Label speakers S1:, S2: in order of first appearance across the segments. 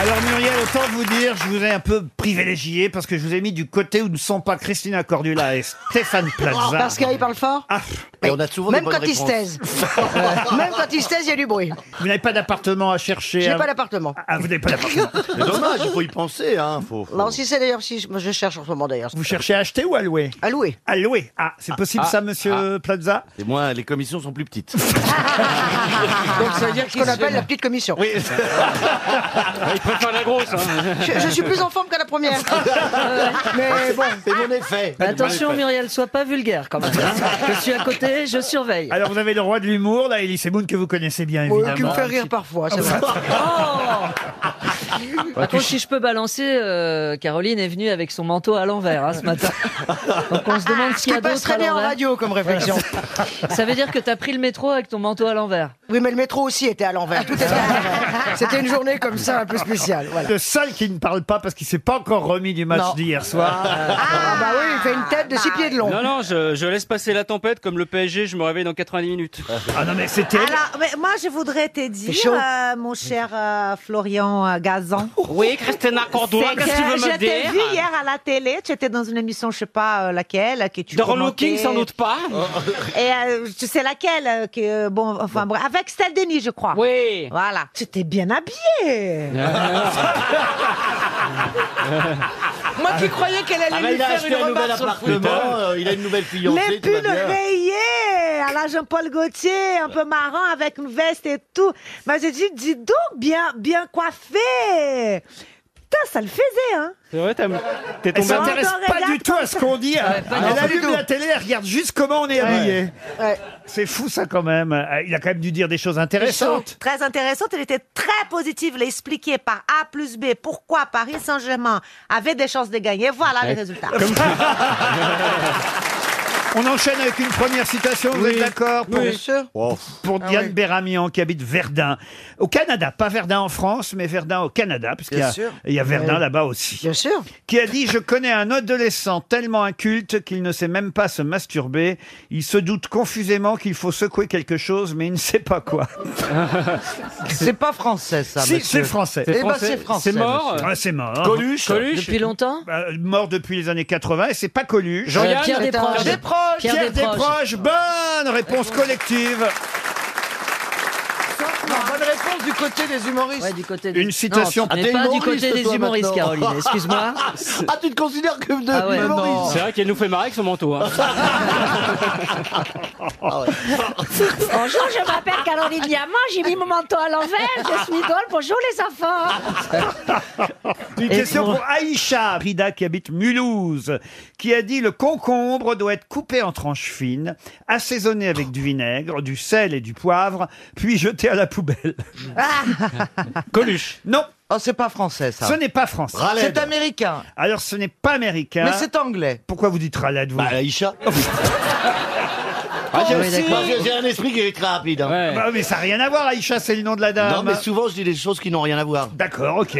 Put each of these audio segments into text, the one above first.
S1: Alors Muriel, autant vous dire, je vous ai un peu privilégié parce que je vous ai mis du côté où ne sont pas Christina Cordula et Stéphane Plaza. Ah.
S2: Parce qu'il parle fort
S3: Et on a souvent des
S2: Même
S3: bonnes
S2: quand il se
S3: réponses.
S2: taise. Même quand il se taise, il y a du bruit.
S1: Vous n'avez pas d'appartement à chercher
S2: J'ai
S1: à-
S2: pas d'appartement.
S1: Ah, vous n'avez pas d'appartement.
S3: C'est dommage, il faut y penser. Hein, faut, faut-
S2: Non, si c'est d'ailleurs, si je, moi, je cherche en ce moment d'ailleurs.
S1: Vous cherchez à acheter ou à louer
S2: À louer.
S1: À louer. Ah, c'est possible
S3: ah,
S1: ça, monsieur Plaza
S3: Et moi, les commissions sont plus petites.
S2: Donc Ah, ça veut dire qu'on appelle la petite commission.
S3: Oui.
S4: Il préfère la grosse. Hein.
S2: Je, je suis plus en forme qu'à la première. Euh, Mais bon.
S3: C'est mon effet.
S1: Bah,
S5: Attention Muriel, sois pas vulgaire quand même. Je suis à côté, je surveille.
S1: Alors vous avez le roi de l'humour, là, Elie Semoun, que vous connaissez bien évidemment.
S2: Ouais, qui me fait rire parfois, c'est vrai.
S5: Par contre, si je peux balancer, euh, Caroline est venue avec son manteau à l'envers hein, ce matin. Donc on se demande
S2: Ce
S5: s'il y
S2: qui
S5: a
S2: passe
S5: d'autres à
S2: très bien en
S5: l'envers.
S2: radio comme réflexion.
S5: Ça veut dire que t'as pris le métro avec ton manteau à l'envers.
S2: Oui, mais le métro aussi était à l'envers. Tout était à l'envers. C'était une journée comme ça, un peu spéciale. Voilà.
S1: Le seul qui ne parle pas parce qu'il s'est pas encore remis du match
S2: Non.
S1: d'hier soir.
S2: Ah, bah oui, il fait une tête de six pieds de long.
S4: Non, non, je, je laisse passer la tempête comme le PSG, je me réveille dans 90 minutes.
S1: Ah non mais c'était...
S6: Alors, mais moi, je voudrais te dire,
S2: chaud.
S6: euh, mon cher euh, Florian euh, Gazan,
S4: Oui, Christina Cordula,
S6: c'est que je t'ai vu
S4: hein.
S6: hier à la télé, tu étais dans une émission, je sais pas euh, laquelle, que tu
S4: Dans
S6: commentais.
S4: Looking, sans doute pas.
S3: Oh,
S6: Et euh, je sais laquelle, euh, que, euh, bon, enfin, bref, avec Stèle Denis, je crois.
S4: Oui.
S6: Voilà. Tu t'es bien habillée.
S7: Moi qui croyais qu'elle allait
S3: Ah bah,
S7: lui
S3: il a
S7: faire
S3: acheté
S7: une
S3: un nouvel
S7: remarque sur-
S3: appartement, euh, il a une nouvelle fiancée.
S6: Les
S3: tout va
S6: pulls
S3: bien.
S6: rayés à la Jean-Paul Gaultier, un peu marrant avec une veste et tout. Mais j'ai dit, dis donc, bien, bien coiffé. Putain, ça le faisait, hein.
S4: C'est vrai, t'as- t'es
S1: Elle
S4: tombé.
S6: va-
S1: s'intéresse
S6: Attends,
S1: pas
S6: regarde.
S1: du tout à ce qu'on dit. hein.
S5: pas
S1: elle
S5: du
S1: allume
S2: tout.
S1: la télé, elle regarde juste comment on est habillé.
S2: Ouais.
S1: C'est fou ça quand même. Euh, Il a quand même dû dire des choses intéressantes.
S6: Très intéressante, elle était très positive, elle a expliqué par A plus B pourquoi Paris Saint-Germain avait des chances de gagner. Voilà les résultats.
S1: On enchaîne avec une première citation, vous êtes d'accord pour,
S2: Bien sûr.
S3: Oh,
S1: pour Diane Béramian qui habite Verdun, au Canada. Pas Verdun en France, mais Verdun au Canada, puisqu'il y,
S3: Bien
S1: a-
S3: sûr.
S1: il y a Verdun là-bas aussi.
S2: Bien sûr.
S1: qui a dit Je connais un adolescent tellement inculte qu'il ne sait même pas se masturber. Il se doute confusément qu'il faut secouer quelque chose, mais il ne sait pas quoi.
S7: C'est pas français ça.
S1: si,
S7: monsieur.
S1: c'est français.
S7: Eh ben,
S4: français.
S7: c'est français,
S4: C'est mort.
S1: Ah, c'est mort.
S3: Coluche.
S4: Coluche.
S5: Depuis longtemps
S1: Euh, mort depuis les années 80, et c'est pas Coluche.
S4: Jean- Jean-Yann,
S5: Pierre
S2: c'est un-
S5: Desproges.
S2: Des
S5: Desproges. Pierre,
S1: Pierre
S5: Desproges.
S1: Desproges, bonne réponse collective.
S7: Non, bonne réponse du côté des humoristes.
S5: Ouais, du côté des...
S1: Une citation.
S5: Non, mais
S3: t'es
S5: pas du
S3: humoriste,
S5: côté des
S3: toi,
S5: humoristes,
S3: maintenant.
S5: Caroline. Excuse-moi.
S3: Ah, tu te considères comme de
S5: Ah ouais.
S3: humoriste
S4: C'est vrai qu'elle nous fait marrer avec son manteau. hein.
S3: Ah
S8: Bonjour, je m'appelle Caroline Diamant, j'ai mis mon manteau à l'envers, je suis drôle, bonjour les
S1: Ah.
S8: enfants.
S1: Une question pour Aïcha Rida qui habite Mulhouse, qui a dit le concombre doit être coupé en tranches fines, assaisonné avec du vinaigre, du sel et du poivre, puis jeté à la poubelle.
S4: Coluche.
S1: Non,
S7: Ah. Oh, c'est pas français ça.
S1: ce n'est pas français.
S7: C'est
S3: Raled.
S7: américain,
S1: Alors ce n'est pas américain.
S7: mais c'est anglais.
S1: Pourquoi vous dites ralade vous
S3: Bah, Aïcha. Ah, j'ai aussi- j'ai- j'ai un esprit qui est très rapide. hein.
S4: Ouais.
S1: Bah, Mais ça n'a rien à voir, Aïcha, c'est le nom de la dame.
S3: Non, mais souvent, je dis des choses qui n'ont rien à voir.
S1: D'accord, ok.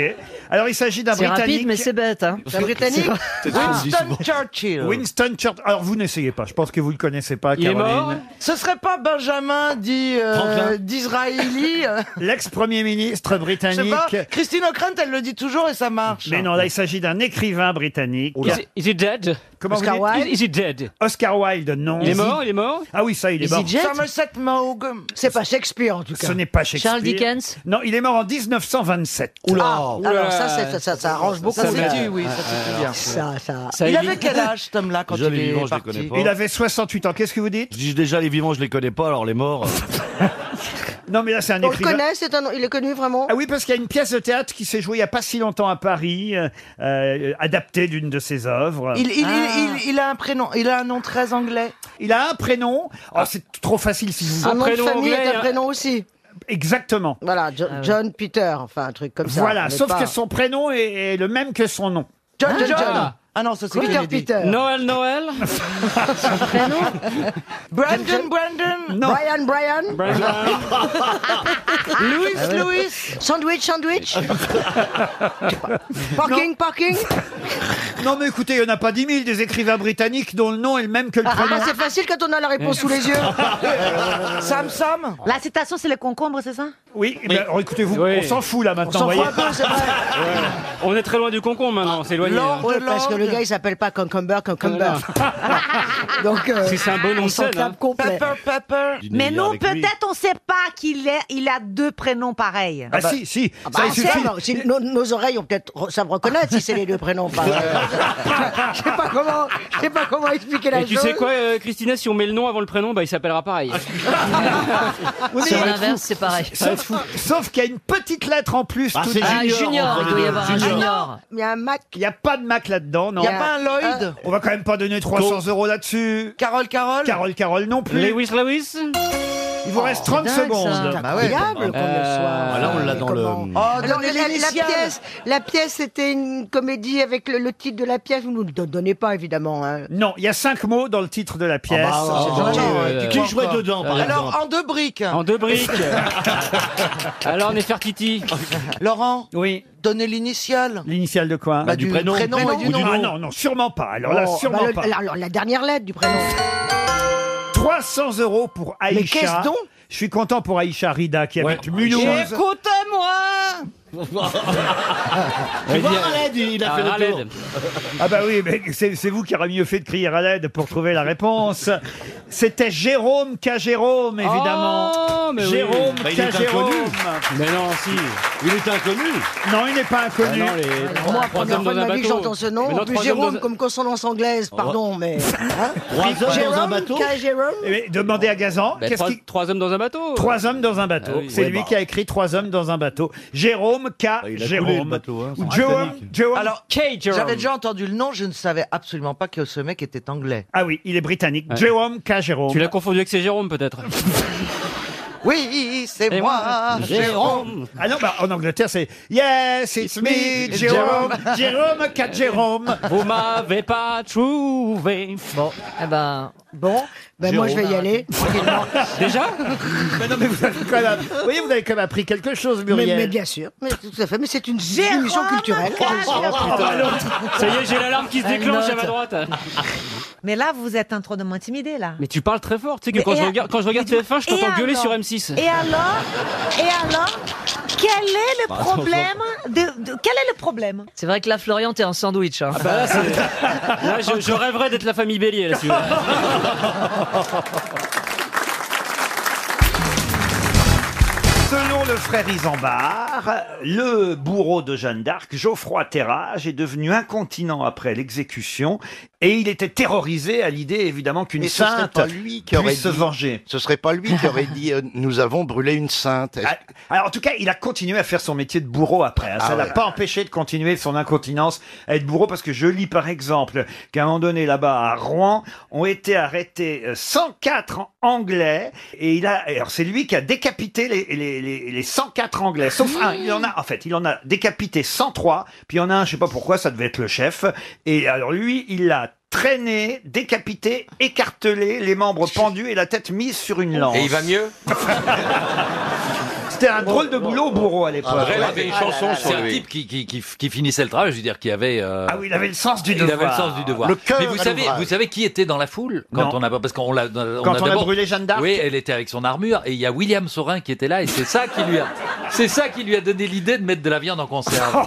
S1: Alors il s'agit d'un
S5: C'est
S1: Britannique.
S5: rapide, mais c'est bête. Hein.
S2: La Britannique
S7: Winston Churchill.
S1: Winston Churchill. Alors vous n'essayez pas, je pense que vous ne le connaissez pas,
S4: Il est
S1: Caroline.
S4: mort
S7: Ce serait pas Benjamin dit euh,
S3: Franklin.
S7: d'Israéli. euh,
S1: L'ex-premier ministre
S7: Je sais
S1: britannique.
S7: pas. Christine O'Krent, elle le dit toujours et ça marche.
S1: Mais non, là, il s'agit d'un écrivain britannique.
S4: Is, is he dead?
S1: Comment vous dites
S4: Is, is he dead?
S1: Oscar Wilde, non.
S4: Il est mort, il est mort.
S1: Ah oui, ça, il est mort.
S5: EasyJet
S7: Somerset Maugham.
S2: C'est pas Shakespeare en tout cas.
S1: Ce n'est pas Shakespeare.
S5: Charles Dickens
S1: Non, il est mort en 1927.
S3: Oula.
S1: Ah.
S2: Ah, Alors ça, c'est- ça, ça, ça arrange beaucoup.
S7: Ça c'est
S2: Ça,
S7: dit, oui, ça c'est bien.
S2: ça, ça.
S4: Ça
S7: Il
S4: évite-
S7: avait quel âge, cet homme-là, quand
S3: Déjà,
S7: il
S3: les vivants,
S7: est
S3: je les connais
S7: parti
S3: pas.
S1: Il avait 68 ans. Qu'est-ce que vous dites
S3: Je dis déjà, les vivants, je les connais pas, alors les morts. euh,
S1: Non, mais là, c'est un
S2: On le
S1: écrivain.
S2: connaît, c'est un... il est connu vraiment.
S1: Ah oui, parce qu'il y a une pièce de théâtre qui s'est jouée il n'y a pas si longtemps à Paris, euh, euh, adaptée d'une de ses œuvres. Ah.
S7: Il,
S1: Il,
S5: Ah.
S7: il, il, il, il a un prénom, il a un nom très anglais.
S1: a un prénom.
S7: Ah.
S1: Oh, c'est trop facile si vous...
S2: Son nom de
S4: prénom
S2: famille
S4: anglais,
S2: est un
S4: hein.
S2: prénom aussi.
S1: Exactement.
S2: Voilà,
S7: Ah
S2: Jo- John Peter, enfin un truc comme ça.
S1: voilà,
S2: mais
S1: sauf
S2: pas-
S1: que son prénom est, est le même que son nom.
S3: hein.
S7: John, John,
S4: John.
S7: Ah non, ça c'est
S2: Peter
S7: Kennedy.
S2: Peter.
S4: Noël, Noël.
S7: Brandon, Brandon.
S1: Non.
S2: Brian, Brian.
S7: Louis, Louis.
S2: Sandwich, sandwich. Je sais pas. parking, parking.
S1: Non, mais écoutez, il n'y en a pas 10 000 des écrivains britanniques dont le nom est le même que le
S2: Ah,
S1: prénom.
S2: bah, c'est facile quand on a la réponse sous les yeux.
S8: Sam Sam
S6: euh, La citation, c'est le concombre, c'est ça
S1: Oui, eh ben, alors, écoutez, vous,
S4: Oui.
S1: on s'en fout là maintenant.
S2: Sans
S1: voyez.
S2: fois peu, c'est vrai.
S4: On est très loin du concombre maintenant, c'est éloigné.
S8: L'or-
S4: hein.
S2: Ouais, parce que le gars, il s'appelle pas Concumber, Concumber. Donc, euh,
S4: Si c'est un bon nom
S2: on
S4: de
S2: s'en
S4: scène,
S2: tape
S4: hein.
S2: complet.
S8: Pepper Pepper
S6: Mais non, peut-être on sait pas qu'il est, il a deux prénoms pareils.
S1: Ah, si, si,
S2: Ah bah,
S1: ça il
S2: on sait,
S1: suffit.
S2: alors, si nos, nos oreilles ont peut-être re- savent reconnaître si c'est les deux prénoms. par- je sais pas comment, je sais pas comment expliquer la
S4: Et tu
S2: chose.
S4: sais quoi, euh, Christina, si on met le nom avant le prénom, bah, il s'appellera pareil.
S1: Ah,
S5: Sur l'inverse, c'est pareil.
S1: Sauf, sauf qu'il y a une petite lettre en plus.
S9: Ah,
S1: tout
S9: c'est
S1: de-
S5: Ah,
S9: Junior,
S5: junior,
S9: entre
S5: il
S9: les
S5: doit y
S9: deux.
S5: avoir un
S9: Junior.
S5: junior.
S2: Il y a un Mac.
S1: Il n'y a pas de Mac là-dedans, non Euh,
S8: Y a pas un Lloyd
S1: On va quand même pas donner 300 euros là-dessus.
S8: Carole Carole
S1: Carole, Carole non plus.
S4: Lewis Lewis
S1: Il vous reste 30
S5: Oh, c'est dingue,
S1: secondes. Euh,
S5: ça.
S9: Bah ouais,
S2: Diable, qu'on le soit.
S9: Ah, là, on l'a dans le.
S2: Comment
S8: Oh,
S2: Alors,
S8: donnez
S2: la, la
S8: les initiales.
S2: pièce, la pièce, c'était une comédie avec le, le titre de la pièce. Vous ne nous le donnez pas, évidemment. hein.
S1: Non, il y a cinq mots dans le titre de la
S9: Ah,
S1: pièce.
S9: bah,
S8: c'est
S9: ouais,
S8: gentil,
S9: ouais,
S8: ouais,
S9: ouais.
S8: tu
S9: Qui
S8: crois
S9: jouait
S4: pas.
S9: dedans, par exemple
S8: Alors, en deux briques.
S4: En deux briques. Alors Nefertiti.
S8: Laurent,
S1: Oui.
S8: donnez l'initiale.
S1: L'initiale de quoi
S8: Bah,
S9: du prénom.
S8: et du
S9: Ou
S8: nom.
S9: du-
S1: Ah
S9: nom.
S1: non, non, sûrement pas. Alors là,
S2: Oh,
S1: sûrement
S2: bah, le-
S1: pas.
S2: alors, alors, la dernière lettre du prénom.
S1: 300 euros pour Aïcha.
S2: qu'est-ce donc
S1: Je suis content pour Aïcha Rida qui
S9: Ouais.
S1: habite Mulhouse.
S8: Écoutez-moi
S9: Tu vois, Raled, il a fait
S4: Ah,
S9: le tour.
S4: Raled.
S1: euh, Ah bah oui, mais c'est c'est vous qui aurez mieux fait de crier à l'aide pour trouver la réponse. C'était Jérôme K. Jérôme, évidemment.
S4: Oh, mais oui.
S1: Jérôme
S9: Bah, il
S1: K.
S9: est
S1: Jérôme.
S9: inconnu.
S4: Mais non, si.
S9: Il est inconnu.
S1: Non, il n'est pas
S4: Ah
S1: inconnu.
S4: non, les
S2: Moi,
S4: trois- trois
S2: première
S4: hommes
S2: fois de
S4: dans un
S2: ma vie que
S4: bateau.
S2: j'entends ce nom.
S4: Mais
S2: En
S4: non, trois
S2: plus,
S4: hommes
S2: Jérôme,
S4: dans un-
S2: comme consonance anglaise, pardon, mais. hein
S9: Trois hommes dans un
S2: Jérôme,
S9: bateau.
S2: K. Jérôme.
S1: Eh, Mais demandez à Gazan,
S4: Bah,
S1: qu'est-ce
S4: trois,
S1: qui...
S4: trois hommes dans un bateau.
S1: Trois hommes dans un bateau.
S4: Ah oui.
S1: C'est
S9: Ouais,
S1: lui
S9: bah.
S1: qui a écrit Trois hommes dans un bateau. Jérôme K.
S9: Ah, il a
S1: Jérôme.
S9: coulé le bateau, hein, c'est
S1: Ou
S9: un
S1: Jérôme.
S9: Britannique.
S1: Jérôme.
S8: Alors,
S4: K. Jérôme.
S8: j'avais déjà entendu le nom, je ne savais absolument pas que ce mec était anglais.
S1: Ah oui, il est britannique.
S4: Ouais.
S1: Jérôme K. Jérôme.
S4: Tu l'as confondu avec ses Jérôme peut-être.
S8: Oui, c'est
S4: Et
S8: moi,
S4: moi,
S8: Jérôme
S1: Ah non, bah, en Angleterre, c'est Yes, it's me, Jérôme. Jérôme K. Jérôme.
S4: Vous m'avez pas trouvé.
S5: Eh ben,
S2: Bon, ben moi, je vais y aller.
S4: Déjà
S1: Mais non, mais vous avez quand même, vous voyez, vous avez quand même appris quelque chose,
S2: Mais,
S1: Muriel.
S2: mais bien sûr, mais tout à fait. Mais c'est une
S6: Jérôme
S2: émission culturelle.
S6: K.
S1: Ah bah, l'autre.
S4: Ça y est, j'ai l'alarme qui se
S5: Elle
S4: déclenche
S5: note.
S4: à ma droite.
S6: Mais là, vous êtes en train de m'intimider, là.
S4: Mais tu parles très fort. Tu sais que
S6: Mais
S4: quand
S6: et
S4: je,
S6: à-
S4: regarde, quand je regarde TF1, je
S6: Et
S4: t'entends gueuler
S6: alors
S4: sur M6.
S6: Et alors Et alors Quel est
S1: Bah,
S6: le problème de, de- Quel est le problème
S5: c'est vrai que là, Florian, t'es un sandwich. hein.
S4: Bah là, c'est- là, je, je rêverais d'être la famille Bélier là, si vous voulez.
S1: Selon le frère Isambard, le bourreau de Jeanne d'Arc, Geoffroy Terrage, est devenu incontinent après l'exécution et il était terrorisé à l'idée évidemment qu'une
S7: Mais ce serait
S1: sainte
S7: pas lui qui aurait
S1: puisse se
S7: dit-
S1: venger.
S7: Ce serait pas lui qui aurait dit euh, nous avons brûlé une sainte. Est-ce-
S1: Ah, Alors en tout cas, il a continué à faire son métier de bourreau après. hein. Ça
S7: Ah
S1: l'a
S7: ouais.
S1: pas empêché de continuer son incontinence à être bourreau parce que je lis par exemple qu'à un moment donné là-bas à Rouen ont été arrêtés euh, 104 Anglais et il a alors c'est lui qui a décapité les, les, les, les 104 Anglais sauf un. Il en a en fait, il en a décapité 103. Puis il y en a un, je sais pas pourquoi, ça devait être le chef. Et alors lui, il l'a traîné, décapité, écartelé, les membres pendus et la tête mise sur une lance.
S10: mieux
S1: C'était un drôle de boulot au bourreau à l'époque. Ah
S10: Après, il avait une chanson sur C'est un type qui, qui, qui, qui finissait le travail, je veux dire, qui avait... euh,
S1: Ah oui, il avait le sens du
S10: Il
S1: devoir.
S10: avait le sens du devoir.
S7: Le cœur
S10: Mais vous
S7: à
S10: savez,
S7: l'ouvrage.
S10: vous savez qui était dans la foule quand
S1: Non.
S10: on a pas parce qu'on l'a on
S1: Quand on a
S10: d'abord-
S1: brûlé Jeanne d'Arc
S10: Oui, elle était avec son armure et il y a William Sorin qui était là et c'est ça qui lui a c'est ça qui lui a donné l'idée de mettre de la viande en conserve.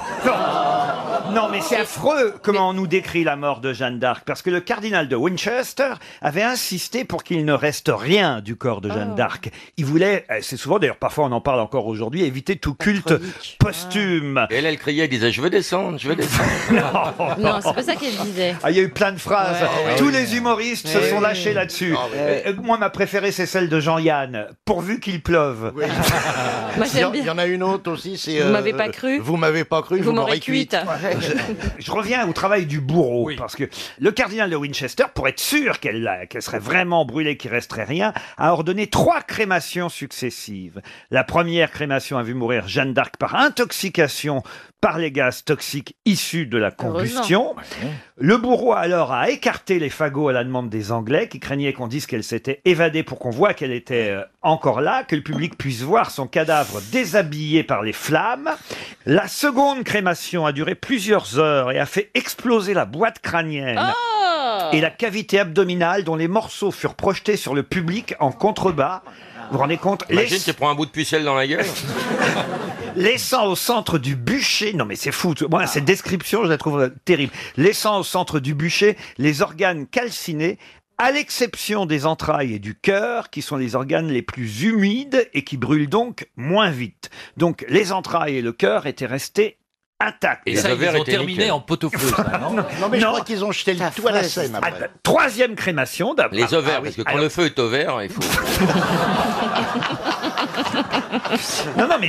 S1: Non, mais c'est affreux comment on nous décrit la mort de Jeanne d'Arc, parce que le cardinal de Winchester avait insisté pour qu'il ne reste rien du corps de
S11: Oh.
S1: Jeanne d'Arc. Il voulait, euh, c'est souvent d'ailleurs, parfois on en parle encore aujourd'hui, éviter tout culte posthume.
S10: Et elle, elle criait, elle disait je veux descendre, je veux descendre.
S11: Non, c'est pas ça qu'elle disait.
S1: Ah, il y a eu plein de phrases. Tous les humoristes se sont lâchés là-dessus.
S7: Ah,
S1: Euh, Moi, ma préférée, c'est celle de Jean-Yann. Pourvu qu'il pleuve.
S7: Oui.
S11: Moi,
S7: Il y,
S11: j'aime
S7: en- il y
S11: bien.
S7: en a une autre aussi, c'est.
S11: Vous
S7: euh,
S11: m'avez pas cru
S7: Vous m'avez pas cru,
S11: Vous m'aurez cuite.
S1: Je reviens au travail du bourreau, parce que le cardinal de Winchester, pour être sûr qu'elle l'a- qu'elle serait vraiment brûlée, qu'il resterait rien, a ordonné trois crémations successives. La première crémation a vu mourir Jeanne d'Arc par intoxication par les gaz toxiques issus de la combustion. Le bourreau alors a écarté les fagots à la demande des Anglais qui craignaient qu'on dise qu'elle s'était évadée pour qu'on voit qu'elle était euh, encore là, que le public puisse voir son cadavre déshabillé par les flammes. La seconde crémation a duré plusieurs plusieurs heures et a fait exploser la boîte crânienne
S12: Ah.
S1: et la cavité abdominale dont les morceaux furent projetés sur le public en contrebas. Vous vous rendez compte
S11: Imagine,
S1: Les-
S11: tu prends un bout de pucelle dans la gueule.
S1: Laissant au centre du bûcher, non mais c'est fou, tu- moi cette description je la trouve euh, terrible. Laissant au centre du bûcher les organes calcinés, à l'exception des entrailles et du cœur, qui sont les organes les plus humides et qui brûlent donc moins vite. Donc les entrailles et le cœur étaient restés intacts.
S10: Et ça, ils ont terminé en pot au feu,
S7: Bah
S10: ça, non
S1: Non, mais je crois qu'ils ont jeté le tout à la scène Troisième crémation d'abord.
S11: Les ovaires,
S1: Ah oui,
S11: parce que quand
S1: alors-
S11: le feu est ovaire, il faut.
S1: Non, non, mais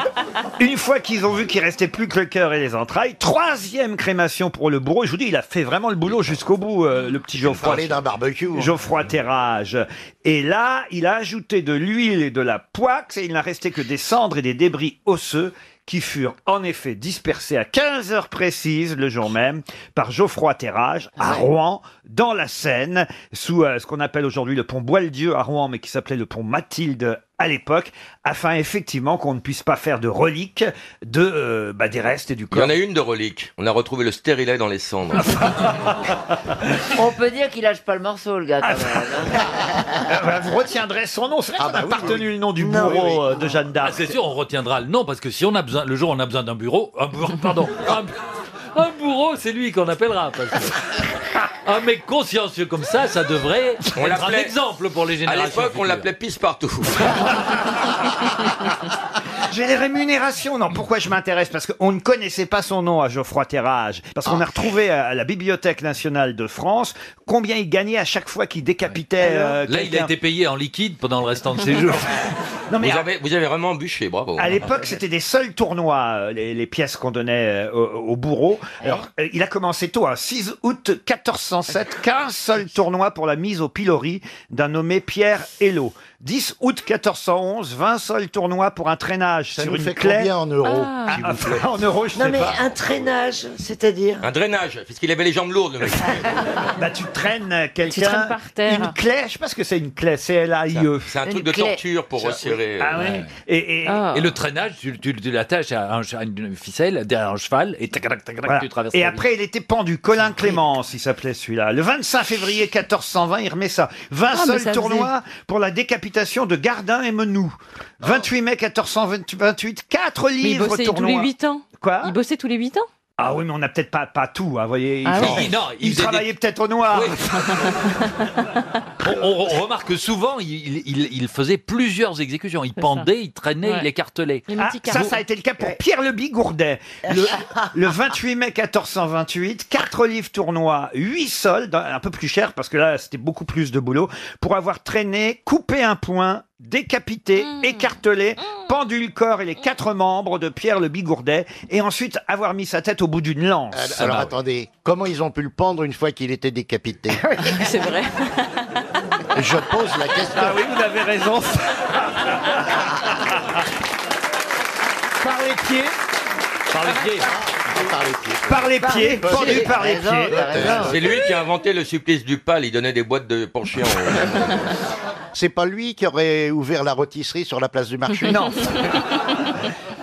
S1: une fois qu'ils ont vu qu'il restait plus que le cœur et les entrailles, troisième crémation pour le bourreau. Je vous dis, il a fait vraiment le boulot jusqu'au bout, euh, le petit Geoffroy.
S7: aller d'un barbecue. hein.
S1: Geoffroy Terrage. Et là, il a ajouté de l'huile et de la poix, et il n'a resté que des cendres et des débris osseux qui furent en effet dispersés à 15 heures précises le jour même par Geoffroy Terrage à Rouen, dans la Seine, sous euh, ce qu'on appelle aujourd'hui le pont Boieldieu à Rouen, mais qui s'appelait le pont Mathilde à l'époque, afin effectivement qu'on ne puisse pas faire de reliques de, euh, bah, des restes et du
S11: Il y
S1: corps.
S11: en a une de relique. On a retrouvé le stérilet dans les cendres.
S13: On peut dire qu'il lâche pas le morceau, le gars,
S14: Ah.
S13: quand même. hein.
S1: Euh, Vous retiendrez son nom,
S11: Ah
S1: c'est vrai
S11: bah
S1: qu'on a pas retenu le nom du bourreau euh, de Jeanne d'Arc.
S10: Ah, c'est sûr, on retiendra le nom parce que si on a besoin, le jour où on a besoin d'un bureau, un bureau, pardon, un, bu- un bourreau, c'est lui qu'on appellera. parce que un mec consciencieux comme ça, ça devrait
S11: On
S10: être un
S11: l'appelait-
S10: exemple pour les
S11: À
S10: générations.
S11: l'époque, on
S10: futures.
S11: l'appelait pisse partout.
S1: J'ai les rémunérations. Non, pourquoi je m'intéresse Parce qu'on ne connaissait pas son nom à Geoffroy Terrage. Parce
S10: Ah.
S1: qu'on a retrouvé à la Bibliothèque nationale de France combien il gagnait à chaque fois qu'il décapitait. euh,
S10: Là, il a
S1: quelqu'un.
S10: été payé en liquide pendant le restant de ses jours.
S1: Non, mais
S11: vous,
S1: à-
S11: avez, vous avez vraiment bûché, bravo.
S1: À l'époque, c'était des seuls tournois, euh, les, les pièces qu'on donnait euh, au, au bourreau.
S13: Eh.
S1: Alors, euh, il a commencé tôt, hein, 6 août 1407, qu'un seul tournoi pour la mise au pilori d'un nommé Pierre Hello. 10 août 1411, 20 seuls tournois pour un traînage
S7: Ça
S1: sur
S7: nous
S1: une
S7: fait
S1: clé.
S7: combien en euros,
S1: Ah,
S7: s'il vous plaît
S1: En euros, je
S13: Non,
S1: sais
S13: mais
S1: pas.
S13: un traînage, c'est-à-dire.
S11: Un drainage, parce qu'il avait les jambes lourdes, le mec.
S1: Bah, tu traînes quelqu'un.
S13: traînes par terre.
S1: Une clé, je sais pas ce que c'est une clé, c'est L-A-I-E.
S11: C'est un truc de torture pour resserrer.
S1: E. Ah
S11: euh,
S1: ouais. Et, et-
S13: Ah.
S10: Et le traînage, tu, tu- tu l'attaches à, un che- à une ficelle derrière un cheval et tac, tac, tac, tac,
S1: Voilà.
S10: tu traverses.
S1: Et
S10: la
S1: après, il était pendu. Colin Clémence, il s'appelait celui-là. Le 25 février 1420, il remet ça. 20
S10: Ah, mais
S1: seuls
S10: ça
S1: tournois pour la décapitation de Gardin et Menou.
S10: Oh.
S1: 28 mai 1428, 4
S4: Mais il
S1: livres
S4: bossait tous
S1: tournois.
S4: les 8 ans.
S1: Quoi
S4: Il bossait tous les 8 ans
S1: Ah oui, mais on n'a peut-être pas, pas tout, hein, vous voyez.
S4: Ah
S1: il,
S10: oui. Il- non, il
S1: il
S10: faisait des-
S1: travaillait peut-être au noir.
S10: ville. On, on- on remarque que souvent, il, il- il- il faisait plusieurs exécutions. Il pendait, il traînait,
S1: Ouais.
S10: il écartelait.
S1: Ah, ça, ça a été le cas pour Pierre Le Bigourdet. Le, le 28 mai 1428, 4 livres tournois, 8 soldes, un peu plus cher parce que là, c'était beaucoup plus de boulot, pour avoir traîné, coupé un point, décapité,
S13: Mmh.
S1: écartelé, pendu le corps et les quatre membres de Pierre Le Bigourdet, et ensuite avoir mis sa tête au bout d'une lance.
S7: Alors, alors, attendez, comment ils ont pu le pendre une fois qu'il était décapité
S13: C'est vrai.
S7: Je pose la question.
S1: Ah oui, vous avez raison. Par les pieds.
S10: Par les pieds.
S7: Ah,
S1: Par
S7: Par les pieds.
S1: les
S7: Par
S1: pieds,
S7: les
S1: pendu
S7: pieds.
S1: par les
S7: T'as raison,
S1: pieds.
S7: t'as raison.
S11: Euh, C'est lui qui a inventé le supplice du pal. Il donnait des boîtes de penchés en.
S7: C'est pas lui qui aurait ouvert la rôtisserie sur la place du marché
S1: Non.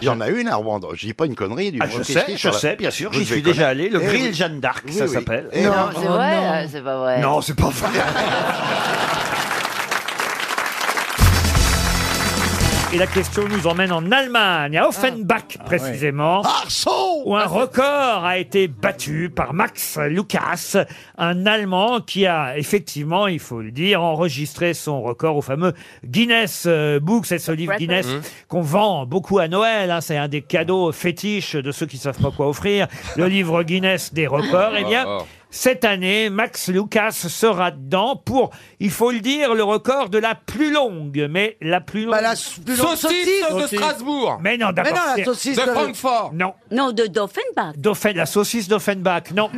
S7: Il y en a une à Rouen. Je dis pas une connerie. d'une
S1: Ah, je
S7: rôtisserie
S1: sais,
S7: sur
S1: je
S7: la-
S1: sais, bien sûr,
S7: Vous
S1: j'y
S7: devez
S1: suis déjà allé.
S7: connaître.
S1: Le
S7: Eh
S1: grill
S7: oui.
S1: Jeanne d'Arc,
S7: Oui,
S1: ça
S7: oui.
S1: s'appelle.
S7: Eh
S13: Non,
S7: oui.
S13: c'est vrai, euh, c'est pas vrai.
S1: Non, c'est pas vrai. Et la question nous emmène en Allemagne, à Offenbach précisément, où un record a été battu par Max Lucas, un Allemand qui a effectivement, il faut le dire, enregistré son record au fameux Guinness euh, Book, c'est ce livre Guinness
S15: Mhm.
S1: qu'on vend beaucoup à Noël, hein, c'est un des cadeaux fétiches de ceux qui savent pas quoi offrir, le livre Guinness des records, eh bien...
S15: Oh, oh.
S1: Cette année, Max Lucas sera dedans pour, il faut le dire, le record de la plus longue, mais la plus longue.
S12: plus longue- Saucisse de Saucisse. Strasbourg.
S1: Mais non, d'abord.
S12: Mais non, la
S1: c'est-
S12: saucisse De de- Francfort.
S1: Non.
S12: Non, de Doffenbach.
S1: Dauphin, la saucisse d'Offenbach, non.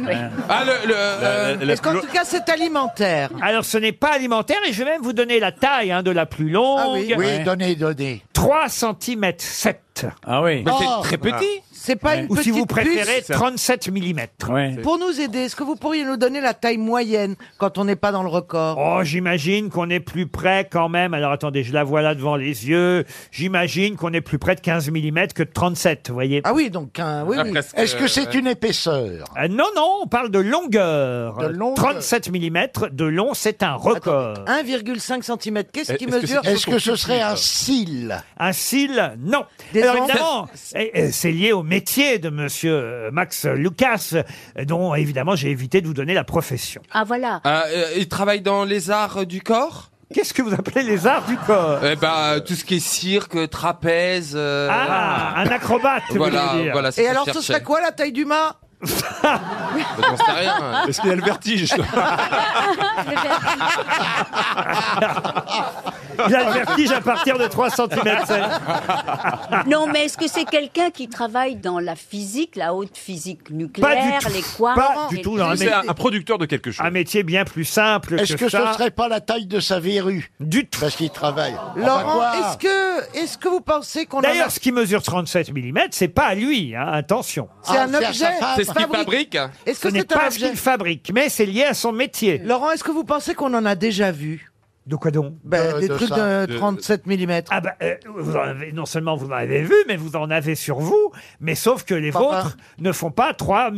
S12: Ah, le- le, euh, Le- le- le Est-ce qu'en plus- tout
S1: cas, c'est alimentaire Alors, ce n'est pas alimentaire et je
S12: Ah
S1: vais même vous donner la taille hein, de la plus longue.
S7: Oui, donnez, donnez.
S1: 3 cm 7. 8. Ah oui.
S8: Mais c'est Oh. très petit. C'est pas une
S1: Ou si
S8: petite
S1: vous préférez,
S8: puce.
S1: 37 mm.
S8: Pour nous aider, est-ce que vous pourriez nous donner la taille moyenne quand on n'est pas dans le record
S1: Oh, j'imagine qu'on est plus près quand même. Alors attendez, je la vois là devant les yeux. J'imagine qu'on est plus près de 15 mm que de 37, vous voyez. Ah oui, donc
S8: oui, Ah, oui. presque,
S7: Est-ce que
S16: euh,
S7: c'est une épaisseur
S1: Euh, Non, non, on parle de longueur. 37 mm de long, c'est un record.
S8: 1,5 cm, qu'est-ce
S1: Eh, Est-ce
S8: qui
S1: que
S8: mesure
S1: c'est- est-ce que ce serait un
S7: cil
S1: Un cil Non.
S8: Des
S1: Alors
S8: ongles
S1: évidemment, eh, eh, c'est lié au métier de monsieur euh, Max Lucas, euh, dont évidemment j'ai évité de vous donner la profession.
S12: Ah voilà.
S16: Ah, euh, il travaille dans les arts du corps
S1: Qu'est-ce que vous appelez les arts du corps
S16: Eh ben, tout ce qui est cirque, trapèze. euh,
S1: Ah, un acrobate, vous
S16: Voilà,
S1: voulez dire.
S16: voilà.
S8: Et alors, ce serait quoi la taille du mât
S16: Bah, J'en sais rien.
S8: Est-ce qu'il y a le vertige
S2: Ah,
S1: Il a le vertige à partir de 3 cm. Ah.
S12: Non, mais est-ce que c'est quelqu'un qui travaille dans la physique, la haute physique nucléaire, les quarks
S1: Pas
S12: et-
S1: du tout. non,
S12: C'est un- un
S1: producteur de quelque chose. Un métier bien plus simple
S7: Est-ce que,
S1: que
S7: ce
S1: ça.
S7: serait pas la taille de sa verrue
S1: Du tout.
S7: Parce qu'il travaille.
S8: Laurent, est-ce que, est-ce que vous pensez qu'on a...
S1: D'ailleurs, ce qui mesure 37 mm, c'est pas à lui, hein, attention.
S8: C'est un objet
S16: C'est ce qu'il fabrique
S8: Est-ce
S1: Ce
S8: que
S1: n'est
S8: c'est un
S1: pas ce
S8: objet
S1: qu'il fabrique, mais c'est lié à son métier.
S8: Laurent, est-ce que vous pensez qu'on en a déjà vu
S1: De quoi donc
S8: ben,
S1: De-
S8: Des
S1: de
S8: trucs
S1: ça.
S8: de
S1: De-
S8: 37 mm.
S1: Ah ben, euh, vous en avez- non seulement vous en avez vu, mais vous en avez sur vous, mais sauf que les vôtres ne font pas 3 mm.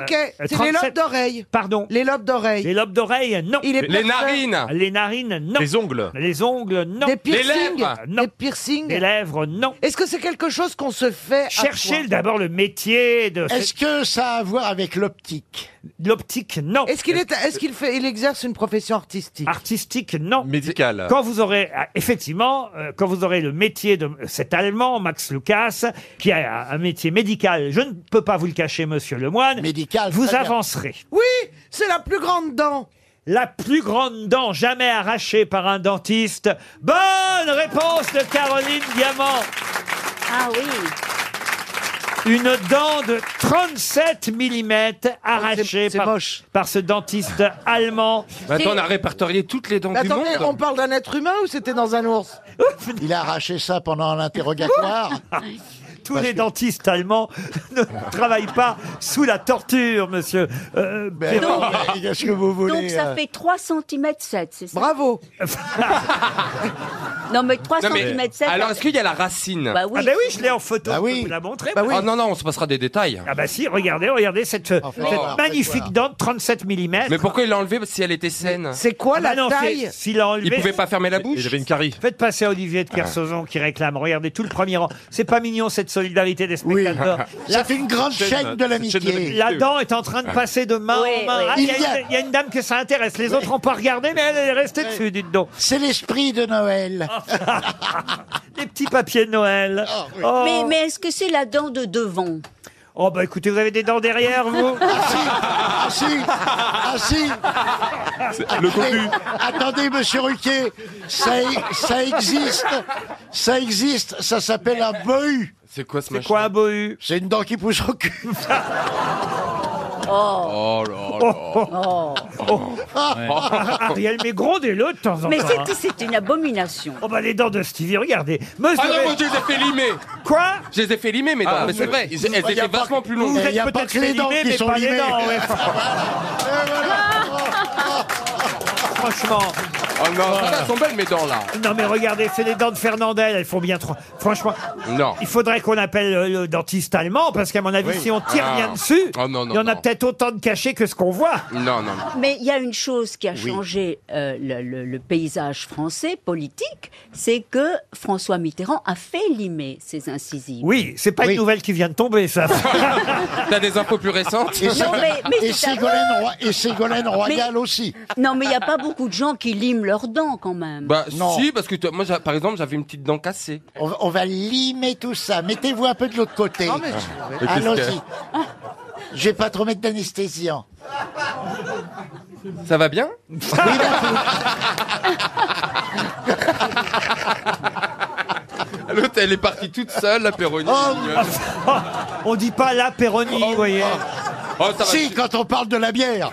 S8: Ok, c'est les lobes d'oreille.
S1: Pardon.
S8: Les lobes d'oreille.
S1: Les lobes d'oreille, non.
S8: Il est Les parfait. narines.
S1: Les narines, non. Les ongles. Les ongles, non.
S8: Des piercings.
S1: Non.
S8: Des piercings.
S1: Les lèvres, non.
S8: Est-ce que c'est quelque chose qu'on se fait à
S1: Cherchez
S8: soi
S1: d'abord le métier de.
S7: Est-ce que ça a à voir avec l'optique
S1: L'optique, non.
S8: Est-ce qu'il est, est-ce qu'il fait, il exerce une profession artistique
S1: Artistique, non.
S16: Médical.
S1: Quand vous aurez, ah, effectivement, euh, quand vous aurez le métier de cet Allemand, Max Lucas, qui a un métier médical, je ne peux pas vous le cacher, monsieur Lemoine. Médical. Vous
S8: très bien.
S1: avancerez.
S8: Oui, c'est la plus grande dent.
S1: La plus grande dent jamais arrachée par un dentiste. Bonne réponse de Caroline Diamant.
S12: Ah oui.
S1: Une dent de 37 mm
S7: Oh,
S1: arrachée par, par ce dentiste allemand.
S16: Mais Bah, attends, on a répertorié toutes les dents
S7: Bah,
S8: Mais
S16: du monde.
S8: attendez, on parle d'un être humain ou c'était dans un ours
S7: Il a arraché ça pendant l'interrogatoire.
S1: Tous les dentistes allemands ne travaillent pas sous la torture, monsieur. euh,
S7: Ben
S1: Perron.
S7: non, mais qu'est-ce que vous voulez hein
S12: Donc ça
S1: euh,
S12: fait 3 cm 7, c'est ça
S8: Bravo
S12: Non mais 3
S16: Non, mais-
S12: cm 7.
S16: Alors, est-ce qu'il y a la racine
S12: Bah oui.
S1: Ah ben oui, je l'ai en photo, je peux vous la montrer.
S16: Ah non, non, on se passera des détails.
S1: Ah bah si, regardez, regardez cette, cette
S16: voir,
S1: magnifique dent de 37 mm.
S16: Mais pourquoi il l'a enlevée si elle était saine
S1: S'il a enlevé...
S16: Il pouvait pas fermer la bouche
S1: avait une carie. Faites passer Olivier de
S7: Ah.
S1: Kersauzon qui réclame. Regardez tout le premier rang. C'est pas mignon cette solidarité des spectateurs.
S7: Ça fait une grande chaîne de l'amitié.
S1: La dent est en train de passer de main en main.
S7: oui.
S1: Ah, il y a
S7: Il y a-
S1: une- il y, a une dame que ça intéresse. Les autres n'ont pas regardé, mais elle est restée dessus, dites donc.
S7: C'est l'esprit de Noël. Ah,
S1: Les petits papiers de Noël. Oh.
S12: Mais, mais est-ce que c'est la dent de devant
S1: Oh bah écoutez, vous avez des dents derrière, vous
S7: Ah si Ah si
S1: le
S7: Attendez-
S1: cocu.
S7: Attendez, monsieur Ruquier, ça, e- ça existe, ça existe, ça s'appelle un bohu.
S16: C'est quoi ce
S7: machin
S16: machin
S1: quoi un bohu
S7: C'est une dent qui pousse au cul.
S16: Oh là là.
S12: Oh.
S1: Ah, Ariel, mais grondez-le de temps en temps.
S12: Mais c'est-
S1: hein.
S12: c'est une abomination.
S1: Oh bah les dents de Stevie, regardez.
S16: Ah non,
S1: Mesurez-
S16: moi je les ai fait limer
S1: Quoi
S16: Je les ai fait limer, mes dents,
S1: Ah,
S16: mais c'est
S1: vous-
S16: vrai,
S1: vous-
S16: ils- elles
S1: y a
S16: étaient
S1: pas-
S16: vachement plus
S1: Vous
S16: longues.
S1: êtes peut-être fait limer, mais pas les dents. ouais.
S17: Euh,
S8: Eh,
S1: Franchement.
S16: Oh non, ça, elles sont belles mes dents là
S1: Non mais regardez, c'est les dents de Fernandel, elles font bien trop. Franchement,
S16: Non.
S1: il faudrait qu'on appelle euh, le dentiste allemand parce qu'à mon avis,
S16: Oui.
S1: si on tire
S16: Ah.
S1: bien dessus,
S16: Oh non, non,
S1: il y en a
S16: non.
S1: peut-être autant de cachés que ce qu'on voit.
S16: Non, non.
S12: Mais il y a une chose qui a
S16: Oui.
S12: changé euh, le, le- le paysage français politique, c'est que François Mitterrand a fait limer ses incisives.
S1: Oui, c'est pas une nouvelle qui vient de tomber, ça.
S16: T'as des infos plus récentes
S7: Et, ça-
S12: Non, mais- mais
S7: Ah, et
S12: c'est à-
S7: Ségolène, Roy- et Ségolène Royal aussi.
S12: Non, mais il n'y a pas beaucoup de gens qui liment leurs dents quand même.
S16: Bah si, parce que toi- moi j'a- par exemple j'avais une petite dent cassée.
S7: On, va- on va limer tout ça. Mettez-vous un peu de l'autre côté. Ah,
S16: mais je-
S7: Allons-y.
S16: Mais
S7: Je vais pas trop mettre d'anesthésiant.
S16: Ça va bien L'autre elle est partie toute seule, la péronie.
S7: Oh.
S1: on dit pas la péronie, vous voyez.
S16: Oh, ça va.
S7: Si, quand on parle de la bière.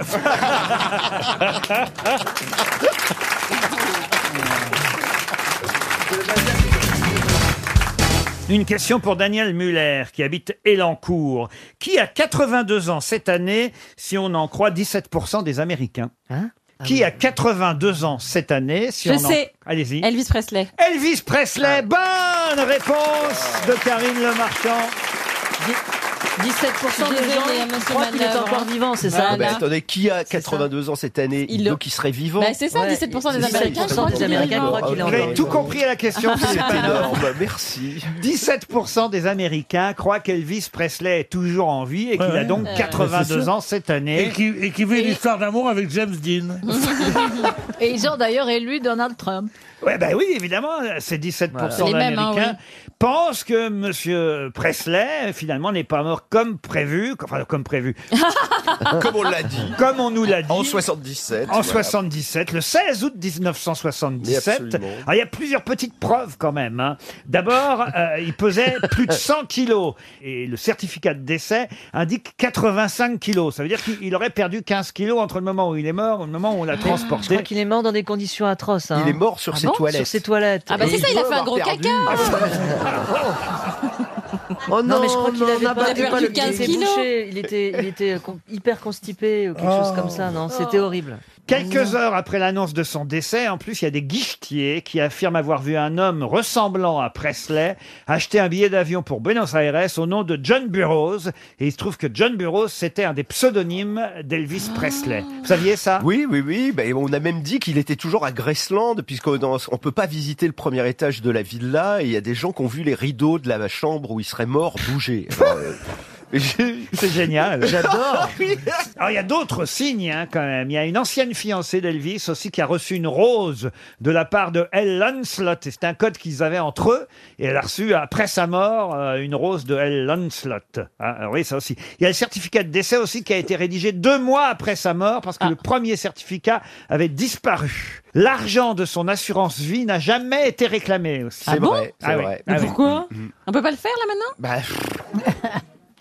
S1: Une question pour Daniel Muller, qui habite Élancourt, qui a 82 ans cette année, si on en croit 17% des Américains.
S9: Hein Ah
S1: qui a 82 ans cette année, si
S14: Je
S1: on en-
S14: sais.
S1: Allez-y.
S14: Elvis Presley.
S1: Elvis Presley,
S9: Ah.
S1: bonne réponse de Karine Le Marchand.
S5: 17% des
S14: Désolée,
S5: gens
S14: monsieur
S5: croient qu'il est
S14: Manœuvre.
S5: encore vivant, c'est
S18: Ah,
S5: ça
S18: bah, attendez, qui a 82 ans cette année
S14: Il
S18: Il
S14: le-
S18: donc qui serait vivant
S14: Bah, c'est ça, 17% des Américains croient qu'il est vivant.
S18: Ah,
S1: Vous avez tout compris à la question.
S18: C'est
S1: Philippe Manœuvre.
S18: énorme, Bah, merci.
S1: 17% des Américains croient qu'Elvis Presley est toujours en vie et qu'il
S9: Ouais,
S1: a
S9: ouais.
S1: donc
S9: Euh, c'est
S1: 82
S9: sûr.
S1: ans cette année.
S9: Et qui, et qui fait une histoire d'amour avec James Dean.
S14: Et ils ont d'ailleurs élu Donald Trump.
S1: Ouais, bah oui, évidemment, ces 17%
S14: Voilà. Les mêmes, hein,
S1: d'Américains pensent que Monsieur Presley, finalement, n'est pas mort comme prévu, enfin, comme prévu.
S18: Comme on l'a dit.
S1: Comme on nous l'a dit.
S18: En 77.
S1: En
S18: voilà.
S1: 77, le 16 août 1977.
S18: Mais absolument.
S1: Alors, il y a plusieurs petites preuves quand même. hein. D'abord, euh, il pesait plus de 100 kilos et le certificat de décès indique 85 kilos. Ça veut dire qu'il il aurait perdu 15 kilos entre le moment où il est mort et le moment où on
S14: Ah.
S1: l'a
S5: Je
S1: transporté.
S5: crois qu'il est mort dans des conditions atroces. hein. Ah
S1: Il est mort sur ses toilettes.
S5: Sur ses toilettes.
S14: Ah bah
S5: Et
S14: c'est ça, il a
S5: doit
S14: fait un
S5: avoir
S14: gros
S5: perdu.
S19: Oh
S5: non, mais je
S19: non,
S5: crois qu'il avait
S19: on a
S5: pas-
S19: perdu
S5: il était
S19: 15
S5: bouché,
S19: kilos.
S5: Il était, il était euh, con- hyper constipé ou quelque chose comme ça, non C'était horrible.
S1: Quelques heures après l'annonce de son décès, en plus, il y a des guichetiers qui affirment avoir vu un homme ressemblant à Presley acheter un billet d'avion pour Buenos Aires au nom de John Burroughs. Et il se trouve que John Burroughs, c'était un des pseudonymes d'Elvis
S5: Ah.
S1: Presley. Vous saviez ça
S18: Oui, oui, oui. Ben, on a même dit qu'il était toujours à Graceland, puisqu'on ne peut pas visiter le premier étage de la villa, et il y a des gens qui ont vu les rideaux de la chambre où il serait mort bouger. Alors, euh, j'ai-
S1: C'est génial.
S18: J'adore.
S1: Alors, il y a d'autres signes, hein, quand même. Il y a une ancienne fiancée d'Elvis aussi qui a reçu une rose de la part de L. Lancelot. Et c'est un code qu'ils avaient entre eux. Et elle a reçu, euh, après sa mort, euh, une rose de L. Lancelot. Hein, alors oui, ça aussi. Il y a le certificat de décès aussi qui a été rédigé deux mois après sa mort
S14: Ah.
S1: parce que le premier certificat avait disparu. L'argent de son assurance vie n'a jamais été réclamé aussi.
S14: Ah C'est bon vrai,
S18: c'est vrai. Mm.
S1: Ah oui.
S14: Pourquoi On peut pas le faire là maintenant
S18: Bah,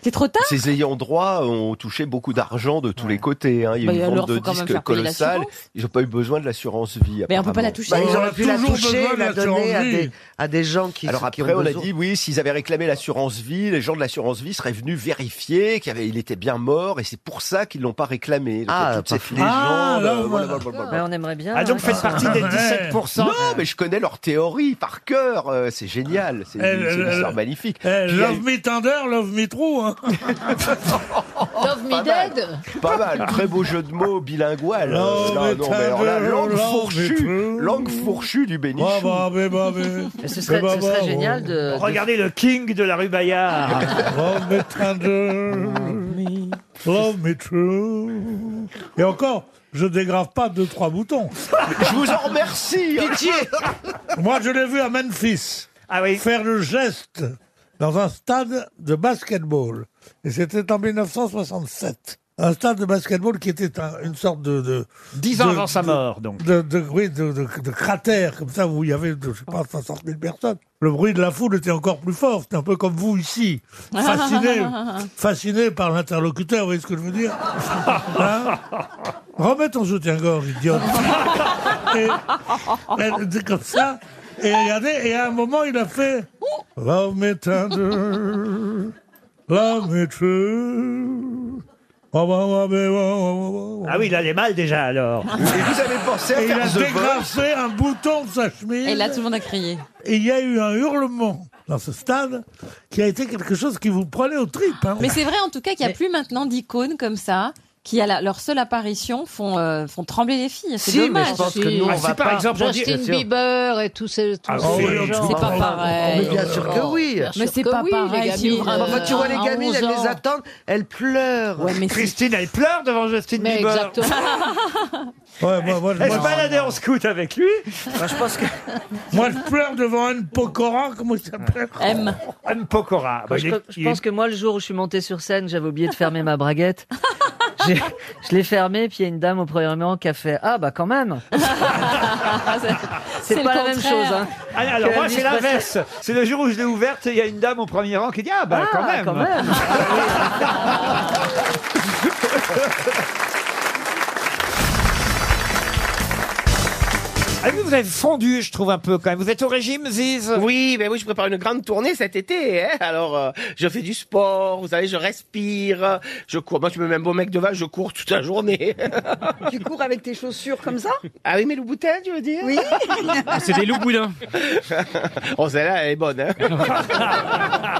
S14: C'est trop tard
S18: Ces ayants droit ont touché beaucoup d'argent de tous les côtés. hein. Il y a
S14: Bah,
S18: eu
S14: et
S18: une vente
S14: alors,
S18: de
S14: faut quand même
S18: disques
S14: faire payer
S18: colossale.
S14: l'assurance.
S18: Ils n'ont pas eu besoin de l'assurance vie.
S14: Mais on peut pas la
S18: apparemment.
S14: toucher.
S19: Bah, ils
S14: On
S19: auraient
S14: a
S19: pu la
S14: toujours
S19: toucher,
S14: besoin de
S19: la donner à
S14: l'assurance
S19: des,
S14: vie.
S19: à des gens qui,
S18: Alors
S19: qui
S18: après,
S19: ont
S18: on a
S19: besoin.
S18: dit oui, s'ils avaient réclamé l'assurance vie, les gens de l'assurance vie seraient venus vérifier qu'il avait- il était bien mort et c'est pour ça qu'ils l'ont pas réclamé. Donc, il y a
S5: Ah,
S18: toute
S5: pas
S18: cette
S5: fou.
S19: bah,
S18: légende.
S5: Ah, là,
S18: euh,
S5: voilà.
S18: blablabla.
S5: Ouais, on aimerait bien.
S1: Ah, donc
S5: hein.
S1: faites partie des
S18: Ouais.
S1: 17%.
S18: Non, mais je connais leur théorie par cœur. euh, C'est génial. C'est
S9: Eh,
S18: une c'est une
S9: le-
S18: histoire
S9: le-
S18: magnifique.
S9: Eh,
S18: Puis il y a
S9: love me tender, love me true. hein.
S14: Love me dead
S18: eu- Pas mal. Très beau jeu de mots bilingual.
S9: Love
S18: Euh, non,
S9: me
S18: non, mais alors là,
S9: tender,
S18: langue
S9: love me
S18: fourchue. Langue fourchue du bénichou.
S9: Bah, bah, bah, bah, bah.
S5: Ce serait,
S9: Bah, bah,
S5: ce serait
S9: bah,
S5: génial
S9: bah.
S5: de.
S1: Regardez le king de la rue Bayard.
S9: Love me tender, love me true. Et encore, je dégrave pas deux, trois boutons.
S18: Je vous en remercie.
S9: Pitié. Moi, je l'ai vu à Memphis
S1: Ah
S9: faire le geste dans un stade de basketball. Et c'était en 1967. Un stade de basketball qui était un- une sorte de... de
S1: Dix ans
S9: de-
S1: avant sa
S9: de-
S1: mort, donc.
S9: De, de, oui, de, de- de cratère, comme ça, où il y avait, de, je sais pas, 60 000 personnes. Le bruit de la foule était encore plus fort. C'était un peu comme vous ici. Fasciné, fasciné par l'interlocuteur, vous voyez ce que je veux dire Hein Remets ton soutien-gorge, idiote. Et- elle dit comme ça. Et regardez, et à un moment, il a fait Love me tender, love me true. Ah
S1: Ah oui, il allait mal déjà alors.
S18: vous avez pensé à
S9: Et il
S18: faire
S9: a
S18: The Voice
S9: dégrafé un bouton de sa chemise.
S14: Et là, tout le monde a crié.
S9: Et il y a eu un hurlement dans ce stade qui a été quelque chose qui vous prenait aux tripes. hein.
S14: Mais c'est vrai en tout cas qu'il n'y a plus maintenant d'icônes comme ça qui à la- leur seule apparition font, euh, font trembler les filles. C'est
S9: Si, mais
S14: dommage.
S9: je pense que nous, on Ah, va si, par pas- exemple, on dit-
S14: Justin
S9: Bien sûr.
S14: Bieber et tous ces, tous
S9: Ah,
S14: ces
S9: oui, on
S14: gens.
S9: dit-
S14: C'est pas
S9: on-
S14: pareil.
S9: Mais bien sûr que oui.
S14: Bien sûr
S19: Mais c'est
S14: que
S19: pas
S14: oui, les
S19: pareil.
S14: gamines,
S19: Enfin, moi, tu vois, les
S14: euh,
S19: gamines,
S14: à
S19: elles
S14: 11
S19: les
S14: ans.
S19: attendent, elles pleurent.
S1: Christine, elle pleure devant Justin
S19: Mais
S1: Bieber.
S19: exactement.
S9: Ouais, moi, moi, je-
S1: Elle se
S9: moi,
S1: baladait en scout avec lui.
S9: je pense que. Moi, je pleure devant Anne Pokora, comment il s'appelle
S14: M.
S1: M. Pokora. Bah,
S5: je,
S1: il est-
S5: je
S1: il est-
S5: pense que moi, le jour où je suis monté sur scène, j'avais oublié de fermer ma braguette. J'ai- Je l'ai fermée, puis il y a une dame au premier rang qui a fait Ah, bah quand même C'est
S14: le
S5: pas la même
S14: contraire.
S5: chose. hein.
S1: Ah, alors
S5: Que
S1: moi
S5: Elvis
S1: c'est
S5: Presley.
S1: l'inverse. C'est le jour où je l'ai ouverte, il y a une dame au premier rang qui dit ah bah
S5: Ah,
S1: quand même.
S5: quand même.
S1: Ah oui, vous avez fondu, je trouve, un peu quand même. Vous êtes au régime, Ziz
S7: Oui, ben oui, je prépare une grande tournée cet été. hein. Alors, euh, je fais du sport, vous savez, je respire, je cours. Moi, je me mets un beau mec de vache, je cours toute la journée.
S2: Tu cours avec tes chaussures comme ça
S7: Ah oui, mais le boutin, tu veux dire
S2: Oui.
S8: Ah,
S16: Ah,
S7: boudins. oh, celle-là, elle est bonne. hein.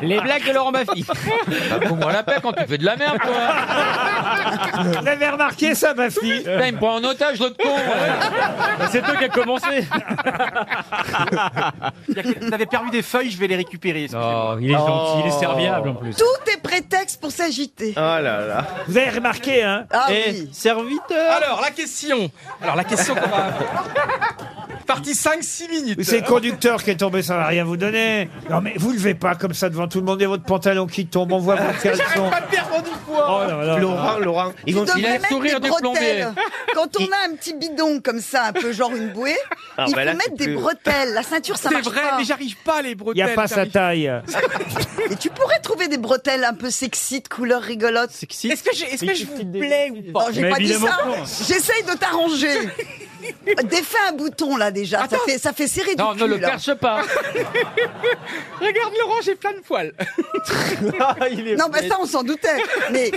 S8: Les blagues de Laurent Baffy. Bah, Pour moi la paix quand tu fais de la merde, toi.
S1: Vous avez remarqué ça, ma fille
S8: Putain, il me prend en otage, l'autre con. C'est toi qui as commencé.
S16: Vous avez perdu des feuilles, je vais les récupérer.
S8: Oh, il est gentil, il est serviable en plus.
S2: Tout est prétexte pour s'agiter.
S7: Oh là là.
S1: Vous avez remarqué, hein
S2: Ah
S16: Eh,
S2: oui.
S16: Serviteur. Alors, la question. Alors, la question qu'on va. Partie 5-6 minutes.
S1: C'est le conducteur qui est tombé, ça va rien vous donner. Non mais vous levez pas comme ça devant tout le monde et votre pantalon qui tombe, on voit vos caleçons.
S16: J'arrête pas de perdre du poids.
S1: Oh là là.
S7: Laurent, Laurent, ils vont
S2: Tu
S7: il
S2: devrais
S7: a
S2: mettre des bretelles. Quand on a un petit bidon comme ça, un peu genre une bouée,
S7: Ah,
S2: il
S7: bah
S2: faut
S7: là,
S2: mettre
S7: c'est
S2: des
S7: plus-
S2: bretelles. La ceinture, ça
S16: C'est
S2: marche
S16: vrai,
S2: pas.
S16: mais j'arrive pas à les
S1: Il n'y
S16: bretelles.
S1: a pas sa
S16: j'arrive-
S1: taille.
S2: Et tu pourrais trouver des bretelles un peu sexy, de couleur rigolote. Sexy
S16: Est-ce que je, est-ce que je vous plais ou
S2: Non,
S16: pas
S2: j'ai pas dit ça. J'essaye de t'arranger. Défais un bouton là déjà. Ça fait, ça fait serrer
S8: Non,
S2: du
S8: ne
S2: cul,
S8: le
S2: là.
S8: perche pas.
S16: Regarde Laurent, j'ai plein de poils.
S2: Non, mais ça on s'en doutait. Mais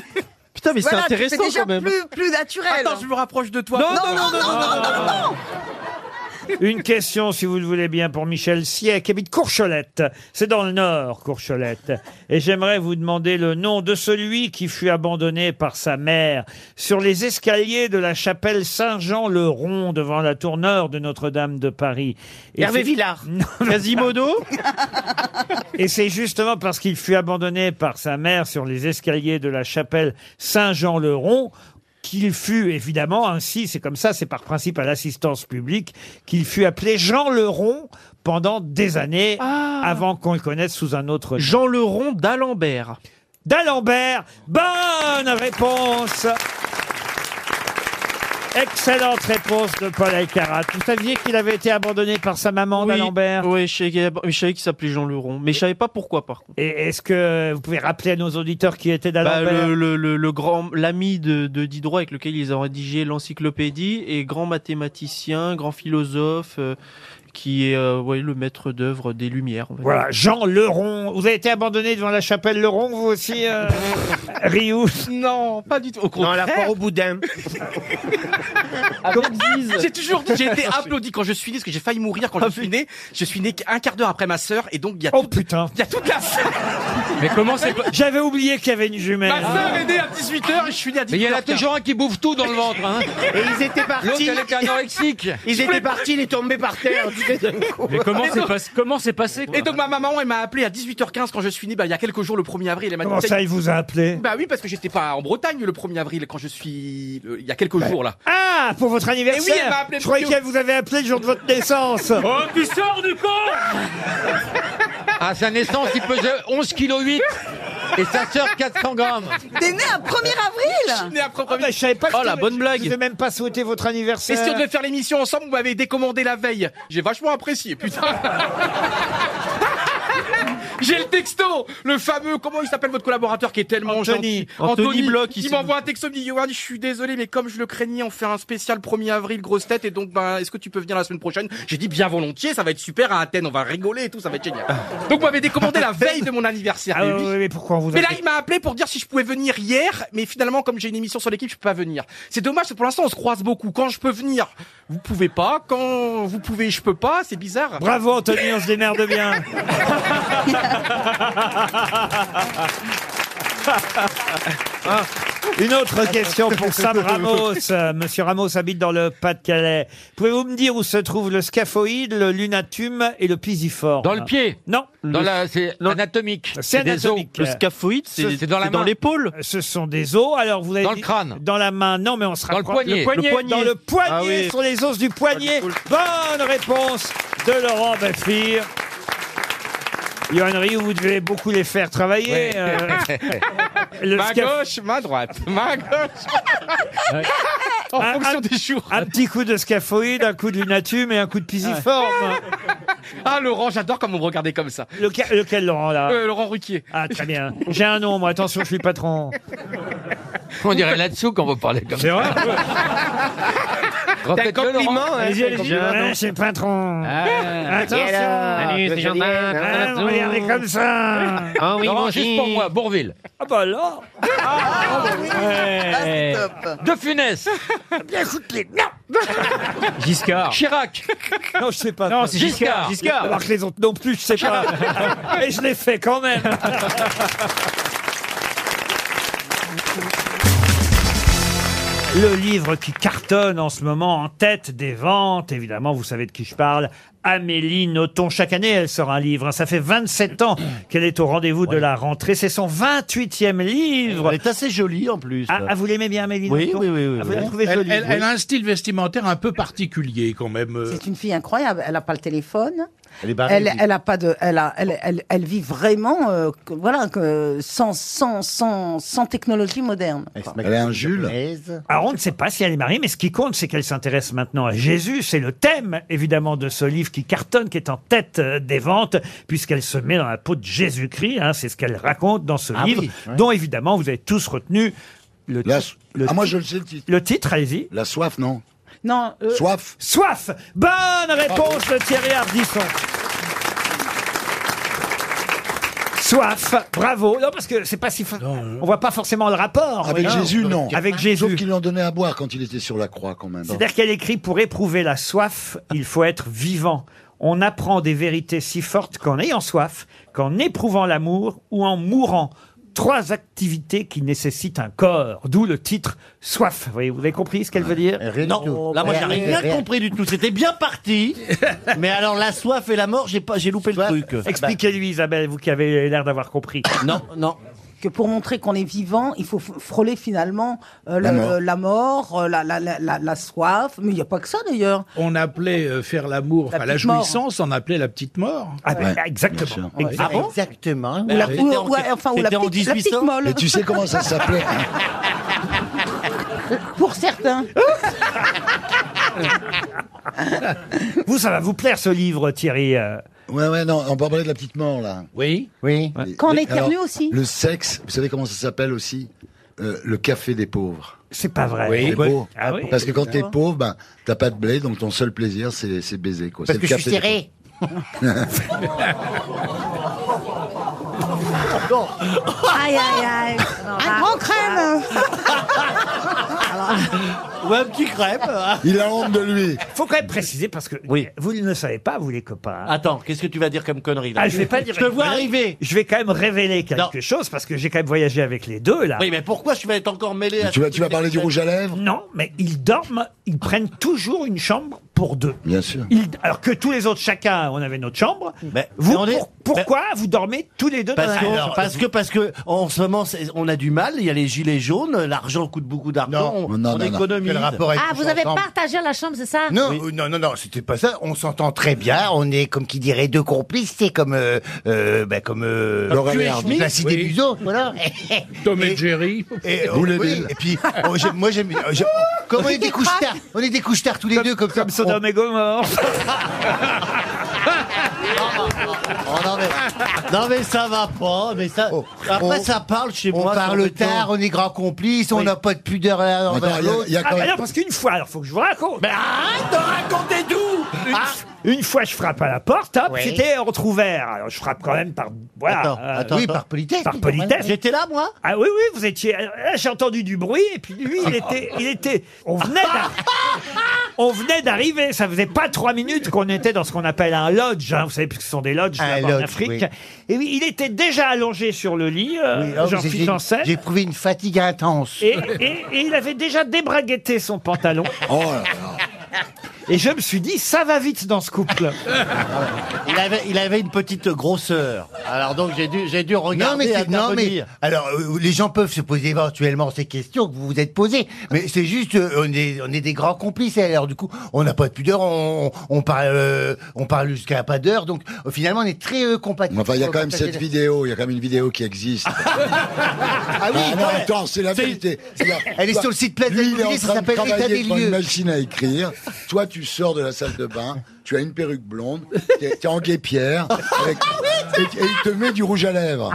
S16: Putain, mais
S2: voilà, tu fais déjà plus, plus naturel. hein.
S16: Attends, je me rapproche de toi.
S2: Non, non, non, non, non, non, non.
S1: Une question, si vous le voulez bien, pour Michel Siey, qui habite Courcholette. C'est dans le Nord, Courcholette. Et j'aimerais vous demander le nom de celui qui fut abandonné par sa mère sur les escaliers de la chapelle Saint-Jean-le-Rond devant la tour nord de Notre-Dame de Paris. Et
S7: Hervé
S1: c'est-
S7: Villard.
S1: Quasimodo Et c'est justement parce qu'il fut abandonné par sa mère sur les escaliers de la chapelle Saint-Jean-le-Rond qu'il fut évidemment ainsi, c'est comme ça, c'est par principe à l'assistance publique, qu'il fut appelé Jean le Rond pendant des années avant qu'on le connaisse sous un autre nom. Ah. Jean le Rond d'Alembert. D'Alembert, bonne réponse Excellente réponse de Paul Alcarat. Vous saviez qu'il avait été abandonné par sa maman d'Alembert
S16: Oui, je savais, mais je savais qu'il s'appelait Jean Leron, mais je savais pas pourquoi par contre.
S1: Et est-ce que vous pouvez rappeler à nos auditeurs qui était
S16: Bah,
S1: d'Alembert
S16: le, le- le- le grand l'ami de, de Diderot avec lequel ils ont rédigé l'encyclopédie et grand mathématicien, grand philosophe euh, qui est euh, ouais, le maître d'œuvre des Lumières. on va dire.
S1: Voilà, Jean Leron. Vous avez été abandonné devant la chapelle Leron, vous aussi, euh, Rioux
S16: Non, pas du tout. Au
S7: Non, la
S16: contraire.
S7: part au boudin.
S16: J'ai toujours dit, j'ai été applaudi quand je suis né, parce que j'ai failli mourir quand je suis né. Je suis né un quart d'heure après ma sœur, et donc il y a
S1: Ah Oh putain
S16: Il y a toute la salle.
S8: Mais comment c'est pas-
S1: J'avais oublié qu'il y avait une jumelle.
S16: Ma sœur est née à 18h et je suis né à 18h.
S8: Mais il y en a toujours un qui bouffe tout dans le ventre. Hein.
S7: Et ils étaient
S8: L'autre,
S7: partis.
S8: elle est anorexique.
S7: Ils étaient partis, il est tombé par terre. tu sais, d'un coup.
S8: Mais comment
S16: Mais
S8: c'est
S16: non.
S8: pas- comment c'est passé quoi
S16: Et donc ma maman, elle m'a appelé à 18h15 quand je suis né, bah, il y a quelques jours, le 1er avril. Elle m'a dit,
S1: Comment ça, il vous a appelé
S16: Bah oui, parce que j'étais pas en Bretagne le 1er avril quand je suis... euh, Il y a quelques jours là.
S1: Ah, pour votre
S16: Eh oui,
S1: anniversaire
S16: elle m'a appelé
S1: Je croyais
S16: plutôt.
S1: qu'elle vous avait appelé le jour de votre naissance.
S8: Oh, tu sors du con À sa naissance, il pesait 11,8 kg et sa sœur 400 grammes.
S2: T'es né un 1er avril
S16: Né après
S1: Ah, bah, je savais pas que
S16: Oh, la
S1: je-
S16: bonne blague.
S1: Je vous ai même pas souhaité votre
S16: Mais
S1: anniversaire.
S16: si on devait faire l'émission ensemble, vous m'avez décommandé la veille. J'ai vachement apprécié, putain. J'ai le texto, le fameux, comment il s'appelle votre collaborateur qui est tellement
S1: Anthony.
S16: gentil
S1: Anthony Bloch, il
S16: il
S1: s'est-
S16: m'envoie un texto, il me dit Johan, je suis désolé, mais comme je le craignais, on fait un spécial 1er avril, grosse tête, et donc, ben, est-ce que tu peux venir la semaine prochaine J'ai dit bien volontiers, ça va être super à Athènes, on va rigoler et tout, ça va être génial. Donc, vous m'avez décommandé la veille de mon anniversaire.
S1: Ah
S16: mais
S1: oui,
S16: oui.
S1: oui, mais pourquoi on vous a
S16: Mais là, il m'a appelé pour dire si je pouvais venir hier, mais finalement, comme j'ai une émission sur l'équipe, je peux pas venir. C'est dommage, parce que pour l'instant, on se croise beaucoup. Quand je peux venir, vous pouvez pas. Quand vous pouvez, je peux pas. C'est bizarre.
S1: Bravo Anthony, on se démerde bien.
S9: Ah.
S1: Une autre question pour Sam Ramos. Euh, Monsieur Ramos habite dans le Pas-de-Calais. Pouvez-vous me dire où se trouvent le scaphoïde, le lunatum et le pisiforme
S8: Dans le pied
S1: Non.
S8: Dans
S11: Ah,
S8: la, c'est anatomique.
S1: C'est
S8: des os.
S1: anatomique.
S8: Le sca-
S16: scaphoïde,
S8: c'est- C'est dans la c'est dans main.
S16: l'épaule.
S1: Ce sont des os. Alors vous avez
S8: Dans le
S1: dit-
S8: crâne.
S1: Dans la main. Non, mais on se
S8: Dans le
S1: rapproche.
S8: poignet. Le poignet.
S1: Dans le poignet.
S8: Ah oui.
S1: Sur les os du poignet. Bonne réponse de Laurent Baffir. Yoann Rioux, vous devez beaucoup les faire travailler.
S8: Ouais.
S1: euh, le
S16: ma
S1: scaph-
S16: gauche, ma droite, ma gauche. en
S1: Un-
S16: fonction
S1: un-
S16: des jours.
S1: Un petit coup de scaphoïde, un coup de lunatum et un coup de pisiforme.
S16: Ah, Laurent, j'adore quand vous me regardez comme ça.
S1: Lequel, lequel, Laurent, là
S16: Euh, Laurent Ruquier.
S1: Ah, très bien. J'ai un nom, moi. Attention, je suis patron.
S8: On dirait là-dessous quand vous parlez comme
S1: C'est
S8: ça.
S1: vrai T'as un
S8: compliment, hein,
S1: Allez-y,
S8: c'est
S1: allez-y.
S8: compliment.
S1: Ouais, c'est le patron.
S8: Ah.
S1: Attention.
S8: Et alors Salut, c'est Jean-Marc.
S1: Ah, vous regardez comme ça.
S11: Ah oui, Laurent, juste pour moi, Bourville.
S1: Ah bah là. Ah,
S11: Ouais.
S8: Ah,
S11: De Funès.
S1: Bien écoutez, non
S11: Giscard. Chirac.
S1: Non, je sais pas.
S11: Non, c'est Giscard. Giscard.
S1: Alors que les autres non plus, je sais pas. Mais je l'ai fait quand même. Le livre qui cartonne en ce moment en tête des ventes, évidemment, vous savez de qui je parle, Amélie Nothomb. Chaque année, elle sort un livre. hein. Ça fait 27 ans qu'elle est au rendez-vous de la rentrée. C'est son 28e livre. Elle est assez jolie en plus. Ah, ah, vous l'aimez bien, Amélie
S20: Oui,
S1: Nothomb
S20: oui, oui, oui,
S1: Ah, vous
S20: oui.
S1: la trouvez
S20: Elle-
S1: jolie
S20: elle- elle a
S1: Oui.
S20: un style vestimentaire un peu particulier quand même. euh.
S21: C'est une fille incroyable. Elle n'a pas le téléphone.
S20: Elle
S9: Bah,
S20: est barrée,
S21: Elle,
S20: oui.
S21: elle a pas de, elle, a- elle, elle, elle vit vraiment, euh, que- voilà, que sans, sans, sans, sans technologie moderne.
S1: Elle est un Jules. Alors on ne sait pas si elle est mariée, mais ce qui compte, c'est qu'elle s'intéresse maintenant à Jésus. C'est le thème, évidemment, de ce livre qui cartonne, qui est en tête euh, des ventes, puisqu'elle se met dans la peau de Jésus-Christ. hein. c'est ce qu'elle raconte dans ce
S22: Ah
S1: livre,
S22: oui, ouais.
S1: dont évidemment vous avez tous retenu le, ti- le
S22: Ah, moi,
S1: ti-
S22: je le sais, le titre.
S1: le titre. Allez-y.
S22: La soif, non
S21: Non. euh,
S22: Soif.
S1: Soif Bonne réponse de Thierry Ardisson. Soif, bravo. Non, parce que c'est pas si. fa- On voit pas forcément le rapport.
S22: Avec
S1: Oui.
S22: Jésus, non.
S1: Oh, Avec Jésus.
S22: Sauf qu'ils lui ont donné à boire quand il était sur la croix, quand même.
S1: C'est-à-dire qu'elle écrit pour éprouver la soif, il faut être vivant. On apprend des vérités si fortes qu'en ayant soif, qu'en éprouvant l'amour ou en mourant. Trois activités qui nécessitent un corps, d'où le titre soif. Vous, voyez, vous avez compris ce qu'elle veut dire
S7: Non, là moi j'ai rien, compris du tout. C'était bien parti, mais alors la soif et la mort, j'ai pas, j'ai loupé le truc.
S1: Expliquez-lui, Isabelle, vous qui avez l'air d'avoir compris.
S7: Non, non.
S21: que pour montrer qu'on est vivant, il faut f- frôler finalement euh,
S9: La
S21: le-
S9: mort.
S21: le- la mort, euh, la, la, la, la- la soif. Mais il n'y a pas que ça d'ailleurs.
S9: On appelait euh, faire l'amour,
S21: La
S9: enfin, la
S21: petite mort.
S9: jouissance, on appelait la petite mort.
S1: Ah
S21: ben,
S1: exactement.
S7: Ah bon
S9: exactement.
S21: Ou la- ou- ou- enfin, ou la
S7: c'était Ben, en
S21: petite- la petite
S7: 1800.
S21: molle.
S22: Et tu sais comment ça s'appelait
S21: Pour certains.
S9: Ah
S1: Vous, ça va vous plaire ce livre, Thierry. euh.
S22: Ouais, ouais, non, on peut parler de la petite mort, là.
S7: Oui.
S22: Oui.
S21: Quand on éternue aussi.
S22: Le sexe, vous savez comment ça s'appelle aussi Euh, Le café des pauvres.
S1: C'est pas vrai.
S22: C'est
S1: Oui.
S22: beau.
S1: Ah oui.
S22: Parce que quand t'es
S1: Ah.
S22: pauvre, ben, t'as pas de blé, donc ton seul plaisir, c'est c'est baiser, quoi.
S7: Parce
S22: C'est le
S7: que je suis serré.
S22: café des pauvres.
S21: Aïe, aïe, aïe. Un grand crème.
S7: Ou un petit crêpe. hein.
S22: Il a honte de lui.
S1: Faut quand même préciser parce que vous ne le savez pas, vous les copains.
S7: Attends, qu'est-ce que tu vas dire comme connerie là
S1: Ah, je vais pas dire.
S7: Je te vois
S1: Voilà.
S7: arriver.
S1: Je vais quand même révéler quelque chose parce que j'ai quand même voyagé avec les deux là.
S7: Oui, mais pourquoi tu vas être encore mêlé à
S22: tu vas, tu vas parler du rouge à lèvres
S1: Non, mais ils dorment, ils prennent toujours une chambre pour deux.
S22: Bien sûr.
S1: Ils- alors que tous les autres, chacun, on avait notre chambre. vous,
S7: mais on est-
S1: pour- pourquoi vous dormez tous les deux dans
S7: Parce
S1: la
S7: que,
S1: même
S7: parce que, parce que, en ce moment, c'est- on a du mal, il y a les gilets jaunes, l'argent coûte beaucoup d'argent,
S3: Non,
S7: on,
S3: non,
S7: on
S3: non, non.
S7: économise.
S3: Quel rapport avec
S6: Ah, vous avez partagé la chambre, c'est ça
S3: Non, euh, non, non, non, c'était pas ça. On s'entend très bien. On est, comme qui dirait, deux complices. C'est comme, euh, euh, ben, comme, euh,
S7: Comme Laurel et Hardy.
S3: Placide et
S7: Oui.
S3: Buzo, voilà.
S9: Tom et Jerry.
S3: Et, euh,
S9: Boule et
S3: oui,
S9: Bill.
S3: et puis, oh, j'ai- moi j'aime. euh, j'ai- Comment on est des couches tard On est des couches tard tous les deux comme ça. Comme
S1: Sodome et Gomorre.
S7: non, mais, non, Ah, mais ça va pas, mais ça, après
S3: on-
S7: ça parle chez
S3: on
S7: moi.
S3: parle
S7: sur le
S3: tard,
S7: temps.
S3: on est grands complices, on
S7: Oui.
S3: n'a pas de pudeur l'un envers l'autre.
S1: ah, bah non, parce qu'une fois, alors faut que je vous raconte. Mais arrête de raconter tout une, fois, je frappe à la porte, hop,
S3: Oui.
S1: j'étais entrouvert. Alors je frappe quand même par. Voilà.
S3: Attends,
S1: euh,
S3: attends, Oui, attends. par politesse,
S1: Par
S3: c'est normal.
S1: politesse.
S3: J'étais
S7: là, moi
S1: Ah oui, oui, vous étiez. Là, j'ai entendu du bruit, et puis lui, il était. Il était on venait d'arriver. On venait d'arriver, ça faisait pas trois minutes qu'on était dans ce qu'on appelle un lodge, hein, vous savez, puisque ce sont des lodges
S3: Un
S1: là-bas en
S3: lodge,
S1: Afrique.
S3: oui.
S1: Et oui, il était déjà allongé sur le lit, euh,
S3: Oui, oh, j'ai-
S1: Jean-Philippe
S3: j'ai-
S1: Janssen.
S3: J'ai prouvé une fatigue intense.
S1: Et, et- et il avait déjà débraguetté son pantalon.
S3: Oh
S1: Et je me suis dit, ça va vite dans ce couple.
S7: Il avait, il avait une petite grosseur. Alors donc, j'ai dû, j'ai dû
S3: Non
S7: regarder
S3: mais, c'est- non mais
S7: intervenir.
S3: alors euh, les gens peuvent se poser éventuellement ces questions que vous vous êtes posées, mais c'est juste euh, on est on est des grands complices hein. alors du coup on n'a pas de pudeur, on, on parle euh, on parle jusqu'à pas d'heure donc euh, finalement on est très euh, compatibles.
S22: Enfin, il y a quand même cette vidéo, il y a quand même une vidéo qui existe.
S3: Ah oui,
S22: Ah non, attends, c'est la vérité.
S3: Elle est sur le site Place
S22: Lui, il est
S3: Immobilier,
S22: en
S3: ça
S22: train de
S3: s'appelle État des
S22: travailler devant une
S3: lieux.
S22: machine à écrire. Toi, tu sors de la salle de bain, tu as une perruque blonde, t'es t'es en guépière, avec-
S3: Ah
S22: et, et il te met du rouge à lèvres.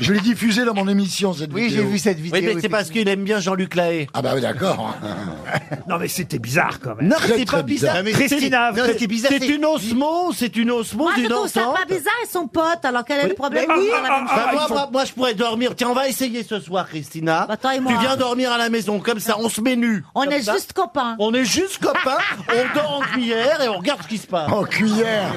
S22: Je l'ai diffusé dans mon émission, cette
S3: Oui,
S22: vidéo.
S3: j'ai vu cette
S7: Oui, mais c'est parce qu'il aime bien Jean-Luc Lahaye.
S22: Ah bah oui, d'accord.
S1: non, mais c'était bizarre quand
S7: Non, c'est pas bizarre.
S1: Christina,
S7: c'est- C'est une osmose, c'est une osmose,
S6: Moi, je
S7: une
S6: trouve ça
S7: entente.
S6: pas bizarre, ils sont potes, alors quel est le problème
S7: Mais oui.
S6: Ils sont à la même
S7: Bah,
S6: chambre.
S7: moi, moi, moi, je pourrais dormir. Tiens, on va essayer ce soir, Christina.
S21: Bah,
S6: moi.
S7: Tu viens dormir à la maison, comme ça, on se met nus.
S6: On
S7: Comme
S6: est
S7: ça.
S6: juste copains.
S7: On est juste copains, on dort en cuillère et on regarde ce qui se passe.
S22: En cuillère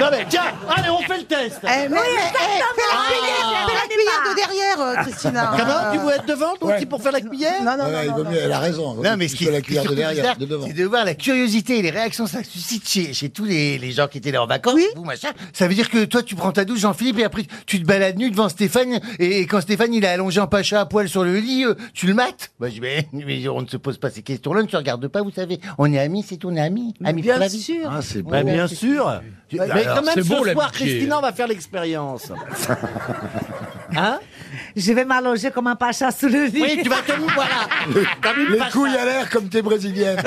S7: Non mais tiens, allez, on fait le test.
S21: mais- Oui, mais- eh, fais la eh, cuillère, fais la cuillère de derrière, euh, Christina.
S7: Comment
S21: Euh,
S7: Tu veux être devant, toi aussi, pour faire la cuillère
S21: Non, non,
S22: Ah,
S21: non, non, non.
S22: elle a raison.
S3: Non, mais ce qui
S22: Plutôt la
S3: est
S22: cuillère de
S3: surtout
S22: derrière,
S3: bizarre,
S22: de devant.
S3: c'est de voir la curiosité et les réactions que ça suscite chez, chez tous les, les gens qui étaient là en vacances, vous, machin. Ça veut dire que toi, tu prends ta douche, Jean-Philippe, et après, tu te balades nu devant Stéphane, et, et quand Stéphane, il est allongé en pacha à poil sur le lit, euh, tu le mates Bah, je dis, mais, mais on ne se pose pas ces questions-là, on ne se regarde pas, vous savez. On est amis, c'est on est amis. amis
S7: bien
S3: pour la vie.
S7: sûr.
S3: Ah, c'est
S7: Bah, bien sûr.
S3: ah.
S7: Mais quand même, ce soir, Christina,
S3: Christina
S7: on va faire l'expérience.
S6: Hein Je vais m'allonger comme un pacha sous le lit.
S7: Oui, tu vas te voilà.
S22: Les couilles à l'air comme t'es brésilienne.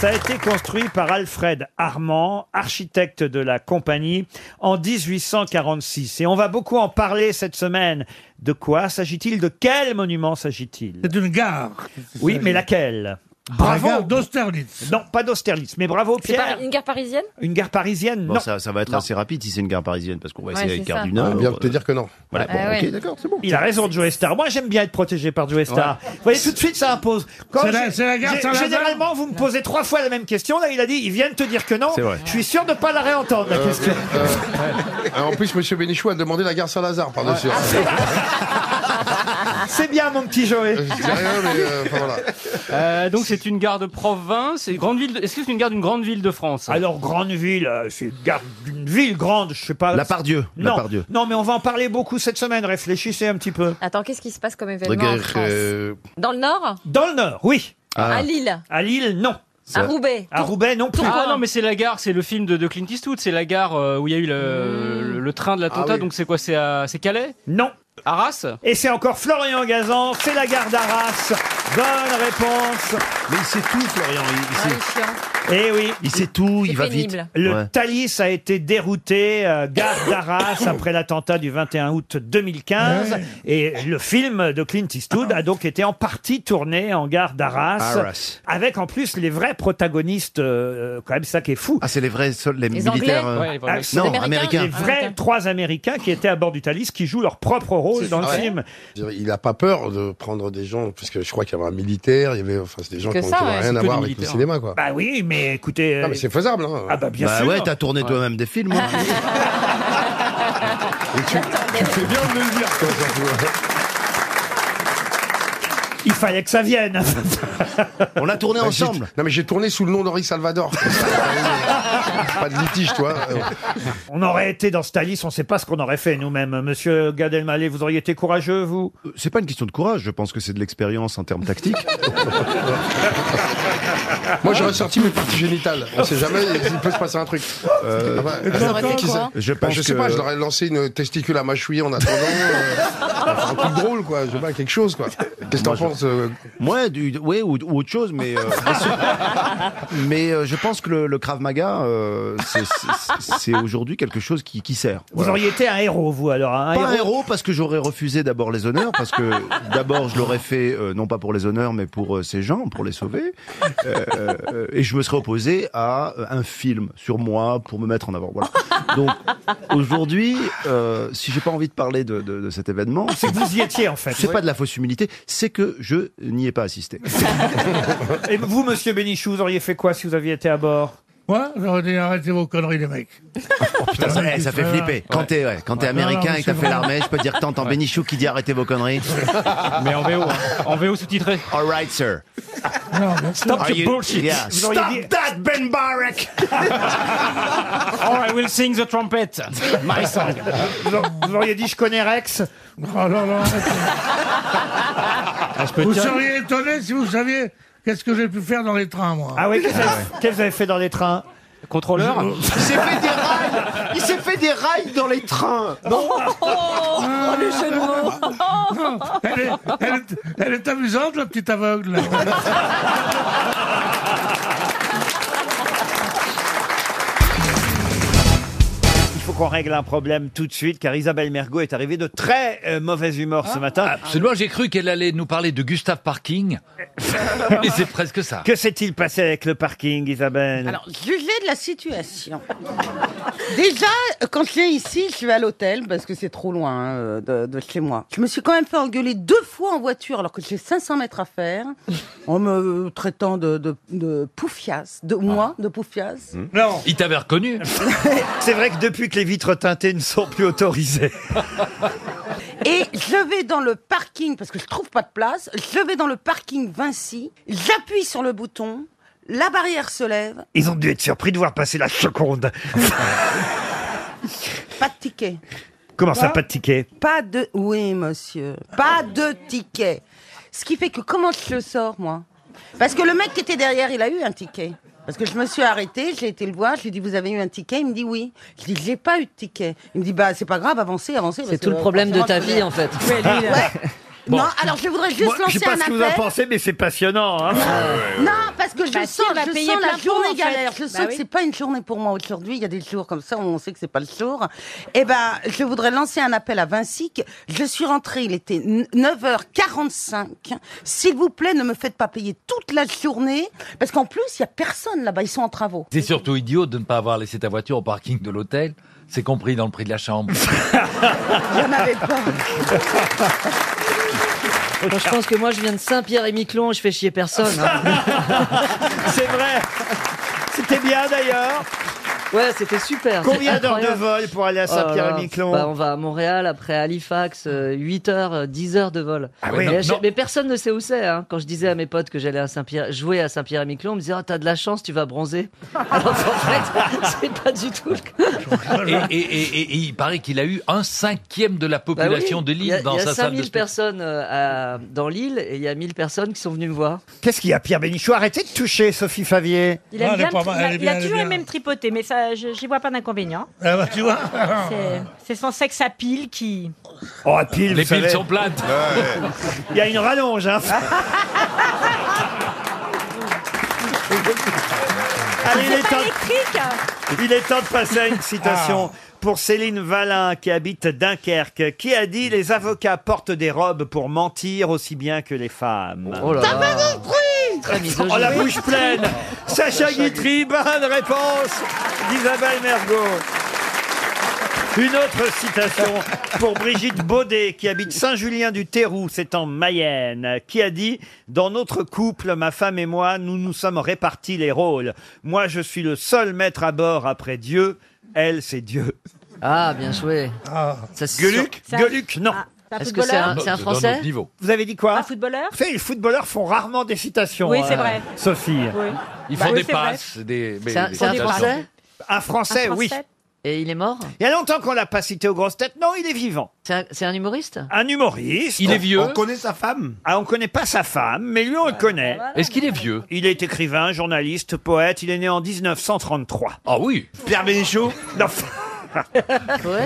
S1: Ça a été construit par Alfred Armand, architecte de la compagnie, en 1846. Et on va beaucoup en parler cette semaine. De quoi s'agit-il De quel monument s'agit-il C'est
S9: une gare.
S1: Oui, mais laquelle Bravo d'Austerlitz. Non, pas d'Austerlitz, mais bravo
S8: C'est
S1: Pierre.
S8: pas une gare parisienne
S1: Une gare parisienne
S23: Bon,
S1: Non.
S23: ça, ça va être assez rapide si c'est une gare parisienne, parce qu'on va
S8: Ouais,
S23: essayer
S8: c'est
S23: avec Gare
S8: ça.
S23: du Nord.
S22: On vient de te dire
S23: que non. Voilà,
S8: Ah
S23: bon,
S8: ouais.
S23: ok, d'accord, c'est bon.
S1: Il a raison de Joey Star. Moi, j'aime bien être protégé par Joey Star. Vous voyez, tout de suite, ça impose. Quand
S9: C'est la-
S1: j'ai-
S9: c'est la gare
S1: j'ai-
S9: Saint-Lazare
S1: Généralement, vous me posez trois fois la même question. Là, il a dit, ils viennent te dire que non.
S22: C'est vrai.
S1: Je suis sûr de pas la réentendre, la
S22: Euh,
S1: question.
S22: euh, euh, en plus, Monsieur Bénichou a demandé la gare Saint-Lazare par-dessus.
S1: ah, C'est bien, mon petit Joey.
S22: Euh,
S23: euh,
S1: Euh,
S4: Euh, donc c'est une gare de province, c'est une grande ville. de- Est-ce que c'est une gare d'une grande ville de France
S1: Alors grande ville, euh, c'est une gare d'une ville grande, je sais pas.
S23: La Pardieu, la
S1: Non,
S23: Pardieu.
S1: non, mais on va en parler beaucoup cette semaine. Réfléchissez un petit peu.
S8: Attends, qu'est-ce qui se passe comme événement en France
S10: euh,
S1: Euh.
S8: Dans le Nord
S1: Dans le Nord, oui.
S10: Ah.
S8: À Lille
S1: À Lille, non.
S8: À Roubaix
S1: À Roubaix, non plus.
S4: Ah non, mais c'est la gare, c'est le film de, de Clint Eastwood, c'est la gare euh, où il y a eu
S6: Hmm.
S4: le, le- le train de l'attentat,
S1: Ah oui.
S4: donc c'est quoi C'est à- c'est Calais
S1: Non.
S4: Arras
S1: Et c'est encore Florian Gazan, c'est la gare d'Arras. Bonne réponse. Mais il sait tout, Florian. Ah, Il, Eh oui.
S23: Il sait tout, il va vite.
S1: Le
S23: Ouais.
S1: Thalys a été dérouté, euh, gare d'Arras, après l'attentat du 21 août 2015.
S23: Ouais.
S1: Et le film de Clint Eastwood a donc été en partie tourné en gare d'Arras.
S23: Arras.
S1: Avec en plus les vrais protagonistes, euh, quand même, ça qui est fou.
S23: Ah, c'est les vrais soldats, les,
S1: Les
S23: militaires.
S1: Anglais Ah,
S23: euh,
S1: Ouais, les vrais.
S23: non,
S1: Les
S23: américains.
S1: Les vrais trois Américains qui étaient à bord du Thalys, qui jouent leur propre rôle dans le
S22: Ah ouais.
S1: film.
S22: Il n'a pas peur de prendre des gens, parce que je crois qu'il y avait un militaire, il y avait, enfin, c'est des gens
S1: Que
S22: qui ont- qui
S1: ça,
S22: n'ont
S1: ouais,
S22: rien
S1: c'est
S22: à
S1: que
S22: voir
S1: des
S22: avec le
S1: militaires.
S22: cinéma, quoi.
S1: Bah oui, mais écoutez.
S22: Ah, mais c'est faisable, hein.
S1: Ah bah bien
S22: Bah
S1: sûr.
S22: ouais, t'as
S23: tourné toi-même des films.
S22: tu, tu fais bien de le dire, toi, surtout.
S1: Il fallait que ça vienne.
S22: On l'a tourné
S23: ensemble.
S22: Non, mais Bah, j'ai tourné sous le nom d'Henri Salvador. pas de litige, toi.
S1: On aurait été dans ce Thalys, on ne sait pas ce qu'on aurait fait nous-mêmes. Monsieur Gad Elmaleh, vous auriez été courageux, vous
S23: Euh, C'est pas une question de courage, je pense que c'est de l'expérience en termes tactiques.
S22: Moi, j'aurais sorti mes parties génitales. On sait jamais, il peut se passer un truc. Ah bah,
S23: Et t'aurais fait
S22: qui
S23: quoi
S22: sait
S23: Je
S22: Bah,
S23: pense
S22: je sais
S23: que-
S22: pas, je leur ai lancé une testicule à mâchouiller en attendant. euh, un truc drôle, quoi. Je sais pas, quelque chose, quoi. Qu'est-ce que t'en
S23: Moi, je-
S22: penses euh,
S23: Moi, du, ouais, ou, ou autre chose, mais euh, bien sûr. mais euh, je pense que le, le Krav Maga, euh, c'est- c'est c'est aujourd'hui quelque chose qui, qui sert.
S1: Vous auriez été un héros, vous, alors. Un
S23: Pas un héros parce que j'aurais refusé d'abord les honneurs parce que d'abord je l'aurais fait euh, non pas pour les honneurs mais pour euh, ces gens pour les sauver Euh, euh, et je me serais opposé à euh, un film sur moi pour me mettre en avant. Voilà. Donc aujourd'hui, euh, si j'ai pas envie de parler de, de- de cet événement,
S1: c'est que vous y étiez en fait.
S23: C'est pas de la fausse humilité, c'est que je n'y ai pas assisté.
S1: Et vous, monsieur Bénichou, vous auriez fait quoi si vous aviez été à bord
S9: Moi, j'aurais dit arrêtez vos conneries, les mecs.
S23: Putain, ça, eh, ça fait flipper. Quand t'es ouais, quand t'es
S9: Ouais, non,
S23: américain
S9: non,
S23: et que t'as
S9: c'est
S23: fait
S9: vrai.
S23: l'armée, je peux dire que t'entends Bénichou qui dit arrêtez vos conneries.
S4: Mais en VO, hein. en VO sous-titré.
S23: All right, sir.
S3: Ah,
S4: Stop
S23: Are
S4: your
S23: you-
S4: bullshit.
S23: Yeah.
S4: Vous auriez
S23: Stop
S4: dit-
S23: that, Ben Barrack.
S4: Or Oh, I will sing the trumpet, my song.
S1: Vous aur- vous auriez dit je connais Rex
S9: Oh là là.
S1: peux
S9: vous
S1: dire-
S9: seriez étonné si vous saviez qu'est-ce que j'ai pu faire dans les trains, moi. Ah
S1: Ah oui, qu'est-ce que vous avez fait dans les trains
S4: Contrôleur
S9: Il s'est fait des rails
S23: Il s'est fait des rails dans les trains. Non.
S9: oh, les jeux de Elle est, elle est- elle est amusante, la petite aveugle.
S1: Il faut qu'on règle un problème tout de suite, car Isabelle Mergot est arrivée de très euh, mauvaise humeur ce matin.
S10: Ah, Absolument, j'ai cru qu'elle allait nous parler de Gustave Parking. Et c'est presque ça.
S1: Que s'est-il passé avec le parking, Isabelle
S21: Alors, jugez de la situation. Déjà, euh, quand je suis ici, je vais à l'hôtel parce que c'est trop loin hein, euh, de, de chez moi. Je me suis quand même fait engueuler deux fois en voiture alors que j'ai 500 mètres à faire en me traitant de, de, de poufias,
S1: Ah.
S21: de moi, de poufias.
S1: Non.
S10: Hmm Il t'avait reconnu.
S1: C'est vrai que depuis que les vitres teintées ne sont plus autorisées.
S21: Et je vais dans le parking, parce que je trouve pas de place, je vais dans le parking Vinci, j'appuie sur le bouton, la barrière se lève,
S1: Ils ont dû être surpris de voir passer la seconde.
S21: pas de ticket.
S1: Comment ça, pas de ticket
S21: Pas de... Oui, monsieur. Pas de ticket. Ce qui fait que comment je le sors, moi Parce que le mec qui était derrière, il a eu un ticket. Parce que je me suis arrêtée, j'ai été le voir, je lui ai dit, vous avez eu un ticket Il me dit oui. Je lui ai dit, j'ai pas eu de ticket. Il me dit, bah, c'est pas grave, avancez, avancez. parce
S5: C'est tout
S21: que,
S5: le problème de
S21: forcément,
S5: ta
S21: je-
S5: vie, en fait.
S21: Ouais. Non, alors je voudrais juste
S1: Moi,
S21: lancer
S1: je sais pas
S21: un
S1: ce que
S21: appel.
S1: vous en pensez, mais c'est passionnant. hein.
S21: Non, parce que je
S7: Bah si,
S21: sens,
S7: on va
S21: je
S7: payer
S21: sens
S7: plein
S21: la
S7: pot,
S21: journée
S7: en fait.
S21: galère. Je
S7: Bah
S21: sens
S7: oui.
S21: que c'est pas une journée pour moi aujourd'hui. Il y a des jours comme ça où on sait que c'est pas le jour. Eh ben, je voudrais lancer un appel à Vinci. que Je suis rentrée, il était 9h45. S'il vous plaît, ne me faites pas payer toute la journée. Parce qu'en plus, il y a personne là-bas. Ils sont en travaux.
S10: C'est surtout idiot de ne pas avoir laissé ta voiture au parking de l'hôtel. C'est compris dans le prix de la chambre.
S21: J'en avais pas.
S5: Bon, je pense que moi, je viens de Saint-Pierre-et-Miquelon, je fais chier personne. hein.
S1: C'est vrai. C'était bien d'ailleurs.
S5: Ouais, c'était super.
S1: Combien
S5: c'est
S1: d'heures de
S5: incroyable.
S1: vol pour aller à
S5: Oh là là.
S1: Saint-Pierre-et-Miquelon
S5: Bah, On va à Montréal, après Halifax, 8 h 10 heures de vol.
S1: Ah oui,
S5: mais,
S1: non,
S5: je- mais personne ne sait où c'est. hein. Quand je disais à mes potes que j'allais à Saint-Pierre, jouer à Saint-Pierre-et-Miquelon, on me disait oh, T'as de la chance, tu vas bronzer. Alors en
S7: bah
S5: fait, c'est pas du tout.
S10: Et, et- et- et- et il paraît qu'il a eu un cinquième de la
S5: Bah oui,
S10: population de
S5: il y a-
S10: l'île dans
S5: Il y a
S10: sa salle de
S5: 5000
S10: spectacle.
S5: personnes euh, à- dans l'île et il y a 1000 personnes qui sont venues me voir.
S1: Qu'est-ce qu'il y a, Pierre Bénichou Arrêtez de toucher Sophie Favier.
S12: Il aime bien me- il a- il a toujours aimé me tripoter, mais ça, je- j'y vois pas d'inconvénient.
S1: Ah bah, tu vois.
S12: C'est- C'est son sexe à pile qui.
S1: Oh, pile,
S10: Les piles
S1: vous savez. Ah,
S10: sont plates.
S1: Il y a une rallonge. Hein. Allez, il est, temps, il est temps de passer à une citation pour Céline Valin, qui habite Dunkerque, qui a dit Les avocats portent des robes pour mentir aussi bien que les femmes.
S5: Oh là
S1: T'as
S5: là.
S1: pas compris
S5: Très misogyne.
S1: Oh, la bouche pleine Sacha Guitry, bonne réponse d'Isabelle Mergot. Une autre citation pour Brigitte Baudet, qui habite Saint-Julien-du-Terrou, c'est en Mayenne, qui a dit « Dans notre couple, ma femme et moi, nous nous sommes répartis les rôles. Moi, je suis le seul maître à bord après Dieu. Elle, c'est Dieu. »
S5: Ah, bien joué.
S1: Gueluc
S5: Ça-
S1: Gueluc, non.
S12: c'est un
S5: Est-ce que c'est un-
S12: footballeur
S5: c'est un Dans Français notre niveau.
S1: Vous avez dit quoi Un
S12: footballeur
S1: Vous savez, les footballeurs font rarement des citations.
S12: Oui, c'est
S1: euh,
S12: vrai.
S1: Sophie.
S12: Oui.
S10: Ils
S1: Bah
S10: font
S1: oui,
S10: des
S1: c'est vrai.
S10: passes. Des, mais
S5: C'est un-
S10: des
S5: c'est un
S10: citations.
S5: Français
S1: Un Français,
S5: Un
S1: oui.
S5: Français Et il est mort
S1: Il y a longtemps qu'on l'a pas cité aux grosses têtes. Non, il est vivant.
S5: C'est un, c'est un humoriste
S1: Un humoriste.
S10: Il est vieux.
S1: On connaît sa femme. Ah, on connaît pas sa femme, mais lui, on le connaît.
S10: Est-ce qu'il est vieux
S1: Il est écrivain, journaliste, poète. Il est né en 1933.
S10: Ah oui.
S1: Pierre Bénichou Non.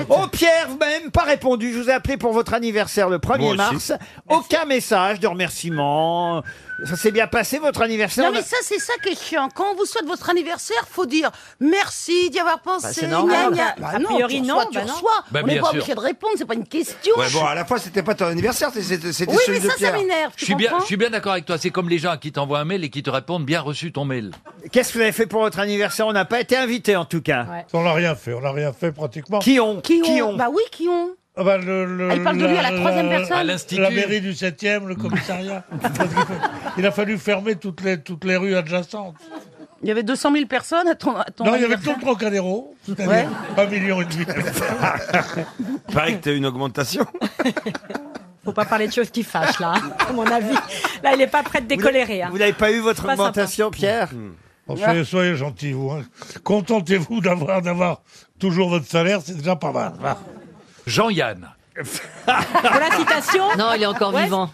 S1: Oh Pierre, vous m'avez même pas répondu. Je vous ai appelé pour votre anniversaire le 1er
S10: Moi aussi.
S1: mars. Aucun message de remerciement. Ça s'est bien passé votre anniversaire
S21: Non mais ça c'est ça qui est chiant. Quand on vous souhaite votre anniversaire, faut dire merci d'y avoir pensé.
S7: Bah, normal.
S21: gna, gna.
S7: Bah,
S21: Bah
S7: a priori,
S21: tu
S7: non,
S21: reçois,
S7: bah
S21: tu
S7: non.
S21: reçois.
S7: Bah,
S21: on n'est
S7: bien
S21: pas
S7: sûr.
S21: obligé de répondre, c'est pas une question.
S7: Ouais, bon, à la fois, c'était pas ton anniversaire, c'était c'était
S21: Oui,
S7: celui
S21: mais ça,
S7: de
S21: ça
S7: Pierre.
S21: m'énerve.
S10: Je suis bien, je suis bien d'accord avec toi. C'est comme les gens à qui t'envoient un mail et qui te répondent bien reçu ton mail.
S1: Qu'est-ce que vous avez fait pour votre anniversaire On n'a pas été invité en tout cas.
S9: Ah, On n'a rien fait, on n'a rien fait pratiquement.
S1: Qui ont
S21: Qui ont, Bah oui, qui ont.
S9: Ah bah, le- le-
S21: Ah, il parle de lui à la troisième personne. À l'Institut.
S9: La mairie du 7e, le commissariat. Parce qu'il faut- il a fallu fermer toutes les, toutes les rues adjacentes.
S21: Il y avait 200 000 personnes à ton, à ton
S9: non, il y avait tout
S21: anniversaire.
S9: le Trocadéro, c'est-à-dire
S21: Ouais.
S9: un million et demi.
S7: Pareil que t'as eu une augmentation.
S12: Faut pas parler de choses qui fâchent là, hein, à mon avis. Là, il est pas prêt de décolérer. hein.
S1: Vous n'avez pas eu votre
S12: Pas sympa.
S1: augmentation, Pierre
S9: Bon, soyez, Hmm. soyez gentils, vous. hein. Contentez-vous d'avoir d'avoir toujours votre salaire, c'est déjà pas mal. hein.
S10: Jean-Yann.
S12: Pour la citation
S5: Non, il est encore
S10: Ah.
S19: Ah.
S12: Ouais.
S5: vivant.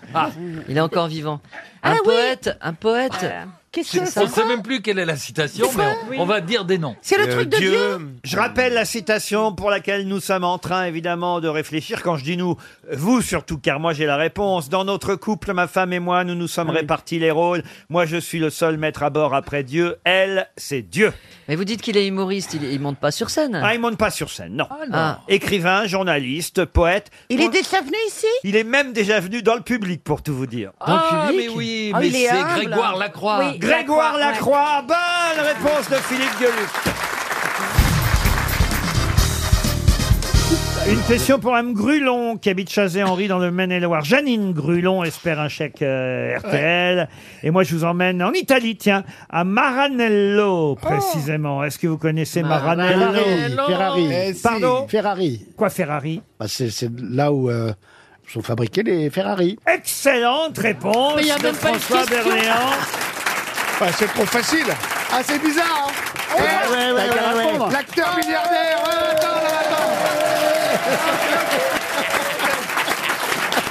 S5: Il est encore vivant. Un
S12: Ah oui.
S5: poète, un poète
S13: Qu'est-ce que
S19: On
S13: c'est
S19: ne sait même plus quelle est la citation, mais on, on va dire des noms.
S11: Euh,
S1: Je rappelle la citation pour laquelle nous sommes en train, évidemment, de réfléchir. Quand je dis nous, vous surtout, car moi j'ai la réponse. Dans notre couple, ma femme et moi, nous nous sommes répartis les rôles. Moi, je suis le seul maître à bord après Dieu. Elle, c'est Dieu.
S5: Mais vous dites qu'il est humoriste, il, il monte pas sur scène.
S1: Ah, il monte pas sur scène, non.
S5: non. Ah.
S1: Écrivain, journaliste, poète.
S13: Il est déjà venu ici
S1: Il est même déjà venu dans le public, pour tout vous dire.
S19: Dans le Ah, public mais oui, Ah, mais il est c'est humble. Grégoire Lacroix. Oui,
S1: Grégoire Lacroix,
S19: Lacroix,
S1: bonne réponse de Philippe Gueluc. Une question pour Mme Grulon, qui habite Chazé-Henri dans le Maine-et-Loire. Janine Grulon espère un chèque euh, RTL. Et moi, je vous emmène en Italie, tiens, à
S16: Oh.
S1: Maranello, précisément. Est-ce que vous connaissez Maranello
S16: Ferrari, Ferrari. Eh, si.
S1: Pardon
S16: Ferrari.
S1: Quoi Ferrari
S16: Bah, c'est, c'est là où euh, sont fabriqués les Ferrari.
S1: Excellente réponse
S16: Mais il y a
S1: de
S16: même pas une
S1: François
S16: question.
S1: Berléand.
S16: c'est trop facile.
S7: Ah, c'est bizarre, hein
S16: Ouais, ouais, ouais,
S7: t'as qu'à
S16: ouais, ouais.
S7: répondre. L'acteur milliardaire euh, Attends, là,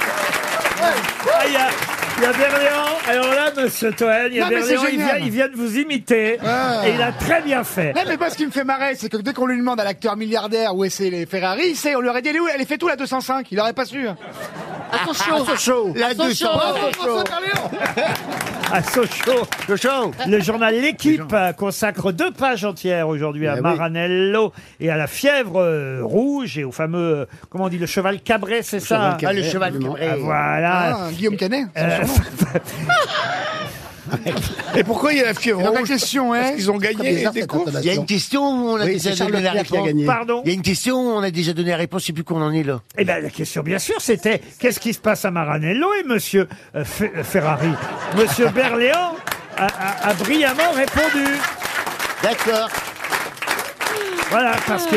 S7: attends
S1: Ah, il y a- il y a Berléand, alors là, monsieur Toen, il y a
S7: Non, mais c'est
S1: Berléand, il
S7: génial.
S1: vient, il vient de vous imiter,
S7: Ah.
S1: et il a très bien fait.
S7: Non, mais moi, ce qui me fait marrer, c'est que dès qu'on lui demande à l'acteur milliardaire où est c'est les Ferrari, il sait, on lui aurait dit, elle est où Elle est fait tout la 205, il aurait pas su. hein.
S16: À Sochaux.
S7: La
S16: À Sochaux.
S7: 205.
S16: À Sochaux.
S1: à Sochaux. Le journal L'équipe euh, consacre deux pages entières aujourd'hui à
S16: Eh oui.
S1: Maranello et à la fièvre euh, rouge et au fameux, euh, comment on dit, le cheval cabré, c'est ça hein,
S16: cheval cabré, Ah, le cheval absolument. cabré.
S1: Ah, voilà.
S7: Ah, Guillaume Canet
S1: Euh,
S16: Et pourquoi il y a la hein. fièvre
S7: rouge question est...
S16: qu'ils ont gagné Très bizarre, des cette courses. appellation.
S3: Il y a une question où on a
S16: Oui,
S3: déjà
S16: c'est
S3: donné la
S16: Charles Leclerc qui a
S3: réponse.
S16: gagné.
S1: Pardon
S3: Il y a une question où on a déjà donné la réponse, je sais plus qu'on en est là.
S1: Eh bien, la question, bien sûr, c'était qu'est-ce qui se passe à Maranello Et monsieur euh, Fe- euh, Ferrari, monsieur Berléand a, a- a brillamment répondu. D'accord. Voilà, parce que,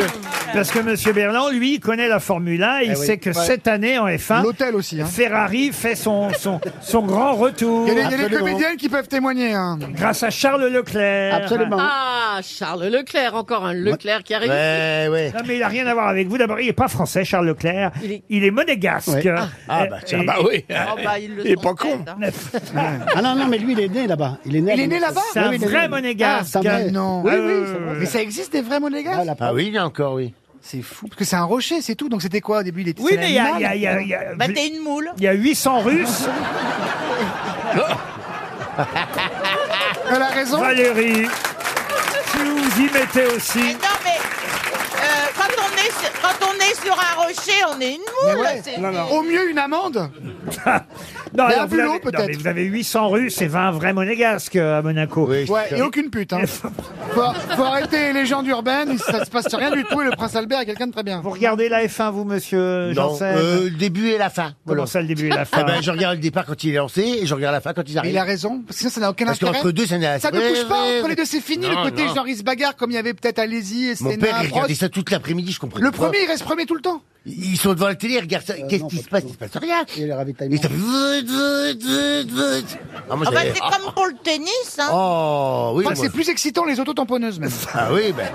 S1: parce que monsieur Berléand, lui, il connaît la Formule 1 et il
S7: Eh oui.
S1: sait que
S7: Ouais.
S1: cette année en F1,
S7: L'hôtel aussi. Hein.
S1: Ferrari fait son, son, son grand retour.
S7: Il y a des- il y a des comédiennes qui peuvent témoigner. Hein.
S1: Grâce à Charles Leclerc.
S14: Ah, Charles Leclerc, encore un Leclerc qui arrive.
S1: Non, mais il n'a rien à voir avec vous. D'abord, il n'est pas français, Charles Leclerc. Il est, monégasque.
S16: Ouais. Ah.
S1: Euh,
S16: Ah, bah, tiens,
S1: et-
S16: bah oui.
S14: Ah, bah, il le
S16: Il est
S14: sent
S16: pas
S14: peut-être,
S16: con.
S14: hein.
S16: Ah non, non, mais lui, il est né là-bas. Il est né,
S7: Il est né là-bas
S16: Oui,
S1: C'est un
S16: oui, il est
S1: vrai
S16: né-
S1: monégasque.
S16: Ah, c'est un vrai-
S7: Non.
S16: Oui,
S1: Ah,
S16: oui,
S1: ouais,
S16: c'est
S1: ouais,
S16: vrai.
S7: Mais ça existe des vrais monégasques
S3: Ah oui, il y a encore, oui.
S7: C'est fou, parce que c'est un rocher, c'est tout. Donc c'était quoi au début il était,
S1: Oui,
S7: c'est
S1: mais il y a-
S7: l'animal.
S1: il y a- il y a- il y a- Bah, t'es
S7: une moule.
S1: Il y a 800 Russes.
S7: Elle a raison.
S1: Valérie, si vous vous y mettez aussi.
S20: Eh, Non, mais euh, quand, on est sur, quand on est sur un rocher, on est une
S7: Mais
S20: moule.
S7: ouais.
S20: c'est-
S7: Au mieux une amende.
S1: Non,
S7: Mais
S1: alors,
S7: un
S1: vous,
S7: bulot,
S1: avez, non,
S7: peut-être.
S1: mais vous avez 800 Russes et 20 vrais monégasques euh, à Monaco.
S7: Ouais, et aucune pute. Hein. faut, faut arrêter les légendes urbaines, ça se passe rien du tout. Et le prince Albert est quelqu'un de très bien.
S1: Vous regardez la F1, vous, monsieur
S3: Non,
S1: Janssen
S3: euh, le début et la fin.
S1: Comment ça, le début et la fin
S3: Ah ben, je regarde le départ quand il est lancé et je regarde la fin quand il
S7: Mais
S3: arrive.
S7: il a raison, parce que sinon ça n'a aucun
S3: Parce
S7: intérêt.
S3: qu'entre deux, ça n'a-
S7: ne touche pas. Entre les deux, c'est fini.
S3: Non,
S7: le côté
S3: non.
S7: genre il se bagarre comme il y avait peut-être à Lézy et
S3: Mon père,
S7: Stena.
S3: il
S7: Prost.
S3: regardait ça toute l'après-midi, je comprends
S7: Le premier, il reste premier tout le temps.
S3: Ils sont devant la télé, ils regardent ça. Qu'est-ce qui se passe Il se passe rien.
S16: Il y a les ravitaillements.
S3: Et ça fait vut, vut, vut, vut. Ah, moi,
S20: Ah bah,
S3: j'avais-
S20: c'est
S3: Ah,
S20: comme pour le tennis. Hein.
S3: Oh, oui.
S7: Enfin,
S3: moi,
S7: c'est plus excitant les autotamponneuses même.
S3: Ah oui, ben.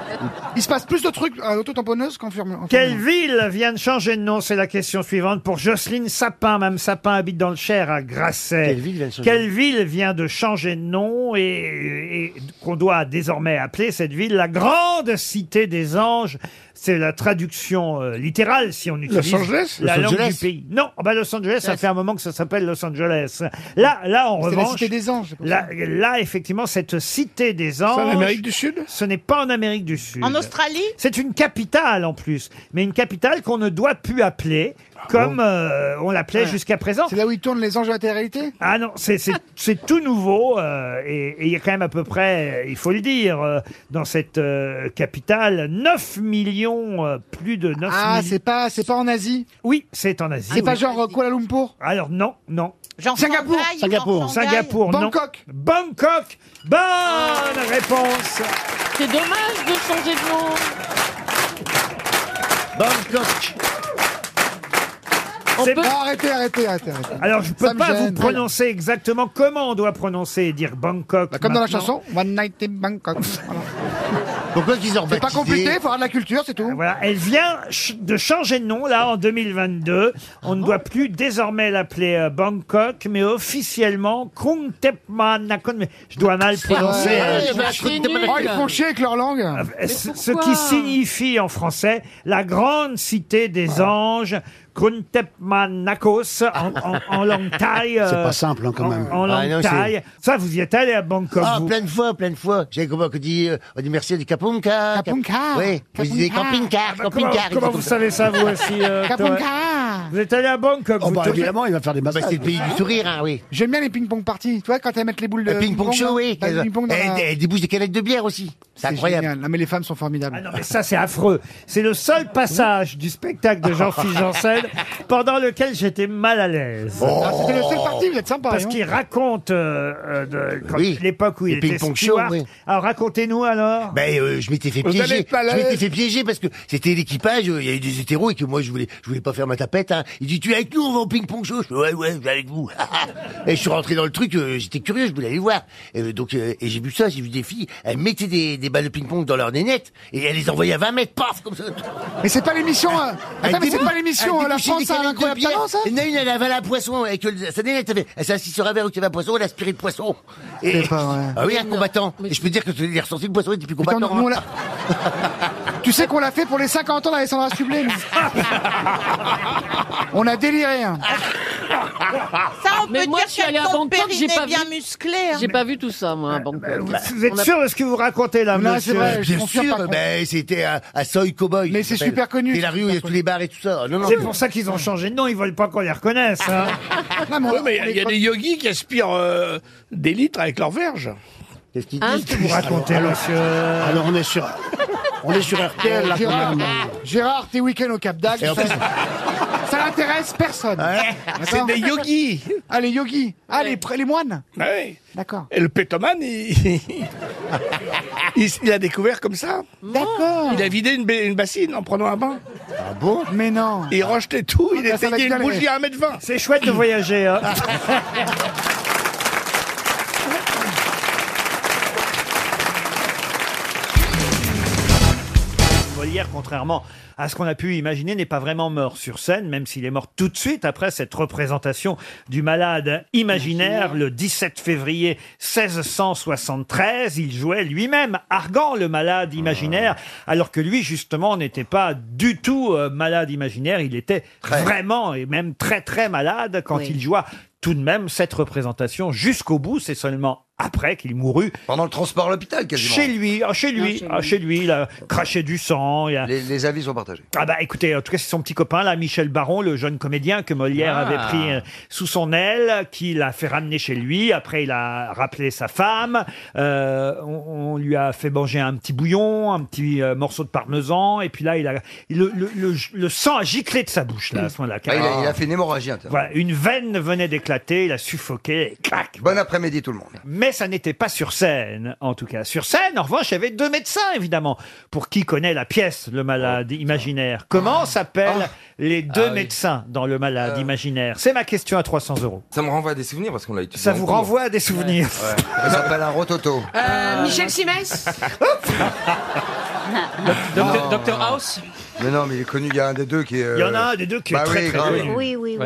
S7: Il se passe plus de trucs à l'autotamponneuse qu'en Formule en
S1: Quelle
S7: Formule
S1: ville vient de changer de nom C'est la question suivante pour Jocelyne Sapin. Mme Sapin habite dans le Cher, à Grasset.
S3: Quelle ville vient de changer
S1: Quelle ville vient de changer de nom et, et qu'on doit désormais appeler cette ville la Grande Cité des Anges C'est la traduction euh, littérale, si on utilise
S16: Angeles
S1: la
S16: Los
S1: langue
S16: Angeles
S1: du pays. Non, ah bah Los Angeles, ça fait un moment que ça s'appelle Los Angeles. Là, là en
S7: C'est la
S1: revanche...
S7: cité des anges. c'est pour
S1: Là, là, effectivement, cette cité des anges.
S16: en Amérique du
S1: Sud Ce n'est pas en Amérique du Sud.
S20: En Australie
S1: C'est une capitale en plus, mais une capitale qu'on ne doit plus appeler comme euh, on l'appelait
S7: Ah Ouais.
S1: jusqu'à présent.
S7: ça. C'est là où ils tournent les anges à la réalité
S1: Ah non, c'est- c'est c'est tout nouveau euh, et et il y a quand même à peu près, euh, il faut le dire, euh, dans cette euh, capitale, 9 millions, euh, plus de 9
S7: Ah,
S1: millions.
S7: c'est pas, c'est pas en Asie.
S1: Oui, c'est en Asie.
S7: C'est pas
S1: oui.
S7: genre euh, Kuala Lumpur.
S1: Alors non, non.
S7: Singapour.
S1: Singapour. Singapour, non.
S7: Bangkok.
S1: Bangkok. Bonne réponse.
S14: C'est dommage de changer de nom.
S3: Bangkok.
S1: C'est
S7: Non, arrêtez, arrêtez, arrêtez. arrêtez.
S1: Alors, je
S7: Ça
S1: peux
S7: me
S1: pas vous
S7: gêne.
S1: prononcer exactement comment on doit prononcer et dire Bangkok.
S7: Bah,
S17: Ah,
S7: Comme dans la
S1: maintenant.
S7: chanson One Night in Bangkok. Voilà.
S3: Pourquoi qu'ils ont
S1: C'est pas compliqué, faut avoir de la culture, c'est tout. Euh, Voilà, elle vient ch- de changer de nom là en 2022. On ne doit plus désormais l'appeler euh, Bangkok, mais officiellement Kung Tepman Nakhon. Mais Je dois mal prononcer.
S17: Ouais,
S1: euh,
S17: bah,
S1: Kung
S17: c'est
S1: Tepman
S17: nul.
S1: Nakhon.
S17: Oh, ils font chier avec leur langue.
S1: Euh, Ce ce
S17: pourquoi
S1: qui signifie en français la grande cité des anges. Kung Tepman Nakos en, en- en langue thaï.
S16: C'est
S1: euh,
S16: pas simple, hein, quand
S1: en-
S16: même.
S1: En, langue
S3: Ah, non, c'est-
S1: thaï. Ça, vous y êtes allé à Bangkok.
S3: Ah,
S1: vous.
S3: plein de fois, plein de fois. J'avais compris qu'on dit, euh, on dit merci, on dit Kapunka. Kapunka. Oui, vous disiez camping-car,
S1: Ah bah, comment-
S3: camping-car.
S1: Comment, vous savez ça, vous aussi euh, Thomas Vous êtes allé à Bangkok
S3: Oh,
S1: vous
S3: bah,
S1: tous-
S3: évidemment, il va faire des massages. Bah, c'est le pays du sourire, hein, oui.
S17: J'aime bien les ping-pong parties. Tu vois, quand elles mettent les boules de.
S3: Le ping-pong show, oui.
S17: Elles
S3: Et, et des bouches de canettes de bière aussi. C'est incroyable.
S17: Non, mais les femmes sont formidables.
S1: Ah non, mais ça, c'est affreux. C'est le seul passage du spectacle de Jean-Philippe Janssen pendant lequel j'étais mal à l'aise.
S17: Ah, c'était le seul parti, vous êtes sympa, hein.
S1: Parce
S17: voyons.
S1: qu'il raconte euh, euh, de- quand-
S3: Oui.
S1: l'époque où il
S3: Les
S1: était
S3: ping-pong
S1: steward.
S3: shows, oui.
S1: Alors, racontez-nous alors.
S3: Ben, euh, je m'étais fait
S1: Vous allez
S3: piéger.
S1: pas là-
S3: Je m'étais fait piéger parce que c'était l'équipage, euh, il y avait des hétéros et que moi je voulais, je voulais pas faire ma tapette. Hein. Il dit tu es avec nous, on va au ping-pong show. Je fais, ouais ouais, je vais avec vous. et je suis rentré dans le truc, euh, j'étais curieux, je voulais aller voir. Et, euh, donc euh, et j'ai vu ça, j'ai vu des filles, elles mettaient des, des balles de ping-pong dans leurs nénettes et elles les envoyaient à 20 mètres, paf comme ça.
S17: Mais c'est pas l'émission. hein.
S3: Elle
S17: Attends, mais c'est
S3: débouche-
S17: pas l'émission.
S3: elle
S17: hein, La
S3: débouchait des
S17: France a un
S3: canettes de
S17: incroyable
S3: bière.
S17: talent, ça.
S3: Il y en a une, elle avale un poisson avec le- sa nénette. Elle, fait- elle s'est assise sur un verre où il y avait un poisson, elle aspirait le poisson. Et,
S17: C'est pas vrai.
S3: Ah oui, un combattant. Et je peux dire que tu l'ai ressenti le poisson était plus combattant.
S17: Attends, nous, on l'a- tu sais qu'on l'a fait pour les 50 ans d'Alessandra Sublime. on a déliré. hein.
S20: Ça, on
S14: Mais
S20: peut
S14: moi,
S20: dire
S14: je suis
S20: qu'elles
S14: allée à
S20: sont
S14: Bangkok, j'ai
S20: périnée
S14: pas
S20: bien
S14: vu-
S20: musclées. hein.
S14: J'ai pas vu tout ça, moi, à Bangkok.
S1: Vous êtes sûr de ce que vous racontez là,
S3: Non,
S1: monsieur
S3: c'est vrai, Bah, bien sûr, ben, c'était à, à Soy Cowboy. Mais
S1: c'est super connu,
S3: C'est la rue où il y a tous les bars et tout ça. Non, non,
S1: C'est pour ça qu'ils ont changé de nom, ils veulent pas qu'on les reconnaisse. hein.
S3: Ah,
S24: Ouais, mais il y a des yogis qui aspirent euh, des litres avec leur verge.
S3: Qu'est-ce qu'ils
S1: Qu'est-ce que vous racontez, monsieur
S3: Alors on est sur, on est sur
S17: RTL, là, quand Gérard. même. Gérard, tes week-ends au Cap d'Agde.
S3: Et en
S17: ça-
S3: plus-
S17: Ça n'intéresse personne. D'accord
S24: C'est des yogis.
S17: Ah, les yogis. Ah, les, pr- les moines.
S24: Ouais.
S17: D'accord.
S24: Et le pétoman, il... il, il a découvert comme ça.
S17: D'accord.
S24: Il a vidé une, ba- une bassine en prenant un bain.
S3: Ah bon
S17: Mais non.
S24: Il rejetait tout, il
S17: Ah, ça va
S24: essayait
S17: te
S24: une
S17: galérer.
S24: bougie à 1m20.
S1: C'est chouette de voyager. hein.
S7: Ah.
S10: Ah.
S1: Molière, contrairement à ce qu'on a pu imaginer, n'est pas vraiment mort sur scène, même s'il est mort tout de suite après cette représentation du malade imaginaire le 17 février 1673. Il jouait lui-même Argan, le malade imaginaire, alors que lui, justement, n'était pas du tout euh, malade imaginaire. Il était vraiment et même très très malade quand il joua tout de même cette représentation jusqu'au bout. C'est seulement après qu'il mourut.
S10: Pendant le transport à l'hôpital, quasiment.
S1: Chez lui, ah, chez lui, ah, chez lui, il a craché du sang. il a-
S10: Les, les avis sont partagés.
S1: ah bah écoutez, en tout cas c'est son petit copain là, Michel Baron, le jeune comédien que Molière
S10: Ah.
S1: avait pris euh, sous son aile, qui l'a fait ramener chez lui. Après il a rappelé sa femme. Euh, on, on lui a fait manger un petit bouillon, un petit euh, morceau de parmesan, et puis là il a le, le- le- le sang a giclé de sa bouche là à ce moment-là.
S10: Ah, il, a, il a fait une hémorragie interne.
S1: Voilà, une veine venait d'éclater, il a suffoqué, et clac
S10: Bon après-midi tout le monde.
S1: mais ça n'était pas sur scène, en tout cas. Sur scène, en revanche, il y avait deux médecins, évidemment. Pour qui connaît la pièce, le
S10: Oh.
S1: malade imaginaire Comment s'appellent les deux
S10: Ah. oui. Euh.
S1: médecins dans le malade imaginaire C'est ma question à 300 euros.
S10: Ça me renvoie à des souvenirs parce qu'on l'a étudié.
S1: Ça vous renvoie à des souvenirs.
S10: Ça s'appelle un rototo.
S14: Euh, Michel Simès
S10: Docteur House Mais non, mais il est connu, il y a un des deux qui est.
S1: Il y en a un des deux qui est
S10: bah
S1: très
S10: oui,
S1: très
S10: grave.
S1: connu.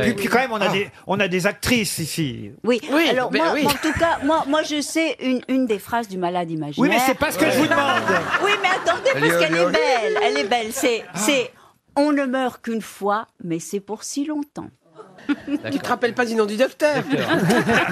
S1: Puis, puis quand même, on
S10: Ah.
S1: a, des, on a des actrices ici.
S12: Oui.
S1: Oui,
S12: alors
S1: ben
S12: moi,
S1: oui.
S12: moi, en tout cas, moi, moi je sais une, une des phrases du malade imaginaire.
S1: Oui, mais c'est pas ce que je vous demande.
S12: Oui, mais attendez,
S1: Allez,
S12: parce qu'elle
S1: allez,
S12: est
S1: allez.
S12: belle. Elle est belle. C'est,
S1: Ah.
S12: c'est, on ne meurt qu'une fois, mais c'est pour si longtemps.
S14: Tu te rappelles pas du nom du docteur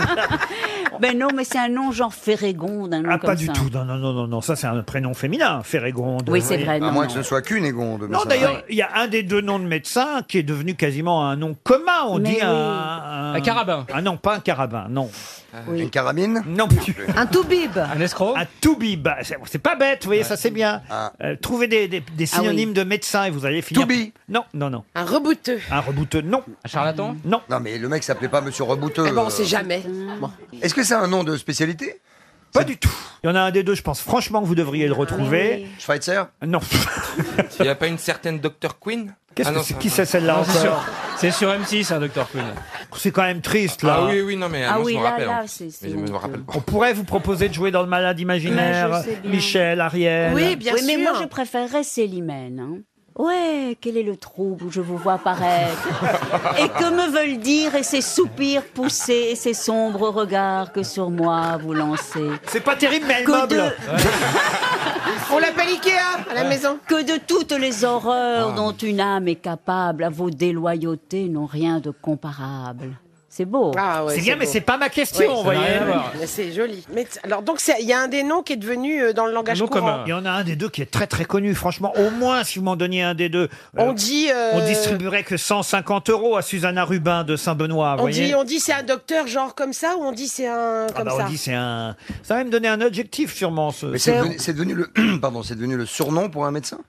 S12: Ben non, mais c'est un nom genre Ferrégonde, un nom
S1: Ah,
S12: comme
S1: pas du
S12: ça.
S1: tout. Non, non, non, non, non. Ça, c'est un prénom féminin, Ferrégonde.
S12: Oui, c'est vrai,
S10: À moins que ce ne soit qu'une égonde. mais
S1: Non,
S10: ça-
S1: d'ailleurs, il y a un des deux noms de médecin qui est devenu quasiment un nom commun. On
S10: Mais
S1: dit
S10: oui.
S1: un, un.
S10: Un carabin.
S1: Ah non, pas un carabin, non.
S10: Euh, Une carabine
S1: Non plus.
S12: Un toubib.
S1: Un escroc Un toubib. Bah, C'est- C'est pas bête, vous voyez, ça c'est bien. Euh, trouvez des, des- des
S10: Ah oui.
S1: synonymes de médecin et vous allez finir. Toubi Non, non, non.
S14: Un rebouteux.
S1: Un rebouteux, non. Un charlatan Non.
S10: Non, mais le mec s'appelait pas Monsieur Rebouteux.
S14: Eh ben, on
S10: euh.
S14: sait jamais.
S10: Est-ce que c'est un nom de spécialité
S1: Pas du tout. Il y en a un des deux, je pense
S12: Ah
S1: franchement que vous devriez le retrouver.
S10: Schweitzer
S1: Non.
S25: Il n'y a pas une certaine Dr Queen
S1: Qu'est-ce que c'est- qui c'est
S4: Ah
S1: celle-là
S4: Non, c'est
S1: encore
S4: sur- C'est sur M6, hein, Dr. Poon.
S1: C'est quand même triste là.
S4: Ah oui, oui, non, mais,
S3: Ah moi,
S4: oui,
S3: je me
S4: là,
S3: rappelle,
S4: là,
S3: hein. c'est- c'est Mais je me rappelle
S1: On pourrait vous proposer de jouer dans le malade imaginaire,
S12: Ouais, je sais bien.
S1: Michel, Ariel.
S12: oui, mais moi, je préférerais Célimène. Hein. Ouais, quel est le trouble où je vous vois apparaître Et que me veulent dire et ces soupirs poussés et ces sombres regards que sur moi vous lancez
S1: C'est pas terrible, mais
S12: On l'appelle Ikea à la maison. Que de toutes les
S1: Ah.
S12: horreurs dont une âme est capable, à vos déloyautés n'ont rien de comparable. Ah C'est beau.
S1: ouais, C'est bien, c'est mais beau. c'est pas ma question, vous voyez.
S2: Mais C'est joli. Mais t- alors donc c'est- il y a un des noms qui est devenu euh, dans le langage courant.
S1: Il y en a un des deux qui est très très connu, franchement. Au moins, si vous m'en donniez un des deux.
S2: On dit, euh,
S1: On distribuerait que 150 euros à Susanna Rubin de Saint-Benoît. vous
S2: On
S1: voyez
S2: dit, on dit c'est un docteur genre comme ça ou on dit c'est un
S1: Ah
S2: comme
S1: bah,
S2: ça.
S1: on dit c'est un. Ça va me donner un adjectif sûrement. Ce...
S10: Mais c'est devenu, c'est devenu le, pardon, c'est devenu le surnom pour un médecin.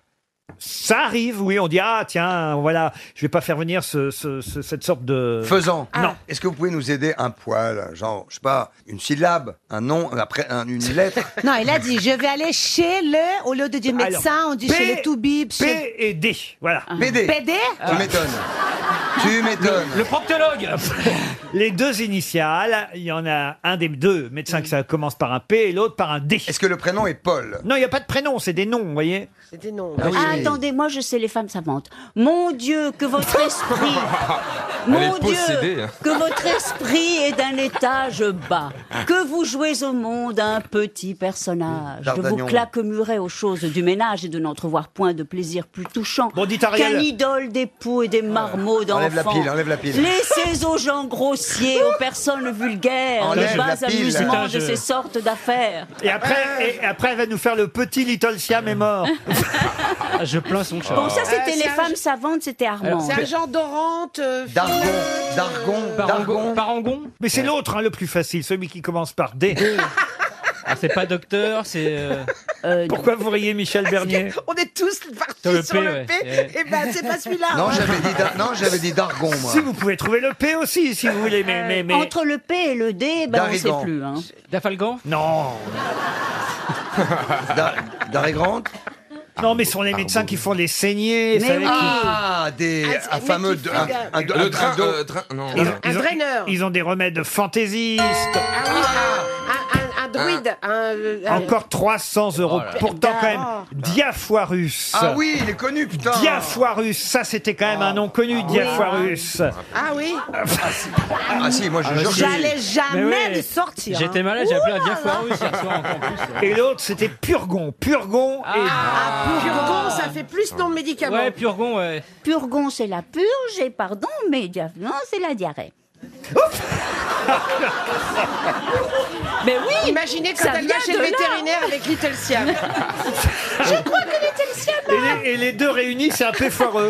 S1: Ça arrive, oui. On dit ah tiens, voilà, je vais pas faire venir ce- ce- ce- cette sorte de.
S10: Euh, Faisant.
S14: Ah.
S2: Ah,
S1: Non.
S10: Est-ce que vous pouvez nous aider un poil, genre, je sais pas, une syllabe, un nom, après un- une lettre.
S8: Non, il a dit, je vais aller chez le, au lieu de dire médecin,
S10: Alors,
S8: on dit
S10: P-
S8: chez le toubib. Chez...
S1: et D, voilà.
S12: Ah.
S1: Ah.
S10: PD.
S8: PD
S10: Tu m'étonnes. Tu m'étonnes.
S1: Le proctologue Les deux initiales, il y en a un des deux médecins qui ça commence par un P et l'autre par un D. Est-ce
S10: que le prénom est Paul
S1: Non, il n'y a pas de prénom, c'est des noms, vous voyez
S2: C'est des noms.
S1: Ah oui.
S12: Ah, attendez, moi je sais, les femmes savantes. Mon Dieu, que votre esprit, mon Dieu,
S1: hein.
S12: que votre esprit est d'un étage bas, que vous jouez au monde un petit personnage, que vous
S1: Dardagnan.
S12: claquemurez aux choses du ménage et de n'entrevoir point de plaisir plus touchant
S1: Bon, dites Ariel.
S12: qu'un idole des poux et des marmots d'enfants.
S10: Enlève la pile, enlève la pile.
S12: Laissez aux gens grossiers, aux personnes vulgaires,
S1: Enlève
S12: les
S1: la
S12: bas
S1: pile.
S12: amusements
S1: Putain, je-
S12: de ces sortes d'affaires.
S1: Et
S10: Ah.
S1: après, et après, elle va nous faire le petit Little Siam est mort.
S4: Ah, Je plains son
S12: Bon, ça
S10: Ah,
S12: c'était les femmes savantes, c'était Armand.
S2: C'est un genre d'orante. euh, fille-
S10: Dargon,
S4: Parangon. Parangon.
S1: Mais c'est l'autre, hein, le plus facile, celui qui commence par D.
S4: Ah, c'est pas docteur, c'est. euh,
S1: Pourquoi vous riez, Michel Bernier
S2: On est tous partis
S4: Sur
S2: sur
S4: le
S2: le
S4: P, ouais.
S2: P.
S4: Ouais.
S12: Eh
S2: Et ben c'est pas celui-là.
S10: Non, j'avais dit, dar- non, j'avais dit Dargon, moi.
S1: Si vous pouvez trouver le P aussi, si vous voulez, mais. mais, mais...
S12: Entre le P et le D, ben, on ne sait
S10: Darigan.
S12: plus. Hein.
S4: D'Afalgan
S1: Non.
S10: Da- Daré Grant
S1: Non, mais ce sont les médecins qui font les saignées.
S10: Mais
S1: vous savez,
S10: oui.
S1: qui-
S10: Ah, des- un Ah, c'est- fameux mais qui do- fait un- un- un- Le un- train- un do- euh, train- non.
S1: Ils ont-
S10: Un
S4: Ah.
S1: ils ont-
S2: draineur.
S1: Ils ont des remèdes fantaisistes.
S2: Ah oui, un, un- un druide. un, euh, un-
S1: Ah. Encore 300 euros.
S10: Oh là là.
S1: Pourtant, quand même,
S2: Ah.
S1: Diafoirus.
S10: Ah oui, il est connu, putain.
S1: Diafoirus, ça c'était quand même un nom connu,
S10: Ah oui.
S1: Diafoirus.
S2: Ah oui.
S10: Ah si, moi je jure que
S8: J'allais
S10: si.
S8: jamais
S1: Mais oui.
S8: le sortir.
S1: J'étais malade, j'ai appelé un Diafoirus hier soir, encore Et l'autre c'était Purgon. Purgon et.
S2: Ah,
S10: Ah.
S2: Purgon, ça fait plus nom de médicament.
S4: Ouais, Purgon, ouais.
S12: Purgon, c'est la purge, et pardon, mais diaphnon, c'est la diarrhée. mais oui
S2: Imaginez quand
S12: ça
S2: elle va
S12: vient
S2: chez
S12: de
S2: le
S12: là.
S2: vétérinaire avec Little Siam.
S12: Je crois que l'État
S1: Et les, et les deux réunis, c'est un peu foireux.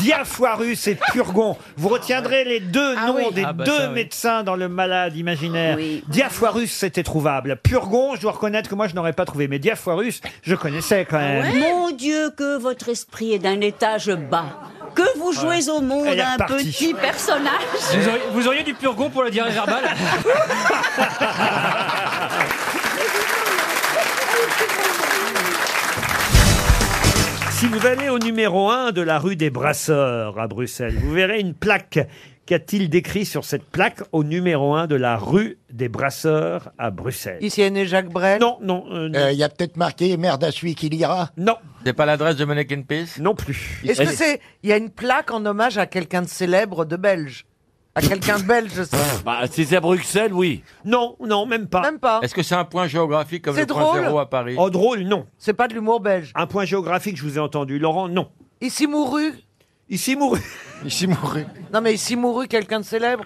S1: Diafoirus et Purgon. Vous retiendrez les deux noms des
S4: Ah bah
S1: deux
S4: ça, oui.
S1: médecins dans le malade imaginaire. Diafoirus, c'était trouvable. Purgon, je dois reconnaître que moi, je n'aurais pas trouvé. Mais Diafoirus, je connaissais
S4: Ah
S1: quand même.
S12: Euh, Mon Dieu, que votre esprit est d'un étage bas. Que vous
S4: Voilà.
S12: jouez au monde
S4: Elle est
S12: un
S4: repartie.
S12: petit personnage.
S4: Vous auriez, vous auriez du Purgon pour le diarrhée verbale
S1: Si vous allez au numéro 1 de la rue des Brasseurs à Bruxelles, vous verrez une plaque. Qu'a-t-il décrit sur cette plaque au numéro 1 de la rue des Brasseurs à Bruxelles
S8: Ici est né Jacques Brel
S1: Non, non.
S8: Il
S7: Euh,
S8: y a peut-être marqué merde à celui qui lira.
S1: Non.
S11: C'est pas l'adresse de Monique and Peace
S1: Non plus.
S8: Est-ce que c'est. Il y a une plaque en hommage à quelqu'un de célèbre de Belge À quelqu'un de Belge, je sais.
S21: Bah, si c'est à Bruxelles, oui.
S1: Non, non, même pas.
S8: Même pas.
S11: Est-ce que c'est un point géographique comme
S8: C'est
S11: le point
S8: drôle.
S11: zéro à Paris
S1: Oh, drôle, non.
S8: C'est pas de l'humour belge.
S1: Un point géographique, je vous ai entendu. Laurent, non.
S8: Ici mourut.
S1: Ici mourut.
S8: Ici mourut. Non, mais ici mourut quelqu'un de célèbre.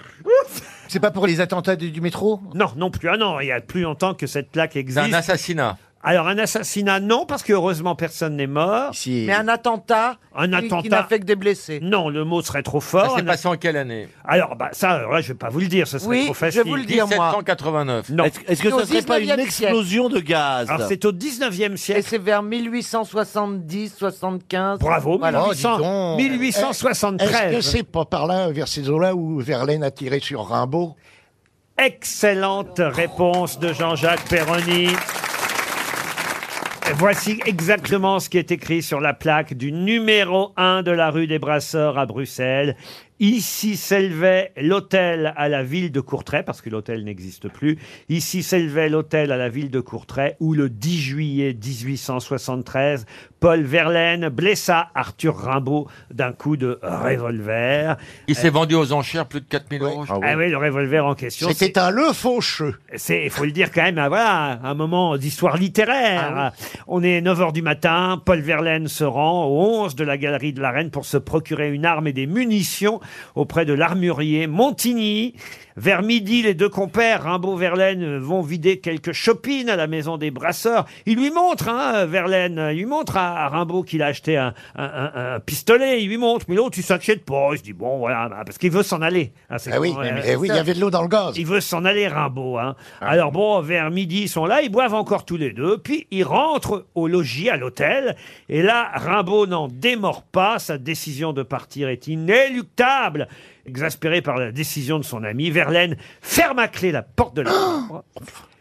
S1: C'est pas pour les attentats du, métro Non, non plus. Ah non, il y a plus longtemps que cette plaque existe.
S11: un assassinat.
S1: Alors, un assassinat, non, parce que heureusement, personne n'est mort.
S8: Mais un attentat.
S1: Un
S8: qui-
S1: attentat.
S8: Qui n'a fait que des blessés.
S1: Non, le mot serait trop fort.
S11: Ça s'est Ah, passé en quelle année
S1: Alors, bah, ça, alors là, je vais pas vous le dire, ce serait
S8: Oui,
S1: trop
S8: je vais
S1: facile.
S8: vous le dire, moi.
S11: 1789.
S1: Non.
S8: Est-ce que ça Au serait pas une 19e siècle. explosion
S1: de gaz Alors, c'est au 19e
S8: Et
S1: siècle.
S8: c'est vers 1870, 75.
S1: Bravo,
S7: Oh,
S8: Voilà. Oh,
S1: 1800, 1873.
S22: Est-ce que c'est pas par là, vers ces eaux-là, où Verlaine a tiré sur Rimbaud
S1: Excellente réponse de Jean-Jacques Perroni. Voici exactement ce qui est écrit sur la plaque du numéro 1 de la rue des Brasseurs à Bruxelles. Ici s'élevait l'hôtel à la ville de Courtrai, parce que l'hôtel n'existe plus. Ici s'élevait l'hôtel à la ville de Courtrai, où le 10 juillet 1873, Paul Verlaine blessa Arthur Rimbaud d'un coup de revolver.
S11: Il s'est vendu aux enchères plus de 4000 euros. je crois.
S1: Ah oui, le revolver en question.
S11: C'était
S1: un le faucheux. C'est, il faut le dire quand même, ah, voilà, un moment d'histoire littéraire. On est 9h du matin, Paul Verlaine se rend au 11 de la Galerie de la Reine pour se procurer une arme et des munitions auprès de l'armurier Montigny. Vers midi, les deux compères, Rimbaud Verlaine, vont vider quelques chopines à la maison des brasseurs. Il lui montre, hein, Verlaine, il lui montre à à Rimbaud qu'il a acheté un, un- un- un pistolet, il lui montre, mais l'autre, il s'inquiète pas. Il se dit, bon, voilà, bah, parce qu'il veut s'en aller. hein, c'est
S22: Ah oui,
S1: con,
S22: mais-
S1: hein,
S22: eh
S1: c'est
S22: oui,
S1: ça.
S22: il y avait de l'eau dans le gaz. Ah.
S1: Il veut s'en aller, Rimbaud. hein. Alors bon, vers midi, ils sont là, ils boivent encore tous les deux, puis ils rentrent au logis, à l'hôtel, et là, Rimbaud n'en démord pas, sa décision de partir est inéluctable. Exaspéré par la décision de son ami, Verlaine ferme à clé la porte de la chambre.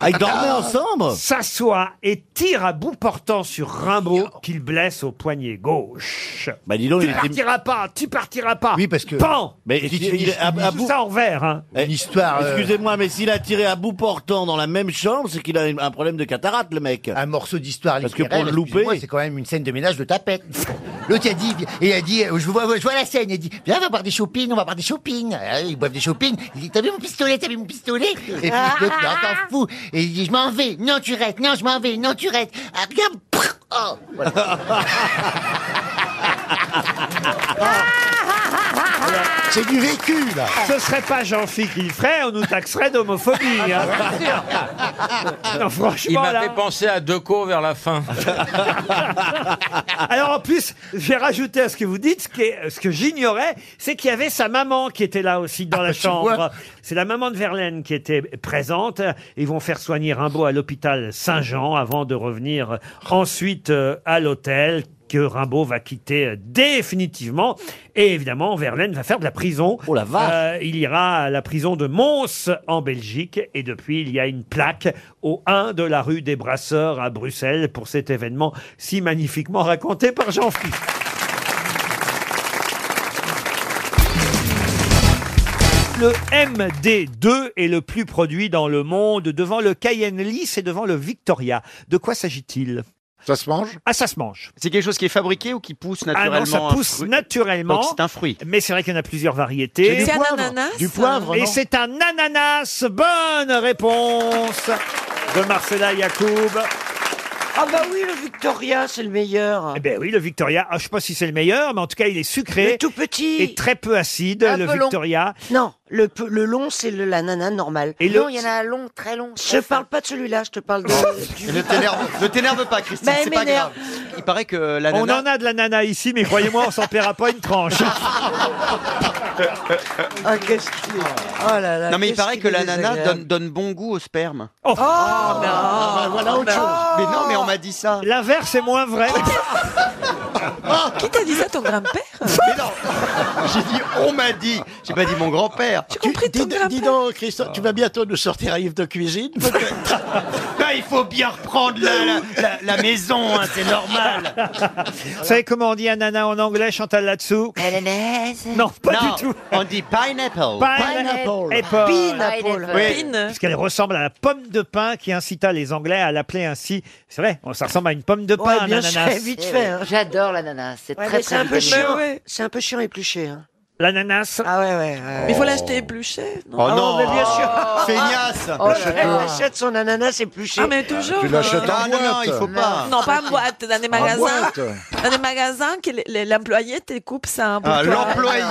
S22: Ah, ils dormaient ensemble
S1: S'assoit et tire à bout portant sur Rimbaud qu'il blesse au poignet gauche.
S22: Bah, dis donc,
S1: tu
S22: il était-
S1: partiras pas, tu partiras pas.
S22: Oui, parce que-
S1: Pan
S22: Mais
S1: Dis-
S22: il- il-
S1: dis-
S22: à- à
S1: dis
S22: bout-
S1: ça en vert, hein.
S22: Une histoire. euh,
S21: Eh, Excusez-moi, mais s'il a tiré à bout portant dans la même chambre, c'est qu'il a une- un problème de cataracte, le mec. Un morceau d'histoire Parce que pour le louper,
S3: Moi, c'est quand même une scène de ménage de tapette. L'autre il a dit, il a dit, euh, je vois, je vois la scène, il a dit, viens, on va boire des shopping, on va boire des shopping. Ah, Ils boivent des shopping. Il dit, t'as vu mon pistolet, t'as vu mon pistolet. Et puis l'autre, il est encore fou. Et il dit, je m'en vais. Non, tu restes. Non, je m'en vais. Non, tu restes. Ah, regarde. Prrr. Oh.
S1: C'est du vécu, là. Ce serait pas Jean-Philippe qui le ferait, on nous taxerait d'homophobie. hein.
S11: Ah,
S1: Non, franchement,
S11: Il m'a
S1: là.
S11: fait penser à Deco vers la fin. Euh,
S1: Alors en plus, j'ai rajouté à ce que vous dites, ce, qui est- ce que j'ignorais, c'est qu'il y avait sa maman qui était là aussi
S22: Ah, bah,
S1: dans la chambre. C'est la maman de Verlaine qui était présente. Ils vont faire soigner Rimbaud à l'hôpital Saint-Jean avant de revenir euh, ensuite euh, à l'hôtel que Rimbaud va quitter euh, définitivement. Et évidemment, Verlaine va faire de la prison. Oh la vache Il ira à la prison de Mons en Belgique. Et depuis, il y a une plaque au 1 de la rue des Brasseurs à Bruxelles pour cet événement si magnifiquement raconté par Jean-Philippe. Le MD2 est le plus produit dans le monde, devant le Cayenne Lys et devant le Victoria. De quoi s'agit-il Ça se mange Ah, ça se mange.
S18: C'est quelque chose qui est fabriqué ou qui pousse
S1: Ah
S18: naturellement
S1: non, ça
S18: un
S1: pousse
S18: fruit
S1: naturellement.
S18: Donc c'est un fruit.
S1: Mais c'est vrai qu'il y en a plusieurs
S18: C'est
S1: variétés.
S18: du C'est un poivre. ananas Du poivre,
S1: Et
S18: non
S1: c'est un ananas. Bonne réponse de Marcella Yacoub. Ah bah oui, le Victoria, c'est le meilleur. Eh ben oui, le Victoria. Ah, je sais pas si c'est le meilleur, mais en tout cas, il est sucré. tout petit. Et très peu acide,
S9: Un
S1: le
S9: peu long.
S1: Victoria.
S9: Non, le, pe- le long, c'est le- l'ananas normal.
S1: Et le-
S9: non, il y en a un long, très long. Je te parle pas de celui-là, je te parle de... du-
S18: Ne t'énerve- ne t'énerve pas, Christine,
S9: Mais
S18: c'est pas grave.
S9: m'énerve.
S18: Il paraît que la
S1: On en a de l'ananas ici, mais croyez-moi, on s'en paiera pas une tranche.
S8: Oh
S18: Ah, qu'est-ce qu'il
S9: Ah
S18: Non, mais il paraît que l'ananas donne, donne bon goût au sperme.
S9: Ah,
S1: Oh,
S9: ben,
S18: voilà autre chose. Mais non, mais on m'a dit ça.
S1: L'inverse est moins vrai.
S18: Ah, qui t'a dit ça, ton grand-père Mais non J'ai dit, on m'a dit. J'ai pas dit mon grand-père.
S22: dis, dis donc, Christophe, tu vas bientôt nous sortir un livre de cuisine
S18: Là, Bah, il faut bien reprendre la, la- la- la maison, hein, c'est normal.
S1: Vous savez comment on dit ananas en anglais, Chantal là-dessous Non, pas
S18: Non,
S1: du tout.
S18: On dit pineapple.
S1: Pineapple. Apple.
S18: Oui.
S1: Puisqu'elle ressemble à la pomme de pain qui incita les Anglais à l'appeler ainsi. C'est vrai, ça ressemble à une pomme de pain,
S9: Ouais, bien
S1: un ananas.
S9: sûr, vite fait. hein.
S12: J'adore l'ananas, c'est
S9: Ouais,
S12: très
S9: mais
S12: très
S9: c'est un peu
S12: vitamineux.
S9: chiant. C'est un peu chiant à éplucher. Hein.
S1: L'ananas
S9: Ah ouais, ouais.
S18: Mais faut
S9: l'acheter épluché.
S18: non Oh non.
S9: mais bien sûr.
S18: Oh. Feignasse.
S9: Oh,
S18: Achète
S9: elle
S18: pas.
S9: achète son ananas épluché.
S18: Ah, mais toujours, Tu l'achètes euh, en
S9: Non, non,
S18: boîte.
S9: il faut pas.
S26: Non, pas en boîte, dans les magasins.
S9: boîte.
S26: Dans les magasins, que le- le- l'employé te coupe ça.
S18: Ah, l'employé,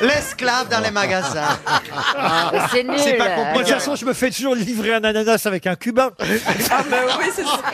S18: l'esclave dans les magasins.
S9: Ah,
S26: C'est nul.
S18: pas
S1: Moi, de toute
S18: compris.
S1: façon, je me fais toujours livrer un ananas avec un cubain.
S9: Ah, bah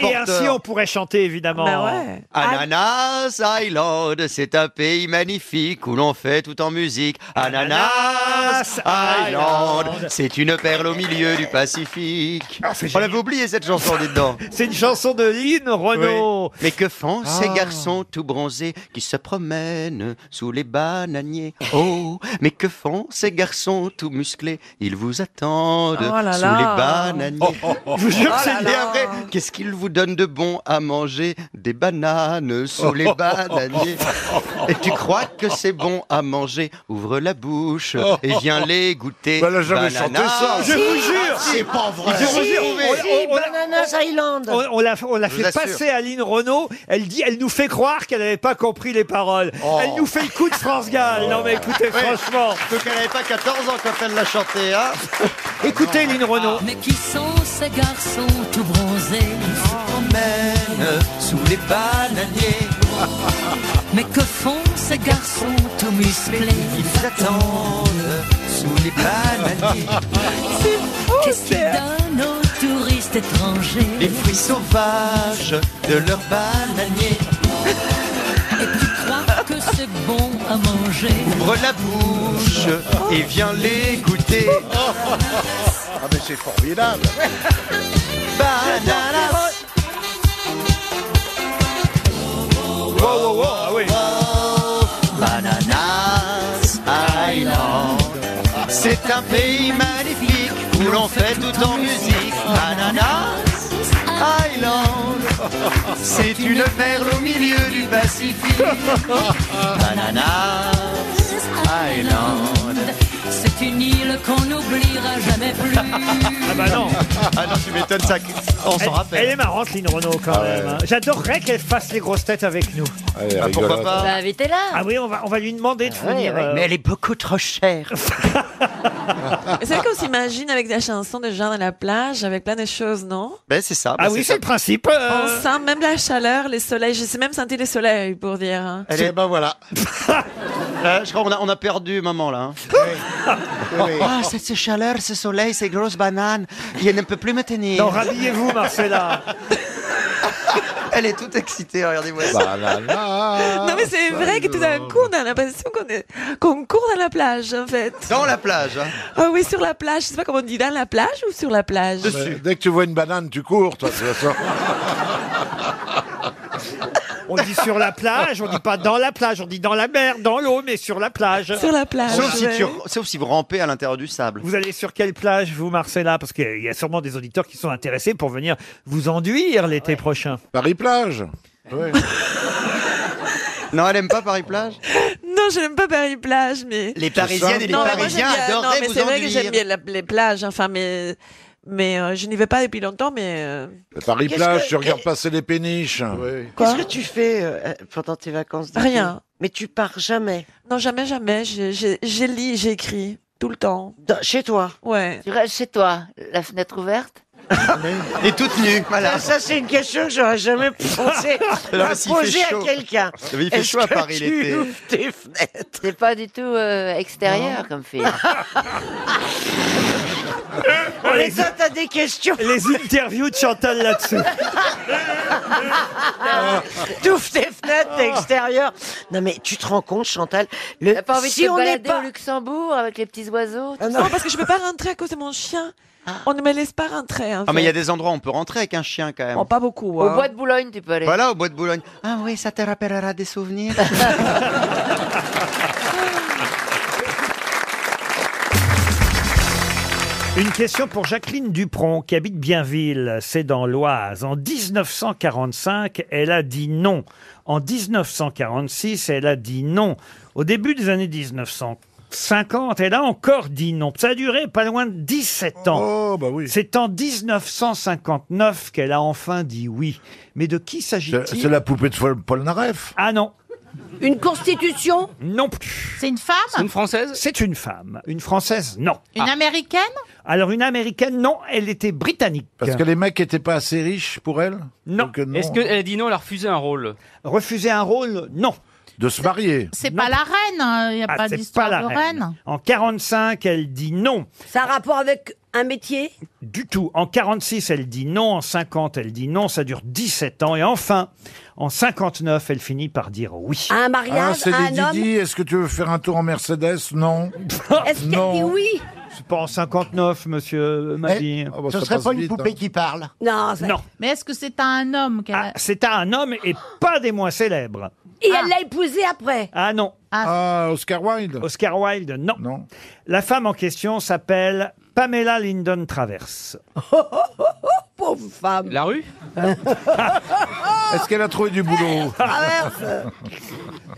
S1: Et ainsi, on pourrait chanter, évidemment.
S18: Ananas Island, c'est un pays magnifique où l'on fait tout en
S14: musique.
S1: Ah,
S14: Ananas
S18: Ah,
S14: Island, c'est une perle au milieu du Pacifique. On l'avait oublié cette chanson, dites donc.
S1: Ah, C'est une chanson de Lynn Renault. Ah.
S14: Mais que font ces garçons tout bronzés qui se promènent sous les bananiers Oh, mais que font ces garçons tout musclés Ils vous attendent
S8: Oh là
S14: sous
S8: là.
S14: les bananiers.
S8: Oh, oh, oh.
S14: Je vous jure que
S8: Oh
S14: c'est
S8: là
S14: bien
S8: là.
S14: vrai. Qu'est-ce qu'ils vous donnent de bon à manger Des bananes
S1: Oh,
S14: sous les bananiers. Et tu crois que c'est bon à manger Ouvre la bouche et viens Eh les goûter.
S20: Bah, elle a jamais chanté
S14: Banana.
S20: ça.
S1: Je vous jure
S20: Ah, C'est pas vrai.
S1: Je vous
S20: Si,
S1: jure,
S20: si,
S1: on- on- on- on, on l'a, on l'a
S14: Je vous
S1: fait
S14: assure.
S1: passer à Aline Renault. Elle dit, elle nous fait croire qu'elle n'avait pas compris les paroles. Elle nous fait le coup de France Gall. Non mais écoutez,
S14: Oh. Ouais.
S1: franchement.
S14: Donc elle n'avait pas 14 ans quand elle l'a chanté, hein
S1: Écoutez, Lynn Renault.
S8: Mais qui sont ces garçons tout bronzés qui se
S9: Oh,
S8: promènent sous les bananiers Mais que font ces garçons tout musclés Ils attendent sous les bananiers Qu'est-ce qu'ils donnent aux touristes étrangers
S14: Les fruits sauvages de leur bananier.
S8: Croire que c'est bon à manger
S14: Ouvre la bouche et viens les goûter.
S20: Ah, mais c'est formidable.
S14: Bananas.
S8: Wow, wow, wow, ah oui
S14: Bananas Island. C'est un pays magnifique où l'on fait tout en musique. Bananas Island. C'est une perle au milieu du Pacifique. Bananas Island.
S8: C'est une île qu'on n'oubliera jamais plus
S1: Ah bah non.
S14: Ah non, tu m'étonnes ça. On
S1: Elle-
S14: s'en rappelle.
S1: Elle est marrante, Lynn Renault, quand
S14: Ah ouais.
S1: même. hein. J'adorerais qu'elle fasse les grosses têtes avec nous.
S14: Ah, pourquoi pas
S8: Bah,
S1: invitez-la. Ah oui, on va, on va lui demander de
S20: Ah
S8: ouais,
S1: venir. euh,
S8: ouais. Mais elle
S1: est beaucoup trop chère.
S26: C'est vrai qu'on s'imagine avec des chansons de gens à la plage, avec plein de choses, non
S14: Ben c'est
S18: bah,
S14: ça.
S1: Ah oui, c'est le principe. euh.
S26: On sent même la chaleur, les soleils. J'ai même senti les soleils, pour dire. hein.
S14: Allez, ben voilà. Euh, je crois qu'on a, on a perdu maman là. hein. Ah, cette cette chaleur, ce soleil, ces grosses bananes, il ne peut plus me tenir.
S1: Non, rhabillez-vous, Marcella.
S14: Elle est toute excitée, regardez-moi
S18: bah,
S14: ça.
S20: Bah,
S13: Ah,
S26: non, mais c'est vrai que tout d'un coup, on a l'impression qu'on est- qu'on court dans la plage, en fait.
S14: Dans la plage. hein.
S26: Ah oui, sur la plage. Je sais pas comment on dit, dans la plage ou sur la plage
S20: Mais Dès que tu vois une banane, tu cours, toi, de toute façon.
S1: On dit sur la plage, on dit pas dans la plage, on dit dans la mer, dans l'eau, mais sur la plage.
S26: Sur la plage.
S14: Sauf, si tu- sauf si vous rampez à l'intérieur du sable.
S1: Vous allez sur quelle plage, vous, Marcella Parce qu'il y a sûrement des auditeurs qui sont intéressés pour venir vous enduire l'été prochain. Paris-Plage
S14: Non, elle aime pas Paris-Plage
S26: Non, je n'aime pas Paris-Plage, mais...
S14: Les Parisiennes et les
S26: Bah, Non, mais moi,
S14: Parisiens
S26: j'aime bien-
S14: adoraient
S26: Non, mais
S14: vous
S26: c'est vrai que
S14: enduire.
S26: j'aime bien la- les plages, enfin, mais... Mais euh, je n'y vais pas depuis longtemps, mais... euh,
S20: Paris-Plage,
S26: Qu'est-ce
S20: tu
S26: que-
S20: regardes passer les péniches.
S26: Quoi
S13: Qu'est-ce que tu fais euh, pendant tes vacances d'été
S26: Rien.
S13: Mais tu pars jamais.
S26: Non, jamais, jamais. J'ai- J'ai j'ai lu, j'ai écrit, tout le temps.
S13: chez toi
S26: Ouais.
S27: Tu restes chez toi, la fenêtre ouverte.
S14: Et toute nue, voilà.
S13: Ça, Euh, ça, c'est une question que j'aurais jamais pensé
S14: Ah, Non, mais
S13: à
S14: s'il fait
S13: poser à
S14: chaud.
S13: quelqu'un.
S14: Mais il fait
S13: Est-ce
S14: chaud à
S13: que
S14: Paris
S13: tu
S14: l'été.
S13: ouvres tes fenêtres
S27: C'est pas du tout euh, extérieur comme film.
S13: Mais
S14: Hein
S13: toi, t'as des questions.
S1: Les interviews de Chantal là-dessous.
S8: Ah.
S13: T'ouvres tes fenêtres t'es extérieur. Non, mais tu te rends compte, Chantal le...
S27: T'as pas envie
S13: Si
S27: de te
S13: on n'est
S27: balader
S13: pas... Ah
S27: au Luxembourg avec les petits oiseaux tout
S26: Non,
S27: ça
S26: parce que je peux pas rentrer à cause de mon chien. On ne me laisse pas rentrer. en
S14: Ah, mais il y a
S26: fait.
S14: des endroits où on peut rentrer avec un chien quand même.
S26: Oh, pas beaucoup.
S27: Au
S26: hein.
S27: bois de Boulogne, tu peux aller.
S14: Voilà, au bois de Boulogne. Ah oui, ça te rappellera des souvenirs.
S1: Une question pour Jacqueline Dupron, qui habite Bienville, c'est dans l'Oise. En 1945, elle a dit non. En 1946, elle a dit non. Au début des années 1950, elle a encore dit non. Ça a duré pas loin de 17 ans.
S20: Oh, bah
S1: C'est en 1959 qu'elle a enfin dit oui. Mais de qui s'agit-il
S20: C'est la poupée de Fol- Polnareff.
S1: Ah non.
S19: Une constitution
S1: Non plus.
S19: C'est une femme
S1: Française C'est une femme. Une Française, non. Ah.
S19: Une américaine
S1: Alors une Américaine, non, elle était britannique.
S20: Parce que les mecs n'étaient pas assez riches pour elle
S1: Non.
S7: Est-ce qu'elle dit non, elle a refusé un rôle
S1: Refuser un rôle, non.
S20: De se marier.
S19: C'est pas la reine, hein. il n'y a
S1: Ah,
S19: pas
S1: c'est
S19: d'histoire
S1: pas
S19: de
S1: la
S19: reine.
S1: En 45, elle dit non.
S19: Ça a rapport avec un métier
S1: Du tout. En 46, elle dit non. En 50, elle dit non. Ça dure 17 ans. Et enfin, En 59, elle finit par dire oui.
S28: Un
S20: Ah,
S28: mariage,
S1: c'est
S28: un
S1: des
S28: homme.
S1: Didi.
S20: Est-ce que tu veux faire un tour en Mercedes Non.
S28: Est-ce qu'elle dit oui
S1: C'est pas en 59, monsieur Mabie.
S20: Ce Eh, oh, ça serait passe pas une vite, poupée hein.
S1: qui parle.
S28: Non. ça-
S1: Non.
S28: Mais est-ce que c'est à un homme qu'elle a...
S1: C'est à un homme et pas des moins célèbres.
S28: Ah. Et
S19: Ah.
S28: elle l'a épousé après
S1: Ah non. Oscar Wilde. Oscar Wilde, non. La femme en question s'appelle Pamela Lyndon Traverse.
S28: Pauvre femme.
S1: La rue Est-ce qu'elle a trouvé du boulot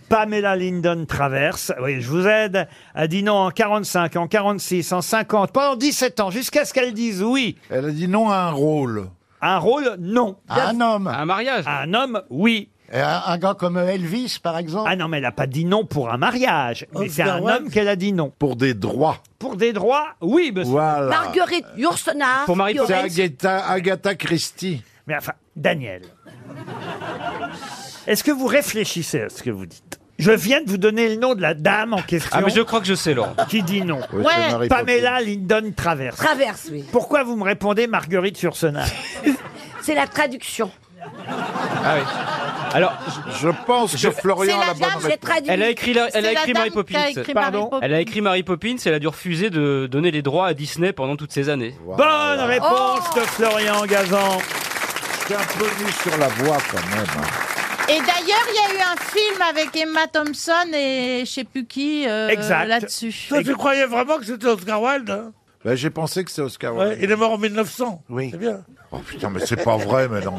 S1: Pamela Lyndon Traverse, oui, je vous aide, a dit non en 45, en 46, en 50, pendant 17 ans, jusqu'à ce qu'elle dise oui. Elle a dit non à un rôle. Un rôle, non. un homme. Un mariage. Un homme, oui. Un, gars comme Elvis, par exemple Ah non, mais elle n'a pas dit non pour un mariage. Mais c'est
S22: Oscar
S1: un
S22: Wilde.
S1: homme qu'elle a dit non. Pour des droits. Pour des droits, oui, monsieur.
S28: Marguerite Yourcenar.
S20: C'est
S28: Llorens.
S20: Agatha, Agatha Christie.
S1: Mais enfin, Daniel. Est-ce que vous réfléchissez à ce que vous dites Je viens de vous donner le nom de la dame en question.
S4: Ah, mais je crois que je sais, Laurent.
S1: Qui dit non
S4: Oui, c'est Ouais. Mary
S1: Pamela Lyndon Traverse.
S28: Traverse, oui.
S1: Pourquoi vous me répondez Marguerite Yourcenar
S28: C'est la traduction.
S4: Ah oui. Alors,
S20: je, pense que
S28: Florian C'est la a la bonne dame, j'ai réponse. traduit.
S4: Elle a écrit, la- elle
S28: C'est
S4: a
S28: la
S4: écrit
S28: dame
S4: Mary
S28: qui
S4: Poppins.
S28: a écrit Mary Pardon Poppins.
S4: Elle a écrit Mary Poppins. Elle a dû refuser de donner les droits à Disney pendant toutes ces années.
S1: Bonne
S28: Oh.
S1: réponse de Florian Gazan.
S20: J'étais un peu venu sur la voie quand même. hein.
S19: Et d'ailleurs, il y a eu un film avec Emma Thompson et je sais plus qui euh,
S20: Exact.
S19: là-dessus.
S20: Toi, tu
S24: croyais vraiment que c'était Oscar Wilde hein
S20: Bah, J'ai pensé que c'est Oscar
S24: Ouais,
S20: Wilde.
S24: Il est mort en 1900. Oui. C'est bien.
S20: Oh putain, mais c'est pas vrai, mais non.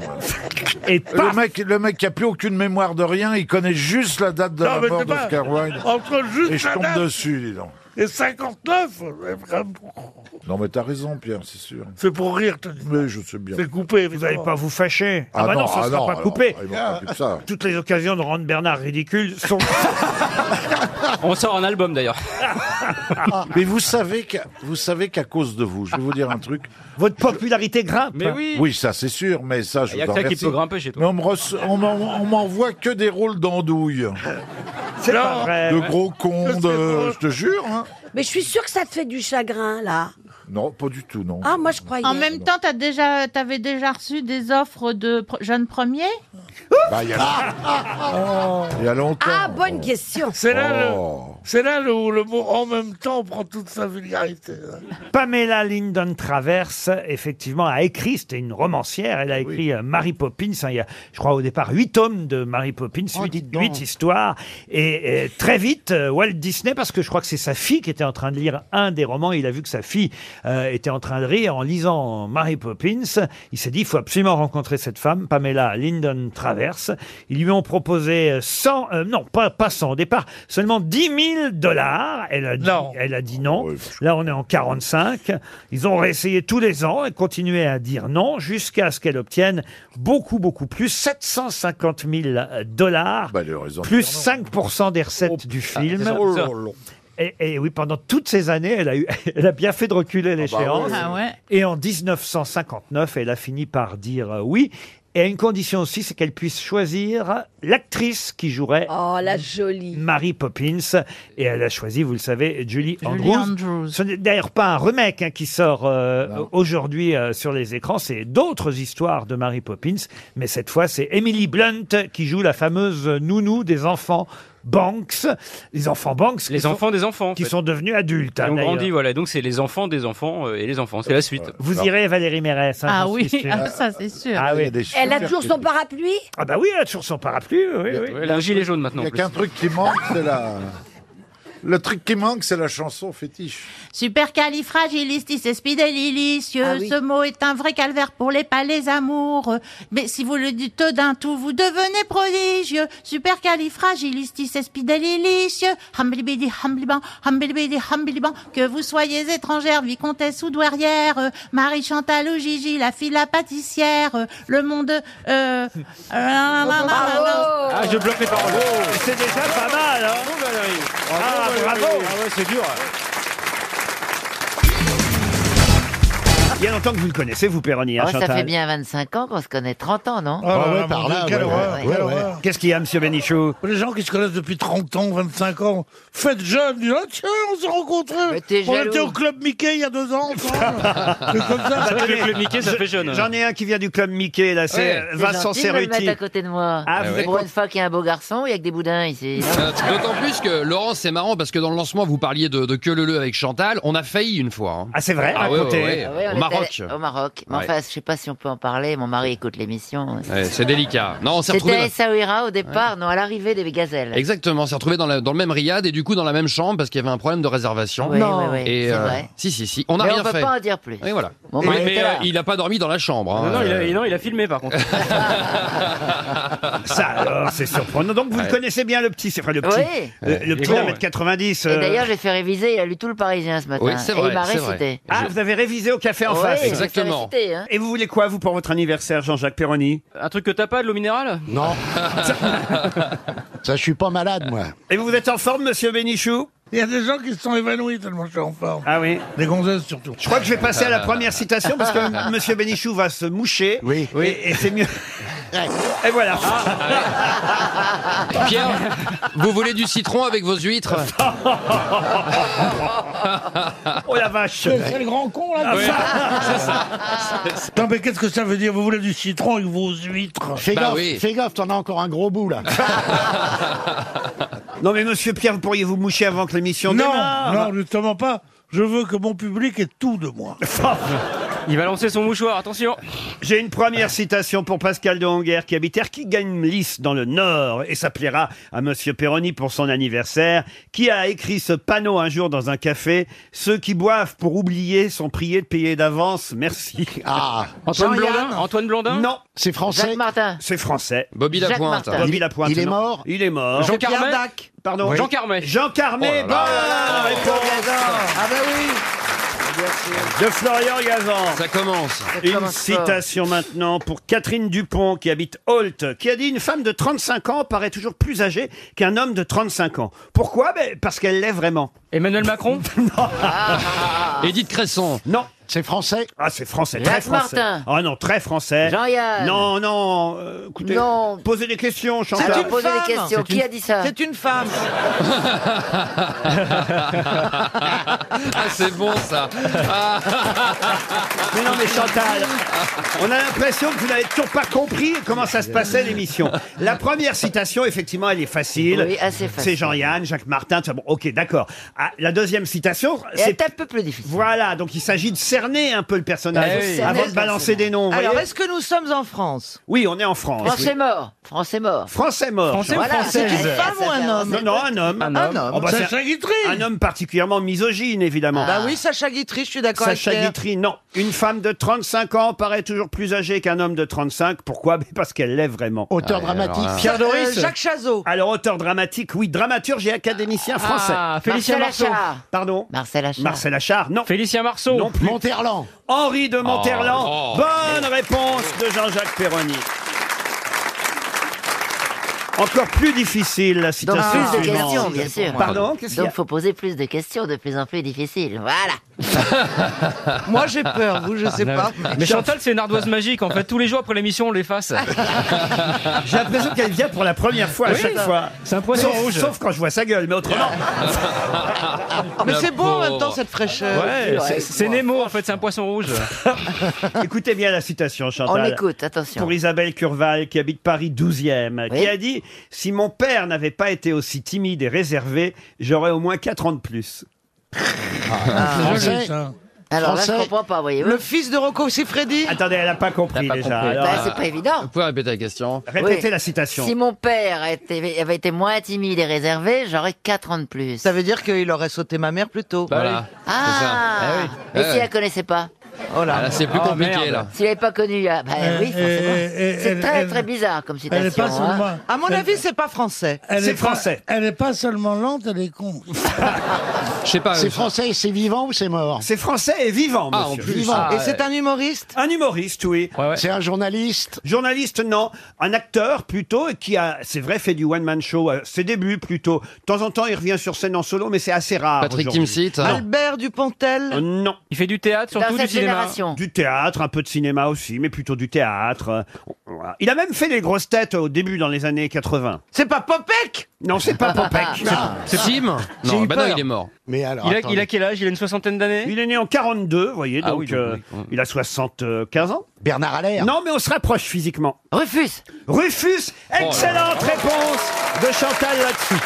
S1: Et
S20: le, mec, le mec qui a plus aucune mémoire de rien, il connaît juste la date de
S24: Non, mais
S20: la mort
S24: c'est pas-
S20: d'Oscar Wilde.
S24: Entre juste
S20: Et je
S24: la
S20: tombe
S24: date.
S20: dessus, dis donc.
S24: Et 59 euh, vraiment.
S20: Non, mais t'as raison, Pierre, c'est sûr.
S24: C'est pour rire. t'as dit.
S20: Mais je sais bien.
S24: C'est coupé.
S1: Vous n'allez pas vous fâcher. Ah,
S20: Ah
S1: bah non,
S20: non,
S1: ça ne
S20: ah
S1: sera
S20: non,
S1: pas
S20: alors,
S1: coupé.
S20: ils vont pas dire ça.
S1: Toutes les occasions de rendre Bernard ridicule sont...
S4: On sort un album d'ailleurs.
S20: Mais vous savez qu'à vous savez qu'à cause de vous, je vais vous dire un truc.
S1: Votre popularité grimpe.
S4: Mais oui.
S20: Oui, ça c'est sûr, mais ça je
S4: Il y a
S20: vous en
S4: que ça qui
S20: remercie.
S4: peut grimper chez toi.
S20: Mais on me reç- on m'en- on m'envoie que des rôles d'andouille.
S1: C'est pas vrai.
S20: De gros cons, de... je te jure. hein.
S28: Mais je suis sûre que ça te fait du chagrin, là.
S20: Non, pas du tout, non.
S28: Ah, moi, je croyais.
S19: En même temps, t'as déjà, t'avais déjà reçu des offres de pr- jeunes premiers
S20: Bah, il y a,
S1: Ah.
S20: Bah, il y a longtemps.
S28: Ah, bonne
S9: Oh.
S1: Oh.
S28: question.
S24: C'est là,
S20: Oh.
S24: le, c'est là le- où le mot en même temps prend toute sa vulgarité. hein. là.
S1: Pamela Lyndon Traverse, effectivement, a écrit, c'était une romancière,
S20: Ah
S1: elle a écrit euh, Mary Poppins, hein, il y a, je crois, au départ, huit tomes de Mary Poppins,
S20: Oh,
S1: huit, huit histoires, et, et très vite, euh, Walt Disney, parce que je crois que c'est sa fille qui était en train de lire un des romans, il a vu que sa fille euh, était en train de rire en lisant Mary Poppins, il s'est dit, il faut absolument rencontrer cette femme, Pamela Lyndon Traverse, ils lui ont proposé 100, euh, non, pas, pas 100 au départ, seulement 10 000 dollars, elle a dit non. Elle a dit non. Là, on est en 45. Ils ont réessayé tous les ans et continué à dire non jusqu'à ce qu'elle obtienne beaucoup, beaucoup plus, 750 000 dollars,
S20: Bah,
S1: plus 5% des recettes
S19: Oh,
S1: du
S20: c'est
S1: film.
S20: ça, c'est ça.
S1: Et, et oui, pendant toutes ces années, elle a, eu, elle a bien fait de reculer l'échéance.
S19: ouais. Ah ouais.
S1: Et en 1959, elle a fini par dire euh, oui. Et à une condition aussi, c'est qu'elle puisse choisir l'actrice qui jouerait
S28: Oh, la jolie.
S1: Mary Poppins. Et elle a choisi, vous le savez, Julie, Andrews.
S19: Andrews.
S1: Ce n'est d'ailleurs pas un remake hein, qui sort euh, aujourd'hui euh, sur les écrans. C'est d'autres histoires de Mary Poppins. Mais cette fois, c'est Emily Blunt qui joue la fameuse nounou des enfants Banks. Les enfants Banks. qui
S4: Les
S1: sont-
S4: enfants des enfants. en
S1: qui
S4: fait.
S1: sont devenus adultes.
S4: Ils
S1: hein,
S4: ont
S1: d'ailleurs.
S4: grandi, voilà. Donc c'est les enfants des enfants euh, et les enfants. C'est la suite.
S1: Vous irez, Valérie Mérès. hein,
S19: Ah
S1: j'en
S19: oui,
S1: suis sûr.
S19: ah, ça c'est sûr.
S1: Ah oui.
S28: Elle a toujours son parapluie
S1: Ah bah oui, elle a toujours son parapluie. Oui, oui.
S20: Il y a-
S4: jaune maintenant,
S20: Il n'y a
S4: en plus.
S20: qu'un truc qui manque, c'est la. Le truc qui manque, c'est la chanson fétiche.
S19: Supercalifragilisticexpialidocieux,
S20: Ah oui.
S19: ce mot est un vrai calvaire pour les palais amours. Mais si vous le dites d'un tout, vous devenez prodigieux. Supercalifragilisticexpialidocieux, hamblibidi hambliban, hamblibidi hambliban, que vous soyez étrangère, vicomtesse ou douairière, euh, Marie Chantal ou Gigi, la fille la pâtissière, euh, le monde... euh,
S4: Ah, je bloque les paroles.
S28: Oh.
S1: C'est déjà pas mal, hein
S4: Ah,
S1: bravo.
S4: Ah ouais, c'est dur.
S1: Il y a longtemps que vous le connaissez, vous, Péroni, hein,
S13: Oh, ça
S1: Chantal
S13: fait bien 25 ans qu'on se connaît 30 ans,
S1: Ah Oh,
S13: non
S1: Qu'est-ce qu'il y a, monsieur Bénichou
S24: Les gens qui se connaissent depuis 30 ans, 25 ans, faites jeune, disent ah, tiens, on s'est rencontrés. On
S1: jaloux.
S24: était au club Mickey il y a deux ans. ensemble. C'est comme ça.
S1: Je- J'en ai un qui vient du club Mickey, là, c'est
S13: Ouais.
S1: Vincent
S13: gentil de me le
S1: Cerruti.
S13: mettre à côté de moi.
S1: Ah, vous
S13: c'est
S1: êtes
S13: pour
S1: con-
S13: une fois qu'il y a un beau garçon, il y a que des boudins ici.
S17: Euh, D'autant plus que Laurent, c'est marrant parce que dans le lancement, vous parliez de, de que le le avec Chantal. On a failli une fois. hein.
S1: Ah, c'est vrai
S17: ouais,
S1: Racontez.
S17: ouais, ouais.
S13: Ah ouais, on
S17: Au
S13: était
S17: Maroc.
S13: allé Au Maroc. Mais
S17: Ouais.
S13: enfin, je sais pas si on peut en parler. Mon mari écoute l'émission.
S17: Ouais, c'est délicat. Non, on s'est retrouvés.
S13: C'était
S17: dans-
S13: Essaouira au départ, non, à l'arrivée des gazelles.
S17: Exactement, on s'est retrouvés dans, la- dans le même riad et du coup dans la même chambre parce qu'il y avait un problème de réservation.
S13: Oui, Non. oui, oui,
S17: Et, euh,
S13: c'est vrai.
S17: Si, si, si. On n'a
S13: Mais
S17: rien
S13: on peut
S17: fait.
S13: pas en dire plus.
S17: Et voilà.
S13: Bon,
S17: mais
S13: bah,
S17: mais,
S13: était là.
S17: euh, il n'a pas dormi dans la chambre. hein.
S4: Non, non, il a-
S17: Euh,
S4: il- non, il a filmé par contre.
S1: Ça alors, c'est surprenant. Donc vous le
S17: Ouais.
S1: connaissez bien, le petit, c'est vrai, le petit.
S13: Oui.
S1: Le, le
S17: Il est
S1: petit
S17: bon,
S1: d'un mètre 90.
S13: Et
S1: euh,
S13: d'ailleurs, j'ai fait réviser. Il a lu tout le Parisien ce matin.
S1: Oui, c'est
S13: Et
S1: vrai,
S13: il m'a
S1: c'est
S13: récité.
S1: vrai. Ah, vous avez révisé au café en
S13: Oui,
S1: face.
S13: je me suis Exactement. récité, hein.
S1: Et vous voulez quoi, vous, pour votre anniversaire, Jean-Jacques Perroni
S4: Un truc que t'as pas, de l'eau minérale
S1: Non.
S22: Ça, je suis pas malade, moi.
S1: Et vous, vous êtes en forme, monsieur Bénichou
S24: Il y a des gens qui se sont évanouis tellement je suis en forme.
S1: Ah oui
S24: Des gonzesses surtout.
S1: Je crois que je vais passer à la première citation parce que monsieur Bénichou va se moucher. Oui. Et, et c'est mieux. Et voilà. Ah,
S17: Pierre, vous voulez du citron avec vos huîtres
S1: Oh la vache
S24: C'est le grand con là
S17: Oui,
S24: c'est ça. Attends, mais qu'est-ce que ça veut dire Vous voulez du citron avec vos huîtres
S22: Fais
S1: Bah
S22: gaffe, fais gaffe, t'en as encore un gros bout, là.
S1: Non mais monsieur Pierre, vous pourriez vous moucher avant que l'émission
S24: Non,
S1: démarre.
S24: non, justement pas. Je veux que mon public ait tout de moi.
S1: Il va lancer son mouchoir, attention. J'ai une première citation pour Pascal de Honguerre qui habite Erquigagn-Lys dans le Nord et ça plaira à Monsieur Perroni pour son anniversaire qui a écrit ce panneau un jour dans un café. Ceux qui boivent pour oublier sont priés de payer d'avance. Merci. Ah,
S4: Antoine Blondin Antoine Blondin
S1: Non. C'est
S4: français Jacques Martin.
S1: C'est français.
S17: Bobby
S4: Jacques Lapointe. Martin.
S1: Bobby Lapointe.
S4: Il est
S1: non.
S4: mort
S1: Il est mort.
S4: Jean Pierre Carmet
S1: Dac. Pardon.
S4: Oui. Jean Carmet.
S1: Jean Carmet.
S4: Oh là
S1: bonne
S4: là.
S1: réponse bah
S18: Ah ben oui
S1: de Florian Gazan.
S17: Ça commence.
S1: Une citation maintenant pour Catherine Dupont qui habite Holt, qui a dit une femme de 35 ans paraît toujours plus âgée qu'un homme de 35 ans. Pourquoi Ben, Parce qu'elle l'est vraiment.
S4: Emmanuel Macron
S1: Non.
S17: Ah. Édith Cresson.
S1: Non.
S22: C'est français
S1: Ah, c'est français,
S17: Jacques
S1: très français.
S17: Martin.
S1: Ah non, très français.
S17: Jean-Yann.
S1: Non, non, euh, écoutez,
S17: Non.
S1: posez des questions, Chantal.
S17: C'est une Posez des femme. questions.
S13: Qui a dit ça
S8: C'est une femme.
S17: ah, c'est bon ça. Ah.
S1: Mais non, mais Chantal, on a l'impression que vous n'avez toujours pas compris comment ça se passait l'émission. La première citation, effectivement, elle est facile.
S13: Oui, assez facile.
S1: C'est Jean-Yann, Jacques Martin, tout ça. Bon, ok, d'accord. Ah, la deuxième citation, c'est
S13: un peu plus difficile.
S1: Voilà, donc il s'agit de cerner un peu le
S17: Ah,
S1: personnage
S13: Eh oui.
S1: avant
S13: Cerner
S1: de
S13: le
S1: balancer des noms. vous
S8: Alors,
S1: voyez Oh,
S8: est-ce que nous sommes en France
S1: Oui, on est en France.
S13: Français
S1: oui.
S13: mort. Français mort.
S1: Français mort.
S13: Français ou
S1: Jean-
S13: française
S8: C'est une femme ou un homme
S1: Non, non, un homme.
S8: Un homme.
S1: Oh, bah, c'est
S8: Sacha Guitry.
S1: Un homme particulièrement misogyne, évidemment.
S13: Ah,
S8: Bah oui, Sacha Guitry, je suis d'accord avec
S1: Sacha
S8: Pierre.
S1: Guitry, non. Une femme de 35 ans paraît toujours plus âgée qu'un homme de 35. Pourquoi Mais Parce qu'elle l'est vraiment.
S22: Auteur Ah, dramatique. alors là.
S1: Pierre Doris.
S8: Euh, Jacques Chazot.
S1: Alors, auteur dramatique, oui, dramaturge et
S7: Ah,
S1: académicien français.
S4: Félicien
S13: Marcel
S4: Marceau.
S13: Achard.
S1: Pardon
S13: Marcel Achard.
S1: Marcel Achard, non.
S4: Félicien Marceau.
S1: Non plus.
S22: Monterland.
S1: Henri de Monterland.
S4: oh.
S1: Bonne réponse de Jean-Jacques Perroni. Encore plus difficile la
S13: Donc
S1: citation.
S13: plus de
S1: suivante.
S13: questions, bien sûr.
S1: Pardon, qu'est-ce qu'il y
S13: Donc
S1: a
S13: faut poser plus de questions de plus en plus difficiles. Voilà.
S8: Moi, j'ai peur, vous, je sais
S4: Ah, Non,
S8: pas.
S4: Mais Chantal, c'est une ardoise magique. En fait, tous les jours après l'émission, on l'efface.
S1: J'ai l'impression qu'elle vient pour la première fois à
S4: Oui,
S1: chaque
S4: ça-
S1: fois.
S4: c'est un poisson
S1: sauf,
S4: rouge.
S1: Sauf quand je vois sa gueule, mais autrement.
S22: Ah,
S8: Mais c'est beau en même temps, cette fraîcheur.
S4: Ouais, c'est- c'est Nemo en fait, c'est un poisson rouge.
S1: Écoutez bien la citation, Chantal.
S13: On écoute, attention.
S1: Pour Isabelle Curval, qui habite Paris 12e, qui a dit Si mon père n'avait pas été aussi timide et réservé, j'aurais au moins 4 ans de plus. Ah,
S13: Ah.
S8: Français.
S13: Alors là, je
S8: Français.
S13: comprends pas, voyez-vous.
S8: Le fils de Rocco Siffredi.
S1: Attendez, elle n'a pas compris
S8: Ah,
S17: pas
S1: déjà.
S17: compris.
S1: Alors,
S13: Bah, c'est pas évident.
S17: Vous pouvez répéter la question
S1: Ah. répétez
S13: Oui.
S1: la citation.
S13: Si mon père était- avait été moins timide et réservé, j'aurais 4 ans de plus.
S8: Ça veut dire qu'il aurait sauté ma mère plus tôt.
S17: Voilà.
S13: Ah
S17: Eh oui.
S13: Et
S17: Eh
S13: s'il
S17: oui.
S13: la connaissait pas
S8: Oh là.
S17: Ah, là, c'est plus
S8: Oh,
S17: compliqué
S8: merde.
S17: là.
S13: S'il l'avait pas connu, ah, bah
S8: Eh,
S1: Euh,
S13: oui,
S8: eh,
S13: forcément.
S8: eh,
S13: c'est
S8: elle-
S13: très
S8: elle-
S13: très bizarre comme citation.
S8: Elle est pas
S13: hein.
S8: seulement. À mon avis, c'est pas français.
S24: Elle est pas- elle est pas seulement lente, elle est con.
S17: Je sais pas.
S22: C'est
S17: euh,
S22: français, c'est vivant ou c'est mort
S1: C'est français et vivant,
S22: Ah,
S1: monsieur.
S22: en plus. Vivant. Et c'est
S1: un humoriste Un humoriste, oui. C'est un journaliste Journaliste, non. Un acteur, plutôt, et qui a, c'est vrai, fait du one-man show à ses débuts, plutôt. De temps en temps, il revient sur scène en solo, mais c'est assez rare.
S17: Patrick
S1: aujourd'hui.
S17: Timsit, hein.
S1: Non.
S9: Albert Dupontel.
S1: Euh, non. Il fait du théâtre,
S9: surtout, Dans cette du cinéma génération.
S1: Du théâtre, un peu de cinéma aussi, mais plutôt du théâtre. Voilà. Il a même fait les grosses têtes au début, dans les années 80.
S9: C'est pas Popek
S1: Non, c'est pas Popek.
S9: Ah.
S1: C'est- c'est-
S17: Sim
S1: J'ai
S17: Non,
S1: eu
S17: bah non,
S1: peur.
S17: il est mort.
S1: Mais alors,
S4: il, a,
S1: attendez.
S4: il a quel âge Il a une soixantaine d'années
S1: Il est né en 42, vous voyez,
S4: Ah
S1: donc,
S4: oui, donc
S1: euh, il a 75 ans.
S22: Bernard Allaire
S1: Non, mais on se rapproche physiquement.
S13: Rufus
S1: Rufus
S17: Oh
S1: Excellente réponse de Chantal là-dessus.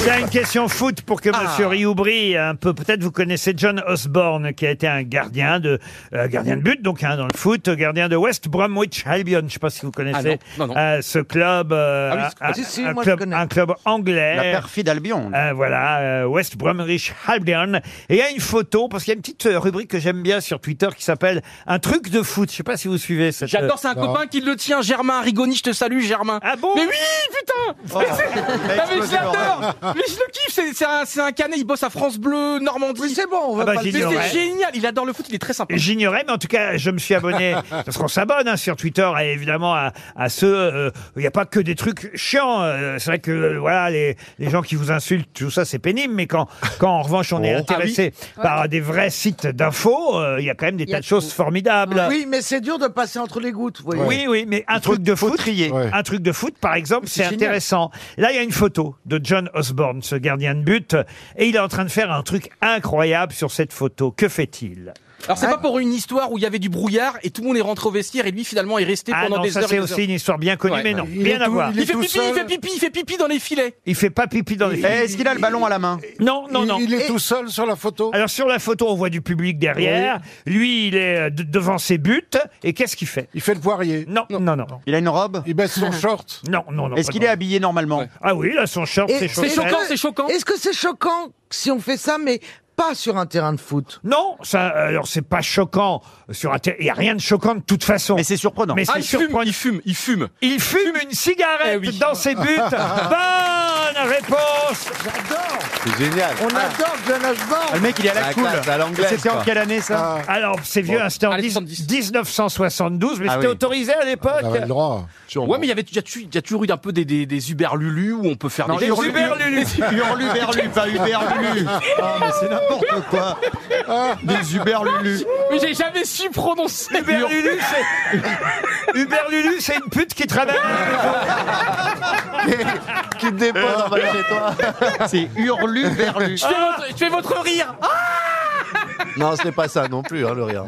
S1: Il y a une question foot pour
S16: Ah.
S1: que Monsieur Rioubri un peu peut-être vous connaissez John Osborne qui a été un gardien de euh, gardien de but donc hein, dans le foot gardien de West Bromwich Albion je sais pas si vous connaissez
S16: Ah non, non, non.
S1: euh, ce club euh,
S16: Ah oui, c'est-
S1: un,
S16: si, si,
S1: un
S16: moi, je
S1: club
S16: connais.
S1: un club anglais
S16: La perfide Albion.
S1: euh, voilà, euh, West Bromwich Albion. Et il y a une photo, parce qu'il y a une petite euh, rubrique que j'aime bien sur Twitter qui s'appelle Un truc de foot. Je sais pas si vous suivez cette. euh,
S16: J'adore, c'est un
S1: Non.
S16: copain qui le tient, Germain Rigoni, je te salue, Germain. Ah bon Mais oui, putain
S1: Oh.
S16: Mais c'est-
S1: Il a
S16: Ah, mais je
S1: explosé
S16: l'adore Mais je le kiffe, c'est- c'est un, c'est un canet, il bosse à France Bleu, Normandie. c'est bon, on
S1: va Ah bah, pas le- j'ignorais.
S16: C'est génial, il adore le foot, il est très sympa.
S1: J'ignorais, mais en tout cas, je me suis abonné, parce qu'on s'abonne hein, sur Twitter, et évidemment, à, à ceux, euh, il n'y a pas que des trucs chiants. euh, c'est vrai que, euh, voilà, les, les gens qui vous insultent, tout ça, c'est pénible, mais quand, quand en revanche, on est
S16: Oh.
S1: intéressé
S16: Ah oui.
S1: par des vrais sites d'infos, euh, il y a quand même des tas de choses formidables.
S8: Oui, mais c'est dur de passer entre les gouttes, vous voyez.
S1: Oui, oui, mais un truc de foot, un truc de foot, par exemple, c'est
S8: c'est génial.
S1: intéressant. Là, il y a une photo de John Osborne, ce gardien de but, et il est en train de faire un truc incroyable sur cette photo. Que fait-il
S16: Alors c'est
S1: Ah.
S16: pas pour une histoire où il y avait du brouillard et tout le monde est rentré au vestiaire et lui finalement est resté
S1: Ah
S16: pendant
S1: non,
S16: des
S1: ça
S16: heures et
S1: c'est
S16: des
S1: aussi
S16: heures.
S1: une histoire bien connue,
S16: Ouais.
S1: mais non,
S16: Il est
S1: rien à
S16: tout-
S1: voir.
S16: Il fait pipi, il fait pipi, il fait pipi dans les filets.
S1: Il fait pas pipi dans les filets.
S16: Est-ce qu'il a le ballon à la main
S1: Non, non,
S16: Il-
S1: non.
S16: il est tout
S1: seul sur la photo Alors sur la photo, on voit du public derrière. Lui, il est euh, de- devant ses buts. Et qu'est-ce qu'il fait Il fait le poirier. Non, non, non. Il a une robe Il baisse
S16: son
S1: short Non, non, non.
S16: Est-ce
S1: pas
S16: qu'il
S1: de
S16: est
S1: robe.
S16: habillé normalement
S1: Ah oui, là, son short,
S8: Et
S1: ses chaussettes.
S16: choquant.
S8: Est-ce que c'est choquant si on fait ça, mais pas sur un terrain de foot
S1: Non, ça, euh, alors c'est pas choquant sur un ter- Il n'y a rien de choquant de toute façon. Mais c'est surprenant. Mais
S16: Ah,
S1: c'est
S16: il
S1: surprenant.
S16: Il fume, il fume.
S1: Il fume une cigarette dans ses buts. Bonne réponse
S20: C'est génial.
S8: On adore John
S1: Ah,
S8: Osborne.
S20: Le mec, il est à la La cool. classe, à l'anglaise, C'était en quoi. quelle année, ça
S1: Alors, c'est vieux,
S20: Bon.
S1: hein, c'était en 10- 1972, mais
S16: Ah
S1: c'était
S16: oui.
S1: autorisé à l'époque.
S16: On avait le
S20: droit.
S16: Ouais, mais il y avait il y a, tu- il y a toujours eu un peu des, des, des Uber Lulu où on peut faire
S1: Non,
S16: des
S1: des Uber Lulu.
S16: Uberlulu,
S18: Ah, mais c'est n'importe quoi.
S8: Ah.
S16: Des Uber Lulu. Mais j'ai jamais su prononcer.
S1: Uber Lulu, c'est. Uber Lulu, c'est une pute qui travaille.
S16: qui te dépose en bas chez toi. C'est Hurlu Berlu. Je fais votre, je fais votre rire.
S21: Non, ce n'est pas ça non plus, hein, le rire.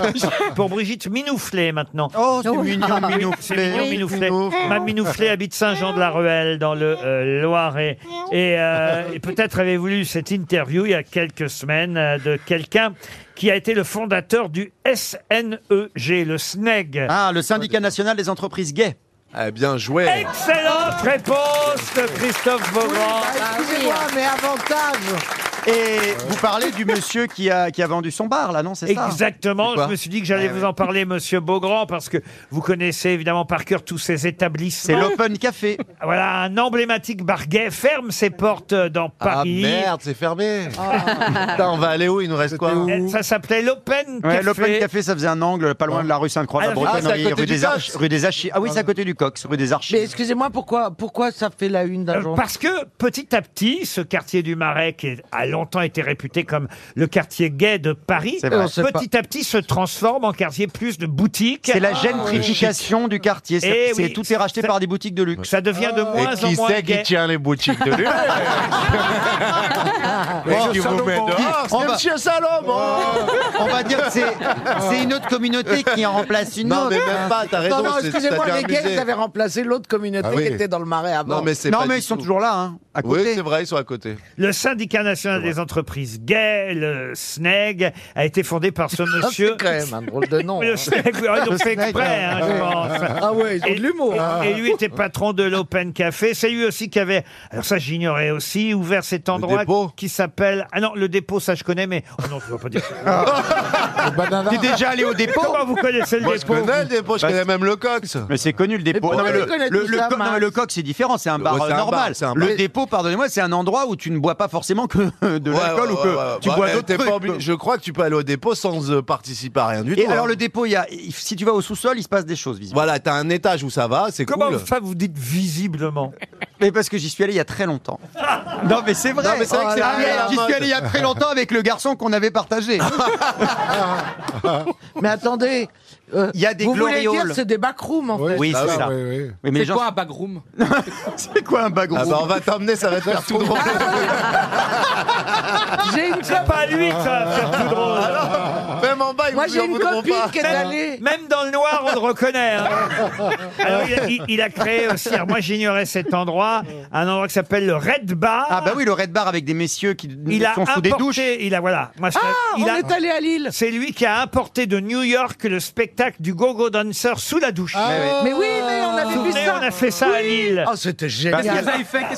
S1: Pour Brigitte Minouflet maintenant. Oh,
S21: c'est mignon, Minouflet.
S1: mignon, Minouflet.
S21: Minouflet.
S1: Madame Minouflet habite Saint-Jean-de-la-Ruelle dans le euh, Loiret. Et, euh, et peut-être avez-vous lu cette interview il y a quelques semaines euh, de quelqu'un qui a été le fondateur du SNEG, le E SNEG.
S16: Ah, le syndicat national des entreprises gays.
S21: Eh bien joué.
S1: Excellente réponse de Christophe Beaugrand.
S8: Excusez-moi, mais avantage.
S16: Et vous parlez du monsieur qui a, qui a vendu son bar, là, non C'est ça
S1: Exactement,
S16: C'est quoi
S1: je me suis dit que
S14: Eh
S1: j'allais vous en parler, monsieur Beaugrand, parce que vous connaissez évidemment par cœur tous ces établissements.
S16: C'est l'Open Café.
S1: Voilà, un emblématique bar gay ferme ses portes euh, dans Paris.
S21: merde, c'est fermé.
S8: Ah.
S21: Putain, on va aller où Il nous reste quoi
S1: Eh, Ça s'appelait l'Open
S16: Ouais,
S1: Café.
S16: L'Open Café, ça faisait un angle pas loin de la rue Sainte-Croix,
S1: Ah,
S16: la
S1: la rue- Ah, c'est à
S16: Bretonnerie,
S1: côté
S16: rue,
S1: du
S16: des Arches,
S1: Cox.
S16: rue des Archives. Ah oui, c'est à côté du Cox, rue des Archives.
S8: Mais excusez-moi, pourquoi, pourquoi ça fait la une d'un
S1: Euh,
S8: jour
S1: Parce que petit à petit, ce quartier du Marais, qui a longtemps été réputé comme le quartier gay de Paris,
S16: C'est vrai.
S1: euh,
S16: On sait pas.
S1: petit à petit se transforme en quartier plus de boutiques.
S16: C'est la
S1: Ah,
S16: gentrification du quartier. C'est
S1: Eh
S16: c'est-
S1: oui.
S16: tout est racheté par des boutiques de luxe.
S1: Ça devient de moins en moins gay.
S21: les boutiques de lui
S16: Oh,
S21: qui vous met
S16: Salomon.
S21: dehors
S16: On va-
S21: Monsieur Salomon
S16: On va dire que c'est c'est une autre communauté qui en remplace une
S21: Non,
S16: autre.
S21: mais même pas, t'as raison.
S8: Non, non,
S21: c'est-
S8: excusez-moi,
S21: ça
S8: les
S21: devient
S8: gays,
S21: amusé.
S8: ils avaient remplacé l'autre communauté
S21: Ah oui.
S8: qui était dans le marais avant.
S21: Non, mais c'est pas du tout.
S16: là, hein, à
S21: Oui, c'est vrai, ils sont à côté.
S1: Le syndicat national des entreprises gays, le SNEG, a été fondé par ce monsieur.
S8: Ah, C'est quand même un drôle de nom.
S7: hein.
S8: hein.
S1: Le SNEG, oui, ils l'ont
S8: Le
S1: fait
S8: SNEG,
S1: exprès, hein,
S8: ah
S1: je
S8: ouais.
S1: pense.
S8: Ah ouais, ils ont
S1: Et-
S8: de l'humour.
S1: et-
S8: Ah.
S1: Et lui était patron de l'Open Café. C'est lui aussi qui avait, alors ça j'ignorais aussi, ouvert cet endroit qui s'appelle. Ah non, le dépôt, ça je connais, mais. Oh non, je ne pas dire.
S2: T'es déjà allé au dépôt
S1: Comment vous connaissez le
S2: Moi,
S1: dépôt
S2: Je connais
S1: vous
S2: le dépôt, je
S1: Bah,
S2: connais même le cox.
S14: Mais c'est connu le dépôt.
S2: pourquoi
S14: mais
S2: tu
S14: le,
S2: connais
S14: le-
S2: tout
S14: le
S2: ça,
S14: co- non, mais
S2: Max
S14: le coq, c'est différent, c'est un bar
S2: Ouais,
S14: euh,
S2: c'est un
S14: normal.
S2: bar, c'est un bar.
S14: le dépôt, pardonnez-moi, c'est un endroit où tu ne bois pas forcément que de
S2: Ouais,
S14: l'alcool
S2: ouais,
S14: ou que
S2: ouais, ouais,
S14: tu
S2: bah,
S14: bois
S2: eh,
S14: d'autres
S2: t'es pas
S14: trucs.
S2: obligé- Je crois que tu peux aller au dépôt sans euh, participer à rien du
S14: Et
S2: tout.
S14: alors
S2: hein.
S14: le dépôt, il y a, si tu vas au sous-sol, il se passe des choses. Visiblement.
S2: Voilà, t'as un étage où ça va, c'est cool.
S14: Comment ça, vous dites visiblement Ah Mais parce que j'y suis allé il y a très longtemps. Non mais c'est vrai.
S2: Non, mais c'est vrai que c'est
S14: Ah,
S2: vrai, la
S14: J'y
S2: mode.
S14: suis allé il y a très longtemps avec le garçon qu'on avait partagé.
S8: Mais attendez, euh,
S14: Il y a des
S8: vous voulez
S14: glorioles.
S8: dire c'est des backrooms en fait.
S14: Ah Oui, c'est ça. Oui, mais les gens-
S8: backroom
S14: C'est quoi un Ah bagoum
S2: Ah bah, on va t'emmener, ça va te faire tout drôle.
S8: J'ai une
S1: C'est pas lui que ça va faire plus drôle.
S8: Ah,
S2: Même en bas, ils
S1: Moi,
S2: vous-
S1: j'ai
S2: ils
S1: une
S2: vous diront
S1: copine
S2: pas.
S1: qui est allée- Même dans le noir, on le reconnaît. hein. Alors, il, a, il- il a créé aussi, alors moi j'ignorais cet endroit, un endroit qui s'appelle le Red Bar. Ah
S14: bah oui, le Red Bar avec des messieurs qui
S1: il a
S14: sont sous
S1: importé,
S14: des douches.
S1: Il a, voilà. Moi, je-
S8: Ah,
S1: il
S8: on
S1: a-
S8: est allé à Lille.
S1: C'est lui qui a importé de New York le spectacle du Go-Go Dancer sous la douche.
S8: Ah, Mais oui, mais on avait vu
S1: Souvenez,
S8: ça.
S1: on a fait ça à Lille.
S8: Oh, c'était génial.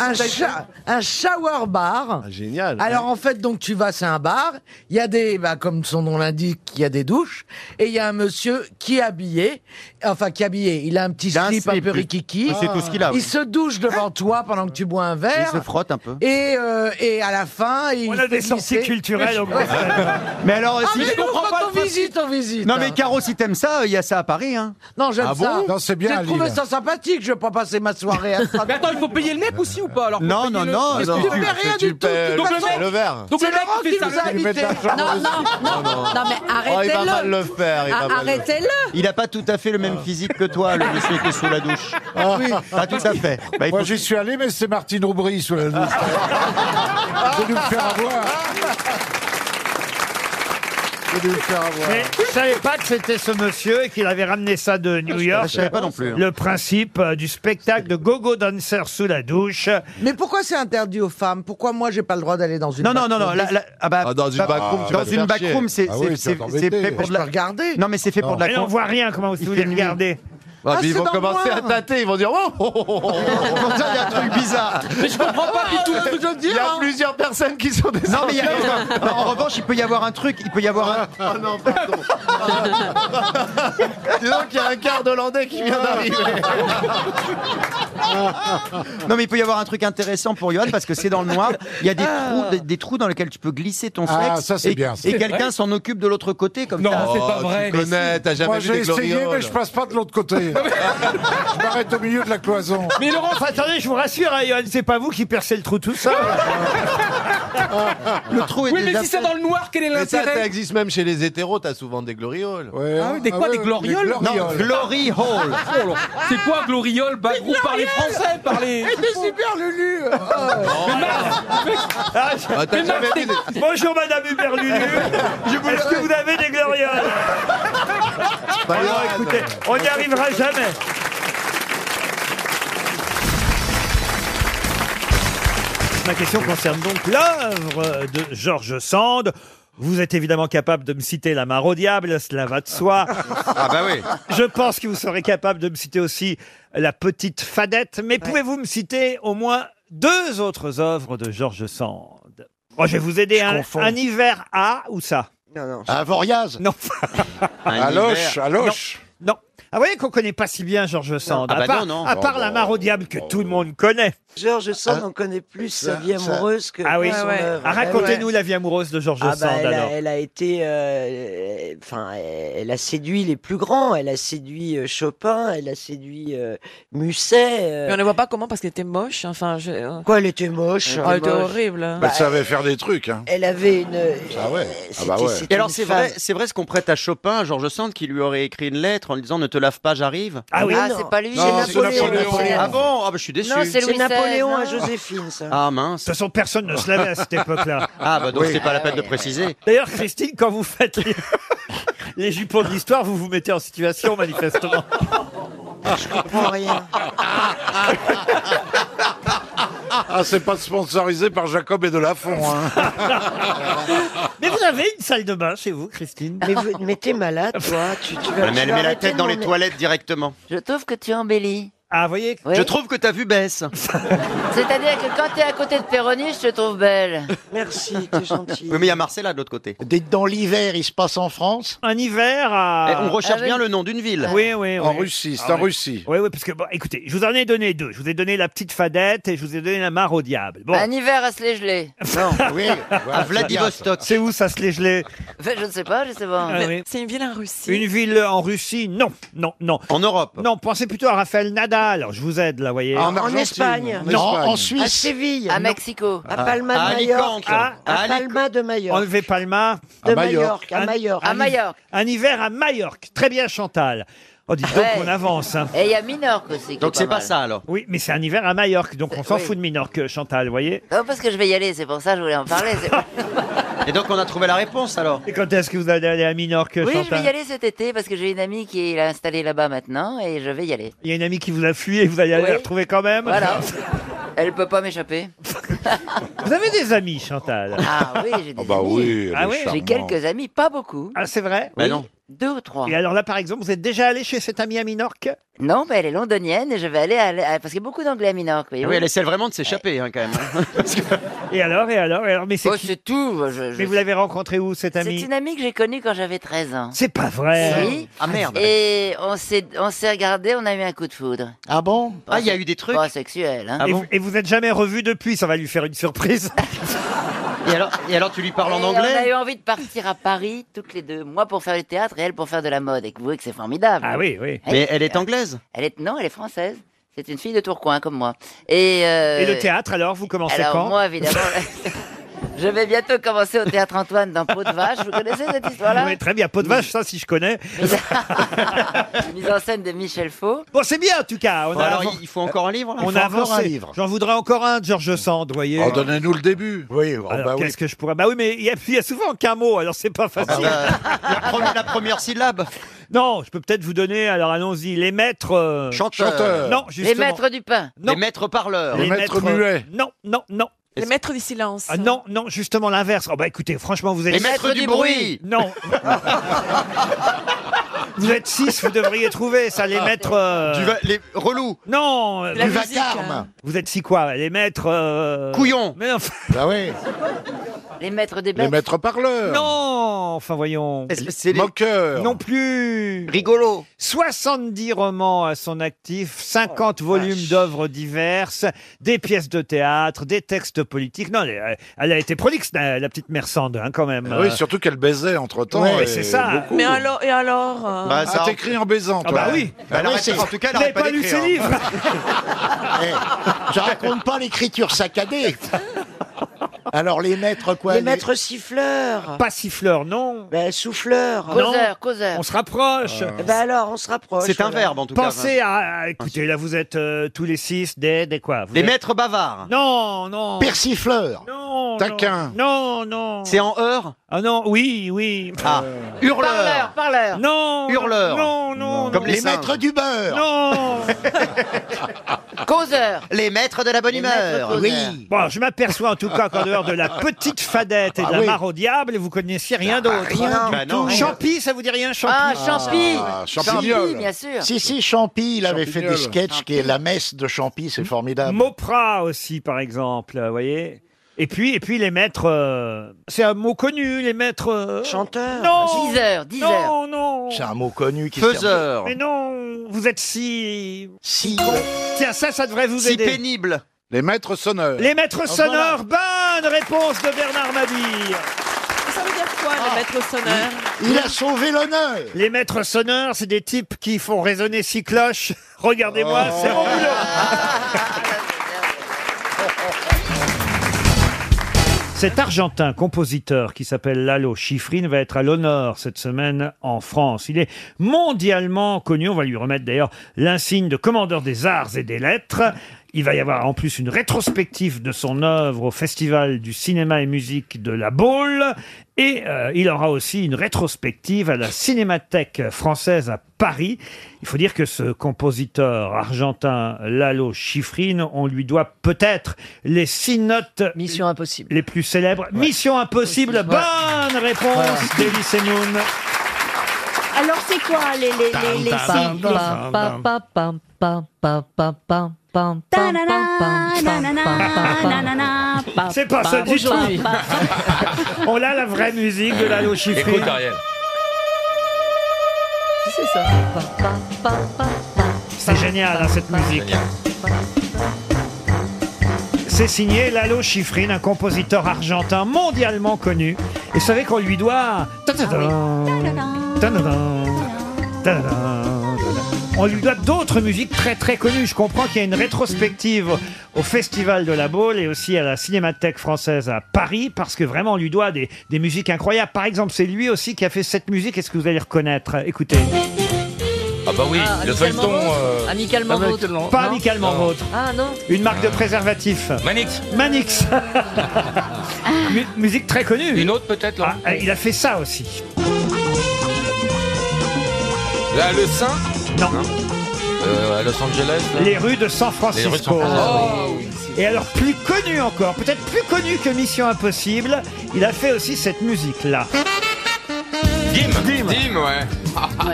S8: un, cha- un shower bar.
S14: Ah, hein.
S2: génial.
S8: Alors en fait, donc tu vas, c'est un bar. Il y a des, bah, comme son nom l'indique, il y a des douches et il y a un monsieur qui est habillé, enfin qui est habillé. Il a un petit
S14: un
S8: slip, un
S14: slip,
S8: peu
S14: oui.
S8: rikiki.
S14: Oui, c'est tout ce qu'il a, oui.
S8: Il se douche
S14: Hein
S8: devant toi pendant que tu bois un verre.
S14: Il se frotte un peu.
S8: Et euh, et à la fin, il
S1: On a des sorties culturelles au contraire.
S14: Mais alors,
S8: Ah,
S14: si
S8: mais
S14: je
S8: nous,
S14: comprends
S8: quand
S14: pas le
S8: on
S14: principe.
S8: visite, on visite.
S14: Non
S8: hein.
S14: mais Caro, si t'aimes ça, il y a ça à Paris. Hein.
S8: Non, j'aime ça. J'ai
S14: J'ai
S8: trouvé ça sympathique. Je vais pas passer ma soirée à ça.
S14: Mais attends,
S8: il faut payer le mec aussi ou pas alors
S14: Non, non, non, non.
S8: Tu ne paies rien du tout. de toute
S2: Donc le
S8: façon.
S2: mec- le verre.
S8: C'est Laurent qui nous a
S2: Il met de
S8: invités.
S2: l'argent
S26: Non,
S2: dessus.
S26: non, non, non, mais
S2: Oh, il va
S26: arrêtez-le.
S2: mal le faire. il va
S26: Ah,
S2: mal le faire.
S26: Arrêtez-le.
S14: Il a pas tout à fait le même physique que toi, le monsieur qui est sous la douche. Pas tout à fait. Bah, il
S20: Moi,
S14: faut-
S20: j'y suis allé, mais c'est Martine Aubry sous la douche. Je vais nous faire avoir.
S1: Je je savais pas que c'était ce monsieur et qu'il avait ramené ça de New York.
S14: Je savais pas non plus, hein.
S1: Le principe euh, du spectacle de Gogo Dancer sous la douche.
S8: Mais pourquoi c'est interdit aux femmes Pourquoi moi j'ai pas le droit d'aller dans une
S14: Non, non, non, non.
S8: bathroom
S14: la- la- ah bah,
S2: Ah, dans une
S14: bah,
S2: backroom, tu
S14: dans
S2: vas te
S14: une
S2: faire
S14: backroom,
S2: chier.
S14: c'est
S2: Ah oui,
S14: c'est-
S2: tu vas
S14: c'est-
S2: t'embêter.
S14: c'est fait pour
S2: Je
S14: de la.
S8: peux regarder
S14: Non, mais c'est fait pour de la.
S1: Mais on
S14: con-
S1: voit rien, comment vous
S14: Il
S1: voulez
S14: fait nuit.
S1: regarder
S2: Ah,
S8: Ah,
S2: puis ils
S8: c'est
S2: vont
S8: dans le
S2: commencer
S8: noir.
S2: à tâter, ils vont dire oh, oh, oh, oh, oh.
S14: Il y a un truc bizarre.
S8: Mais je comprends pas du tout ce que je veux
S2: Il y
S8: dire.
S2: a
S8: hein.
S2: plusieurs personnes qui sont des
S14: Non, mais il y a- non, en revanche, il peut y avoir un truc. Il peut y avoir un.
S2: Oh non, pardon. Dis donc, il y a un quart d'Hollandais qui vient d'arriver.
S14: Non, mais il peut y avoir un truc intéressant pour Johan parce que c'est dans le noir. Il y a des
S1: Ah.
S14: trous, des, des trous dans lesquels tu peux glisser ton
S20: Ah,
S14: sexe.
S20: ça, c'est
S14: et,
S20: bien, ça.
S14: Et quelqu'un s'en occupe de l'autre côté comme ça.
S2: Oh, Tu connais, t'as jamais
S20: Moi,
S2: vu
S20: j'ai
S2: des
S20: essayé, mais
S2: glorioles.
S20: je passe pas de l'autre côté. je m'arrête au milieu de la cloison.
S1: Mais Laurent, enfin, attendez, je vous rassure, hein, Johan, c'est pas vous qui percez le trou tout seul.
S14: Le trou est
S16: Oui, mais
S14: déjà
S16: si c'est
S14: fait.
S16: dans le noir, quel est
S2: Mais ça, ça
S16: l'intérêt
S2: existe même chez les hétéros, t'as souvent des glorioles.
S16: Ah oui, des quoi, des glorioles
S14: Non, Glory Hall.
S16: Oh là, C'est quoi gloriole Bah groupe par les Français, par les.
S8: T'es super Lulu.
S2: Ah, t'as
S16: Mais Max,
S2: jamais vu des-
S1: Bonjour Madame Hubert-Lulu, est-ce que vous avez des glorioles
S2: Bah,
S1: Alors,
S2: regarde.
S1: écoutez, on n'y arrivera jamais. Ma question concerne donc l'œuvre de Georges Sand. Vous êtes évidemment capable de me citer La Mare au Diable, cela va de soi.
S14: Ah bah oui.
S1: Je pense que vous serez capable de me citer aussi La Petite Fadette, mais pouvez-vous me citer au moins deux autres œuvres de Georges Sand Oh, je vais vous aider. Un,
S22: confonds.
S1: un hiver à ou ça
S22: Un Voriaz
S1: Non.
S20: Aloche, aloche.
S1: Non. Ah, vous voyez qu'on connaît pas si bien Georges Sand.
S14: Ah
S1: à
S14: bah
S1: part,
S14: non, oh, non.
S1: à part la mare au diable que tout le monde connaît.
S9: Georges
S8: Ah.
S9: Sand, on connaît plus sa vie amoureuse que
S1: Ah oui.
S9: son œuvre.
S1: Ah, Racontez-nous
S9: Ouais.
S1: la vie amoureuse de Georges
S9: Ah bah,
S1: Sand
S9: elle, a,
S1: alors.
S9: elle a été, euh, enfin, elle a séduit les plus grands. Elle a séduit euh, Chopin, elle a séduit euh, Musset. euh.
S26: Mais on ne voit pas comment parce qu'elle était moche. Enfin, je... euh,
S9: Quoi, elle était moche.
S26: elle était horrible.
S14: Bah,
S20: Elle savait faire des trucs. Hein.
S9: Elle avait une.
S20: Ah ouais. Ah
S9: Euh, C'était-
S20: bah ouais.
S9: c'était-
S14: Et alors
S9: une
S14: c'est vrai,
S9: femme.
S14: c'est vrai ce qu'on prête à Chopin, à Georges Sand, qui lui aurait écrit une lettre en lui disant ne te lave pas, j'arrive.
S1: Ah oui.
S9: Ah,
S13: c'est pas lui.
S9: C'est Napoléon.
S14: Ah bon, ah bah, je suis déçu.
S13: Non,
S9: C'est
S13: c'est Louis hein.
S9: Napoléon
S13: XVI,
S9: à
S13: non
S9: Joséphine, ça.
S14: Ah
S1: De
S14: mince.
S1: toute façon, personne ne se lavait à cette époque-là.
S14: Ah bah donc
S20: Oui.
S14: c'est pas la peine de préciser.
S1: D'ailleurs, Christine, quand vous faites les, les jupons de l'histoire, vous vous mettez en situation, manifestement.
S9: Je comprends rien.
S20: Ah, c'est pas sponsorisé par Jacob et Delafont. Hein.
S1: Mais vous avez une salle de bain chez vous, Christine
S9: Mais, vous- mais t'es malade, toi. Tu, tu vas,
S14: Ah, mais
S9: tu
S14: elle
S9: vas
S14: met la
S9: arrêter
S14: tête
S9: de
S14: dans
S9: m'emmer-
S14: les toilettes directement.
S13: Je trouve que tu embellis.
S1: Ah, vous voyez
S13: Oui.
S14: Je trouve que ta vue baisse.
S13: C'est-à-dire que quand t'es à côté de Péroni, je te trouve belle.
S9: Merci, t'es gentil.
S14: Oui, mais il y a Marcella de l'autre côté.
S1: Dans l'hiver, il se passe en France Un hiver à...
S14: Eh, on
S9: Ah
S14: recherche bien le nom d'une ville.
S1: Oui, oui,
S14: En
S1: oui.
S14: Russie, c'est en
S1: oui.
S14: Russie.
S1: Oui, oui, parce que, bon, écoutez, je vous en ai donné deux. Je vous ai donné la petite fadette et je vous ai donné la mare au diable. Bon.
S13: Un hiver à se les geler.
S1: Non,
S13: oui,
S14: voilà, Vladivostok.
S1: C'est où ça se les gelé
S13: je ne sais pas, je sais pas.
S1: Ah oui.
S13: C'est une ville en Russie.
S1: Une ville en Russie Non, non, non. En Europe Non, pensez plutôt à Raphaël Nadal. Alors, je vous aide là, voyez.
S9: En En Argentine. Espagne.
S1: Non,
S9: En Espagne.
S1: en Suisse.
S9: À Séville.
S13: À
S9: Non.
S13: Mexico.
S8: Ah.
S9: À Palma de
S1: À
S9: Mallorca.
S1: Alicante.
S9: À,
S1: À Alic-
S9: Palma de Mallorca.
S1: Enlevez Palma.
S9: De À Majorque, à
S1: Un-
S9: Majorque.
S1: un-
S9: À Majorque.
S1: Un hiver à Majorque. Très bien, Chantal. Oh, dites donc,
S13: Ouais.
S1: on avance. hein.
S13: Et il y a Minorque aussi. qui est pas mal.
S14: alors
S1: Oui, mais c'est un hiver à Majorque, donc on s'en
S13: Oui.
S1: fout de Minorque, Chantal, vous voyez
S13: Non, parce que je vais y aller, c'est pour ça que je voulais en parler. c'est-
S14: Et donc on a trouvé la réponse alors.
S1: Et quand est-ce que vous allez aller à Minorque,
S13: Oui, je
S1: Chantal
S13: vais y aller cet été parce que j'ai une amie qui est installée là-bas maintenant et je vais y aller.
S1: Il y a une amie qui vous a fui et vous allez aller
S13: Oui.
S1: la retrouver quand
S14: Ah, bah,
S1: même
S13: Voilà. Elle peut pas m'échapper.
S1: Vous avez des amis, Chantal
S13: Ah oui, j'ai des
S14: bah
S13: amis. Ah oui, j'ai quelques amis, pas beaucoup.
S1: Ah, c'est vrai
S13: Oui, Deux ou trois.
S1: Et alors là, par exemple, vous êtes déjà allé chez cette amie à Minorque
S13: Non, mais elle est londonienne et je vais aller à... à- Parce qu'il y a beaucoup d'anglais à Minorque.
S14: Ah
S13: voyez-vous.
S14: Oui, elle essaie vraiment de s'échapper hein, quand même.
S1: Et alors, et alors, et alors Mais c'est
S13: Oh,
S1: qui
S13: c'est tout. je- je-
S1: Mais vous l'avez rencontrée où, cette
S13: C'est
S1: amie
S13: une amie que j'ai connue quand j'avais 13 ans.
S1: C'est pas vrai
S13: Si.
S14: Ah, merde.
S13: Et on s'est on s'est regardé, on a eu un coup de foudre.
S1: Ah bon
S13: Pas se- Pas sexuel.
S14: Ah
S13: Hein.
S1: et, vous- et vous n'êtes jamais revu depuis, ça va lui faire une surprise.
S14: Et alors, et alors tu lui parles en
S13: Et On a eu
S14: anglais
S13: envie de partir à Paris toutes les deux, moi pour faire du théâtre et elle pour faire de la mode. Et que vous voyez que c'est formidable. euh,
S14: Ah oui, oui. Mais elle est anglaise
S13: Elle est non, elle est française. C'est une fille de Tourcoing comme moi. Et, euh,
S1: Et le théâtre, alors, vous commencez
S13: alors,
S1: quand
S13: moi évidemment. Je vais bientôt commencer au théâtre Antoine dans Peau de Vache. Vous connaissez cette histoire-là
S1: Oui, Très bien, peau de vache, ça, si je connais.
S13: Mise en scène de Michel Faux.
S1: Bon, c'est bien, en tout cas. On
S14: Bon,
S1: a
S14: alors,
S1: avan-
S14: il- il faut encore un livre là
S1: On
S14: Il
S1: a
S14: faut encore un
S1: avancé.
S14: livre.
S1: J'en voudrais encore un de Georges Sand, vous voyez.
S14: Oh,
S1: Donnez-nous le début. Oui, qu'est-ce que je pourrais. Bah oui, mais il y, a- il y a souvent qu'un mot, alors c'est
S14: Ah bah
S1: pas facile.
S14: la, première, la première syllabe.
S1: Non, je peux peut-être vous donner, alors allons-y, les maîtres. euh,
S14: Chanteurs. Chanteurs.
S1: Non, justement.
S13: Les maîtres du pain.
S1: Non.
S14: Les maîtres parleurs.
S1: Les euh, Non, non, non.
S26: Les maîtres du silence.
S1: Ah, non, non, justement l'inverse. Oh, bah écoutez, franchement, vous êtes.
S14: Les maîtres du bruit.
S1: Non. vous êtes six, vous devriez trouver ça, les maîtres. euh,
S14: Ah. Du va- les relous.
S1: Non, euh,
S14: La
S1: du
S14: musique, hein.
S1: Vous êtes si quoi Les maîtres. euh,
S14: Couillon.
S1: Mais non.
S14: Bah oui.
S13: Les maîtres des bêtes.
S1: parleurs. Non, enfin voyons.
S14: Est-ce que c'est les-
S1: Moqueurs. Non plus.
S14: Rigolo.
S1: 70 romans à son actif, 50
S14: Oh,
S1: volumes d'œuvres diverses, des pièces de théâtre, des textes politiques. Non, elle, est- elle a été prolixe, la, la petite mère Sand, hein, quand même.
S20: Oui, surtout qu'elle baisait entre-temps.
S1: Ouais,
S20: et
S1: c'est ça.
S20: beaucoup.
S26: Mais alors, et alors euh,
S14: Bah,
S20: Ah, t'écris en baisant,
S1: Ah
S20: toi.
S1: bah oui.
S20: Bah oui, c'est-
S14: en tout cas, elle n'aurait
S1: Vous n'avez
S14: pas,
S1: pas lu
S14: d'écrire,
S1: ses
S14: hein.
S1: livres
S22: Eh,
S7: Je raconte pas l'écriture saccadée.
S22: Alors les maîtres quoi
S9: les maîtres siffleurs.
S1: Pas siffleur, non.
S14: Bah,
S9: Ben,
S14: Ah
S9: souffleurs.
S13: Causeur, causeur.
S1: Euh, On se rapproche.
S9: Eh Ben alors, on se rapproche.
S14: C'est un
S9: voilà.
S14: verbe en tout
S1: Pensez
S14: cas. hein.
S1: à, à- Écoutez, là, vous êtes euh, tous les six des, des quoi vous
S14: Les
S1: êtes-
S14: maîtres bavards.
S1: Non, non.
S22: Persifleur.
S1: Non,
S22: Taquin.
S1: Non, non.
S14: C'est en heure
S1: Ah non, oui, oui. Euh.
S14: Ah. Hurleur.
S13: Parleur, parleur.
S1: Non.
S14: Hurleur.
S1: Non, non,
S14: Comme
S1: non.
S14: les
S22: Les
S14: singes.
S22: maîtres du beurre.
S1: Non.
S13: Causeur.
S14: Les maîtres de la bonne
S13: Les
S14: humeur.
S13: maîtres causeurs.
S1: Bon, je m'aperçois en tout cas qu'en dehors de la petite fadette et de
S22: Ah
S1: la
S22: oui. Ah,
S1: mare au diable, vous connaissiez rien d'autre.
S22: rien
S1: Bah
S14: du
S1: non.
S14: tout.
S1: Champi, ça vous dit rien, Champi
S13: Ah, Champi.
S22: Ah,
S13: Champi, bien sûr.
S22: Si, si, Champy, il avait fait des
S20: Champignol.
S22: sketchs qui est la messe de Champy, c'est formidable.
S1: Mopra aussi, par exemple, vous voyez et puis, et puis les maîtres, euh, c'est un mot connu, les maîtres. euh,
S9: Chanteur.
S1: Non,
S13: Deezer, Deezer.
S1: non, non.
S22: C'est un mot connu qui
S14: Faiseur.
S1: Mais non, vous êtes si.
S22: Si.
S1: Tiens, ça, ça devrait vous
S14: Si
S1: aider.
S14: pénible. Oh,
S20: Les maîtres sonneurs.
S1: Les maîtres sonneurs, bonne réponse de Bernard Mabille.
S26: Ça veut dire quoi,
S14: Ah.
S26: les maîtres sonneurs
S22: Il a sauvé l'honneur.
S1: Les maîtres sonneurs, c'est des types qui font résonner six cloches. Regardez-moi,
S22: Oh.
S1: c'est mon boulot. Cet argentin compositeur qui s'appelle Lalo Schifrin va être à l'honneur cette semaine en France. Il est mondialement connu, on va lui remettre d'ailleurs l'insigne de commandeur des arts et des lettres. Il va y avoir en plus une rétrospective de son œuvre au Festival du cinéma et musique de La Baule. Et euh, il aura aussi une rétrospective à la Cinémathèque française à Paris. Il faut dire que ce compositeur argentin Lalo Schifrin, on lui doit peut-être les six notes
S16: Mission impossible.
S1: les plus célèbres. Mission impossible, bonne réponse d'Elie Semoun.
S12: Alors c'est quoi les les les les
S26: Pam, pam, pam, pam, pam, pam, pam, pam, pam, pam, pam, pam, pam, pam,
S1: C'est pas ça
S26: pam,
S1: du tout.
S26: pam,
S1: On a la vraie musique de la Lochifrine.
S26: Écoute,
S1: Ariel.
S26: C'est ça. Pam, pam, pam, pam.
S1: C'est génial, hein, cette musique. C'est signé Lalo Schifrin, un compositeur argentin mondialement connu. Et vous savez qu'on lui doit... Ta-ta-dan, ta-ta-dan, ta-ta-dan. On lui doit d'autres musiques très très connues. Je comprends qu'il y a une rétrospective au Festival de la Baule et aussi à la Cinémathèque française à Paris parce que vraiment on lui doit des, des musiques incroyables. Par exemple, c'est lui aussi qui a fait cette musique. Est-ce que vous allez reconnaître Écoutez.
S11: Ah bah oui,
S1: Ah,
S11: le
S1: amicalement
S11: feuilleton.
S1: vôtre.
S11: euh,
S26: Amicalement vôtre.
S1: Pas
S26: Non
S1: amicalement
S26: Non.
S1: vôtre.
S26: Ah non.
S1: Une marque de préservatif.
S11: Manix.
S1: Manix. Mu- musique très connue. Une autre peut-être là. il a fait ça aussi.
S11: Là, le sein
S1: Non.
S11: Euh, à Los Angeles. là.
S1: Ah. Les rues de San
S11: Les rues de
S1: Francisco. Ah,
S11: San Francisco.
S1: Et alors plus connu encore, peut-être plus connu que Mission Impossible, il a fait aussi cette musique là.
S11: Dim. Dim. ouais.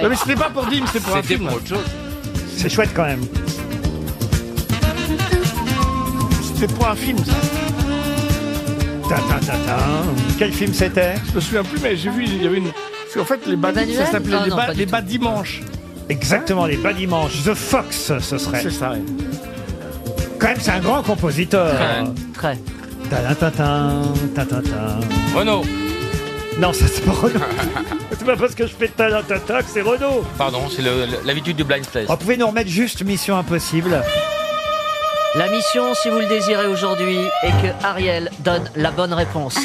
S1: Ouais, mais c'était pas pour Dim, c'était pour un
S11: Ah, C'était
S1: film.
S11: pour autre chose.
S1: C'est chouette quand même.
S24: C'était pour un film, ça.
S1: Ta, ta, ta, ta. Quel film c'était
S24: Je me souviens plus, mais j'ai vu, il y avait une. Parce qu'en fait, les bas,
S1: Manuel
S24: ça s'appelait
S1: Ah
S24: les,
S1: non,
S24: bas,
S1: pas du
S24: les bas dimanches.
S1: Exactement, les bas dimanches. The Fox, ce serait.
S24: C'est ça, ouais.
S1: Quand même, c'est un grand compositeur.
S26: Très.
S1: Ta, ta, ta, ta, ta, ta.
S11: Renault.
S1: Non, ça c'est pas Renaud. c'est pas parce que je fais ta, ta, ta que c'est Oh, Renaud.
S11: Pardon, c'est le- le- l'habitude du blind place.
S1: Vous pouvez nous remettre juste Mission Impossible.
S16: La mission, si vous le désirez aujourd'hui, est que Ariel donne la bonne réponse.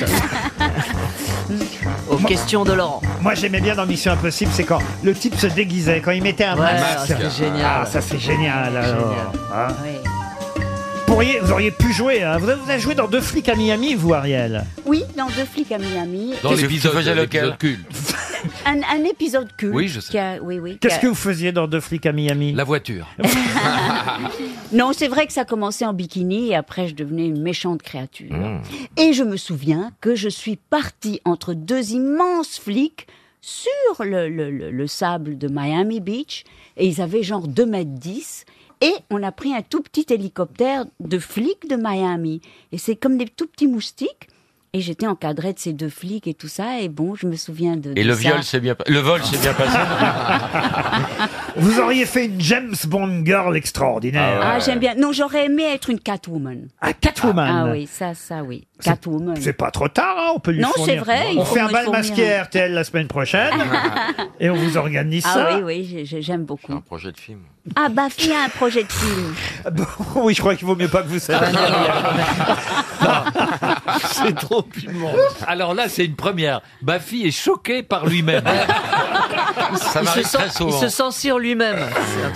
S16: Aux questions de Laurent.
S1: Moi, j'aimais bien dans Mission Impossible, c'est quand le type se déguisait, quand il mettait un
S16: Ouais,
S1: masque.
S16: c'était génial.
S1: Ah, ça c'est génial. alors.
S16: Génial.
S1: Hein Pourriez- vous auriez pu jouer. hein. Vous, avez, vous avez joué dans Deux flics à Miami, vous, Ariel.
S28: Oui, dans Deux flics à Miami.
S11: Dans
S1: Qu'est-ce que
S11: l'épisode
S1: tu faisais lequel
S11: l'épisode culte.
S28: Un, un épisode culte.
S11: Oui, je sais.
S28: qui a- oui, oui,
S1: Qu'est-ce
S28: qui
S1: que
S28: a-
S1: vous faisiez dans Deux flics à Miami
S11: La voiture.
S12: Non, c'est vrai que ça commençait en bikini et après je devenais une méchante créature.
S11: Mmh.
S12: Et je me souviens que je suis partie entre deux immenses flics sur le, le- le- le sable de Miami Beach et ils avaient genre 2 mètres 10 et on a pris un tout petit hélicoptère de flics de Miami et c'est comme des tout petits moustiques et j'étais encadrée de ces deux flics et tout ça et bon, je me souviens de de
S11: Et le
S12: ça.
S11: viol s'est bien
S1: Ah,
S11: passé. Le vol s'est bien passé.
S1: Vous auriez fait une James Bond girl extraordinaire.
S12: Ah, j'aime bien. Non, j'aurais aimé être une Catwoman.
S1: Ah, Catwoman.
S12: Ah oui, ça, ça, oui. Catwoman.
S1: C'est pas trop tard, hein, on peut lui
S12: Non,
S1: fournir.
S12: c'est vrai, il
S1: On
S12: faut
S1: fait un
S12: me
S1: bal
S12: fournir.
S1: masqué à RTL la semaine prochaine et on vous organise ça.
S12: Ah oui, oui, j'ai- j'ai- j'aime beaucoup.
S11: Un projet de film.
S12: Ah, Bafi a un projet de film.
S1: Ah Oui, je crois qu'il vaut mieux pas que vous
S12: Ah bah
S1: sachiez.
S11: c'est trop immense. Alors là, c'est une première. Bafi est choqué par lui-même. Ça
S16: il, se
S11: m'arrive
S16: sent-
S11: très souvent.
S16: il se censure lui-même.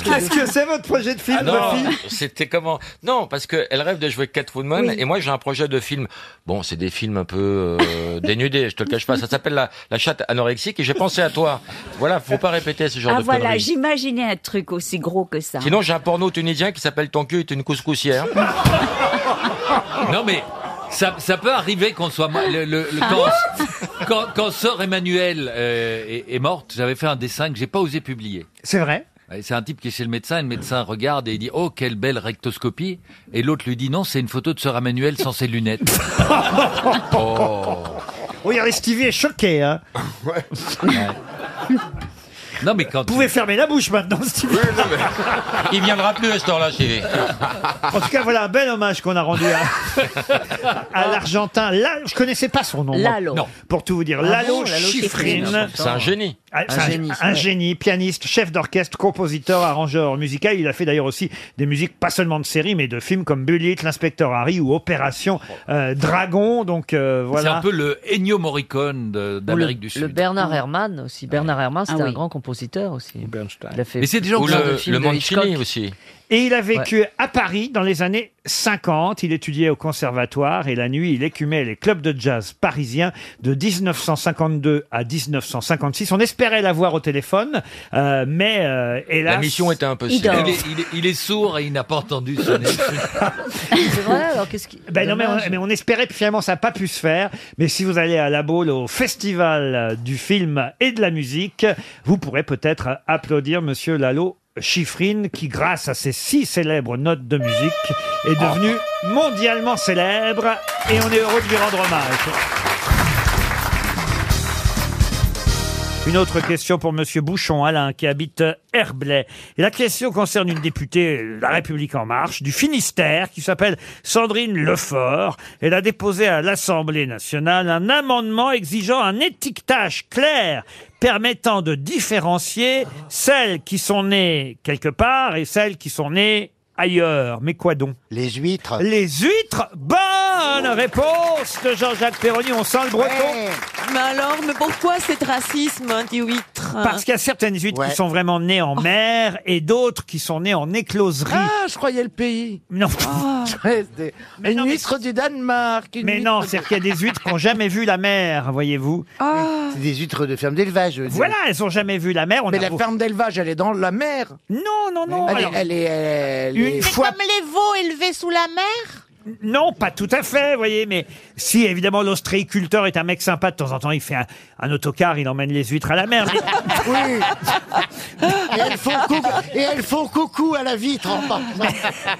S1: Qu'est-ce que c'est votre projet de film,
S11: Ah non, c'était comment Non, parce qu'elle rêve de jouer Catwoman
S16: Oui.
S11: et moi j'ai un projet de film. Bon, c'est des films un peu euh, dénudés, je te le cache pas. Ça s'appelle la, la chatte anorexique et j'ai pensé à toi. Voilà, faut pas répéter ce genre
S12: ah
S11: de
S12: voilà,
S11: conneries.
S12: j'imaginais un truc aussi gros que
S16: Hein.
S12: ça.
S11: Sinon, j'ai un porno tunisien qui s'appelle Ton cul est une couscoussière.
S10: Non mais ça, ça peut arriver qu'on soit mo- le, le- le- quand, quand, quand sœur Emmanuel euh, est, est morte, j'avais fait un dessin que j'ai pas osé publier.
S1: C'est vrai
S10: Ouais, C'est un type qui est chez le médecin, et le médecin regarde et il dit oh quelle belle rectoscopie et l'autre lui dit non c'est une photo de sœur Emmanuel sans ses lunettes. Oh.
S1: Regardez, Stevie est choqué. Hein.
S10: Non mais quand
S1: Vous pouvez fermer la bouche maintenant, Stevie.
S11: Il viendra plus à ce temps-là, Stevie.
S1: En tout cas, voilà un bel hommage qu'on a rendu à, à l'Argentin. Là, je connaissais pas son nom.
S11: Lalo. Non.
S1: Pour tout vous dire,
S11: Ah
S1: Lalo,
S11: bon, Lalo
S1: Schifrin.
S11: Schifrin. C'est un génie.
S1: Ah, c'est
S11: Un
S1: un,
S11: génie,
S1: un
S11: ouais.
S1: génie, pianiste, chef d'orchestre, compositeur, arrangeur musical. Il a fait d'ailleurs aussi des musiques pas seulement de séries, mais de films comme Bullitt, L'inspecteur Harry ou Opération euh, Dragon. Donc euh,
S10: C'est
S1: voilà.
S10: un peu le Ennio Morricone de- d'Amérique du Sud.
S16: Le Bernard Herrmann aussi. Bernard Herrmann, c'était
S1: Ah oui.
S16: un grand compositeur aussi. Il a fait
S10: Mais c'est des gens
S16: plein
S10: qui-
S16: de
S10: le
S16: films de
S10: Mancini
S16: Hitchcock.
S11: aussi.
S1: Et il a vécu à Paris dans les années 50. Il étudiait au conservatoire et la nuit, il écumait les clubs de jazz parisiens de 1952 à 1956. On espérait l'avoir au téléphone, euh, mais euh, hélas...
S29: La mission était
S10: Il est, il est- il est sourd et il n'a pas entendu sonner.
S1: C'est
S5: vrai, alors qu'est-ce qui.
S1: Ben non, mais
S5: Dommage.
S1: on, mais on espérait que finalement ça n'a pas pu se faire. Mais si vous allez à La Baule au festival euh, du film et de la musique, vous pourrez peut-être euh, applaudir Monsieur Lalo Schifrin qui, grâce à ses six célèbres notes de musique, est devenu mondialement célèbre. Et on est heureux de lui rendre hommage. Une autre question pour Monsieur Bouchon, Alain, qui habite Herblay. Et la question concerne une députée euh, La République En Marche du Finistère qui s'appelle Sandrine Lefort. Elle a déposé à l'Assemblée nationale un amendement exigeant un étiquetage clair permettant de différencier celles qui sont nées quelque part et celles qui sont nées ailleurs. Mais quoi donc Les huîtres. Les huîtres Bonne réponse de Jean-Jacques Perroni. On sent le breton.
S26: Mais alors, mais pourquoi cet racisme anti-huître
S1: Parce qu'il y a certaines huîtres qui sont vraiment nées en mer et d'autres qui sont nées en écloserie.
S26: Ah,
S1: je croyais le pays. Non. une huître du Danemark. mais non, c'est-à-dire qu'il y a des huîtres qui n'ont jamais vu la mer, Ah, voyez-vous.
S7: Ah.
S1: C'est des huîtres de ferme d'élevage. Voilà, elles n'ont jamais vu la mer.
S8: Mais la ferme
S1: d'élevage, elle est dans la mer. Non, non, non.
S8: Elle est-
S1: alors-
S8: elle est- elle
S1: Une
S8: est-
S1: fois-
S19: Comme les veaux élevés sous la mer
S1: Non, pas tout à fait, vous voyez, mais si évidemment l'ostréiculteur est un mec sympa, de temps en temps il fait un, un autocar, il emmène les huîtres à la mer. Mais-
S7: Oui. Et elles, font coucou, et elles font coucou à la vitre en partant.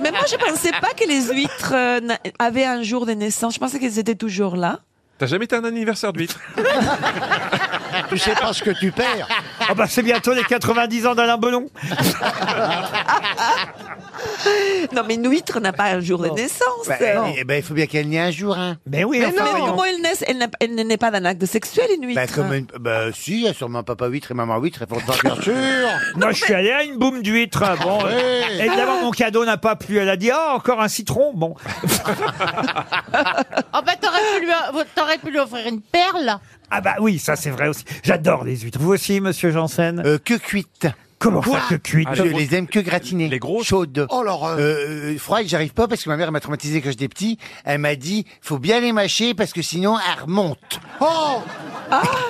S26: Mais moi, je pensais pas que les huîtres euh, na- avaient un jour de naissance. Je pensais qu'elles étaient toujours là.
S24: T'as jamais été un anniversaire d'huître
S7: Tu sais pas ce que tu perds.
S1: Oh bah c'est bientôt les 90 ans d'Alain Belon.
S26: Non, mais une huître n'a pas un jour de naissance.
S7: Bah,
S3: eh ben, il faut bien qu'elle n'y ait un jour, hein.
S7: eh
S1: Ben oui,
S26: mais non, mais comment elle naissent Elle, n'a- elle n'est pas d'un acte sexuel, une huître.
S3: Bah, comme une- bah, si, il y a sûrement papa huître et maman huître, elles font ça, bien sûr.
S1: Moi, je suis allé à une boum d'huître. Bon,
S3: Oui.
S1: euh, évidemment, mon cadeau n'a pas plu. Elle a dit, ah, encore un citron. Bon.
S19: Oh bah t'aurais pu, lui- t'aurais pu lui offrir une perle
S1: Ah, bah oui, ça, c'est vrai aussi. J'adore les huîtres. Vous aussi, monsieur Janssen
S3: Euh, Que cuite. Ah,
S1: Comment ça, que cuite
S3: Je les aime que gratinées. Les grosses Chaudes. Oh, l'horreur. Euh, euh, froides, j'arrive pas parce que ma mère elle m'a traumatisé quand j'étais petit. Elle m'a dit, faut bien les mâcher parce que sinon, elles remontent. Oh!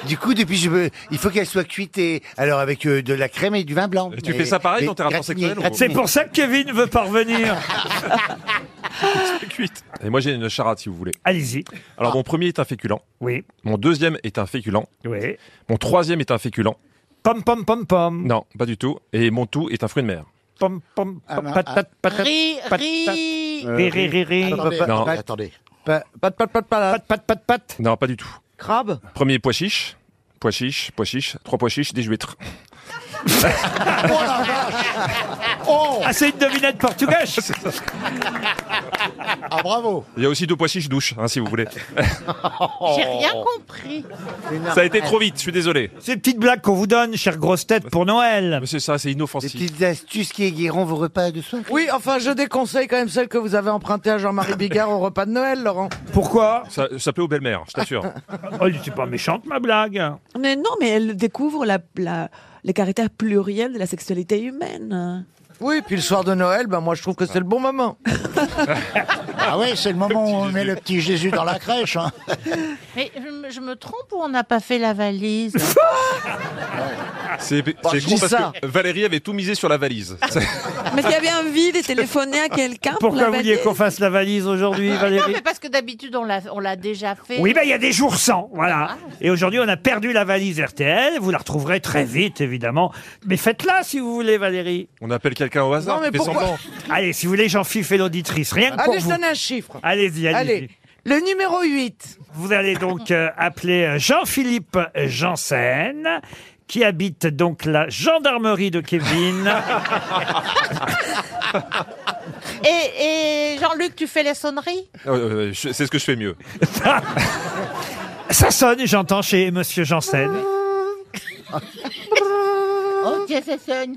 S3: Du coup, depuis, je veux, il faut qu'elles soient cuites et, alors avec euh, de la crème et du vin blanc.
S24: Et tu fais ça pareil dans tes rapports sexuels ou-
S1: C'est pour ça que Kevin veut parvenir.
S24: Cuite. Et moi, j'ai une charade, si vous voulez.
S1: Allez-y.
S24: Alors, mon premier est un féculent.
S1: Oui.
S24: Mon deuxième est un féculent.
S1: Oui.
S24: Mon troisième est un féculent.
S1: Pom, pom, pom, pom.
S24: Non, pas du tout. Et mon tout est un fruit de mer.
S1: Pom, pom, pom,
S3: non,
S1: patate,
S3: ah.
S1: patate,
S3: Ri,
S1: patate. Euh, Ri,
S3: ri.
S1: ri, ri, ri.
S3: Attendez,
S24: Non.
S3: attendez.
S24: Pat, pat, pat, pat, pat,
S1: pat, pat, pat.
S24: Non, pas du tout.
S26: Crabe
S24: Premier pois chiche. Pois chiche, pois chiche, trois pois chiches, des huîtres.
S1: Oh Ah, c'est une devinette portugaise
S24: Ah, bravo Il y a aussi deux pois chiches douches, hein, si vous voulez. Oh.
S19: J'ai rien compris.
S24: Ça a été trop vite, je suis désolé.
S1: Ces petites blagues qu'on vous donne, chères grosses têtes, pour Noël.
S24: Mais c'est ça, c'est
S3: Des
S24: inoffensif.
S3: petites astuces qui aiguiront vos repas de soir.
S8: Oui, enfin, je déconseille quand même celle que vous avez empruntée à Jean-Marie Bigard au repas de Noël, Laurent.
S1: Pourquoi
S24: ça, ça plaît aux belles-mères, je t'assure.
S1: Oh, c'est pas méchante, ma blague.
S26: Mais non, mais elle découvre la, la- le caractère pluriel de la sexualité humaine.
S8: Oui, puis le soir de Noël, ben moi je trouve que c'est le bon moment.
S7: Ah ouais, c'est le moment où on met le petit Jésus dans la crèche. hein.
S19: Mais je, me- je me trompe ou on n'a pas fait la valise
S24: C'est c'est
S19: Bah, je
S24: con
S19: dis
S24: parce
S19: ça.
S24: que Valérie avait tout misé sur la valise.
S26: Mais il y avait un vide et téléphoner à quelqu'un pour
S1: Pourquoi
S26: la
S1: vous vouliez
S26: valider.
S1: qu'on fasse la valise aujourd'hui,
S3: Ah,
S19: Non,
S1: Valérie
S19: mais parce que d'habitude on l'a on l'a déjà fait.
S1: Oui, ben il y a des jours sans, voilà. Et aujourd'hui, on a perdu la valise RTL. Vous la retrouverez très vite, évidemment. Mais faites-la si vous voulez, Valérie.
S24: On appelle quelqu'un au hasard, fait semblant.
S1: Allez, si vous voulez, j'en fiffe et l'auditrice. Rien que pour
S8: Allez, je
S1: vous.
S8: donne un chiffre.
S1: Allez-y, allez-y.
S8: Allez, le numéro 8.
S1: Vous allez donc euh, appeler euh, Jean-Philippe Janssen, qui habite donc la gendarmerie de Kevin.
S19: Et, et Jean-Luc, tu fais les sonneries
S24: Euh, euh, je- c'est ce que je fais mieux.
S1: Ça sonne, j'entends chez Monsieur Janssen.
S19: Oh tiens, ça sonne.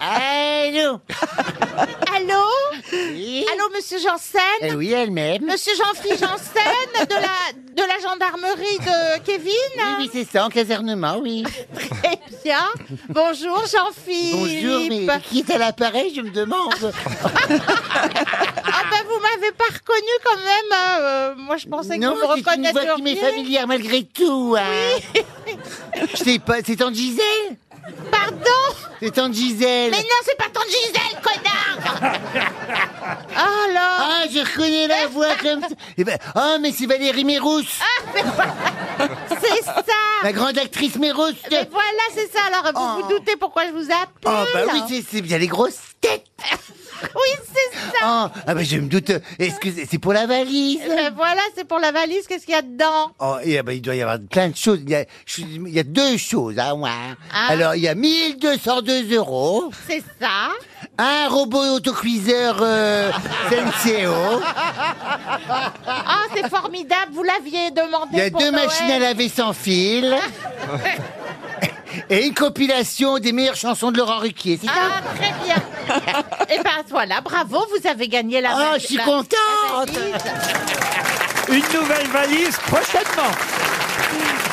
S19: Allô Allô Allô, monsieur Janssen
S3: Eh oui, elle-même.
S19: Monsieur Jean-Philippe Janssen de la, de la gendarmerie de Kevin Oui, oui
S3: c'est ça, en casernement, oui.
S19: Très bien. Bonjour Jean-Philippe.
S3: Bonjour, mais qui est à l'appareil, je me demande.
S19: Ah ben vous m'avez pas reconnu quand même. hein, euh, moi je pensais
S3: Non, c'est
S19: que vous me
S3: une voix qui
S19: reconnaîtriez.
S3: m'est familière malgré tout. hein. Je sais pas, c'est Tante Gisèle
S19: Pardon
S3: C'est Tante Gisèle.
S19: Mais non, c'est pas ton Gisèle, connard
S3: Ah là Ah, je reconnais la voix comme ça. Eh ben, oh, mais c'est Valérie Mérous
S19: Ah, C'est ça
S3: La grande actrice Mérous
S19: Mais voilà, c'est ça. Alors, vous vous doutez pourquoi je vous appelle
S3: Oh, bah oui, c'est- c'est bien les grosses têtes
S19: Oui, c'est ça
S3: Ah, ah bah je me doute. Est-ce que c'est c'est pour la valise
S19: Ben voilà, c'est pour la valise, qu'est-ce qu'il y a dedans
S3: Oh, et, ah bah, il doit y avoir plein de choses. Il y a, je- il y a deux choses à voir.
S19: Ah.
S3: Alors, il y a 1202 euros,
S19: C'est ça
S3: un robot autocuiseur euh, Senseo,
S19: Ah, c'est formidable, vous l'aviez demandé
S3: il y a
S19: pour
S3: deux
S19: Noël.
S3: machines à laver sans fil et une compilation des meilleures chansons de Laurent Ruquier. c'est ça
S19: Ah, très bien Et ben voilà, bravo, vous avez gagné la
S3: Ah,
S19: valise.
S3: je suis
S19: la-
S3: contente.
S19: la valise.
S1: Une nouvelle valise prochainement.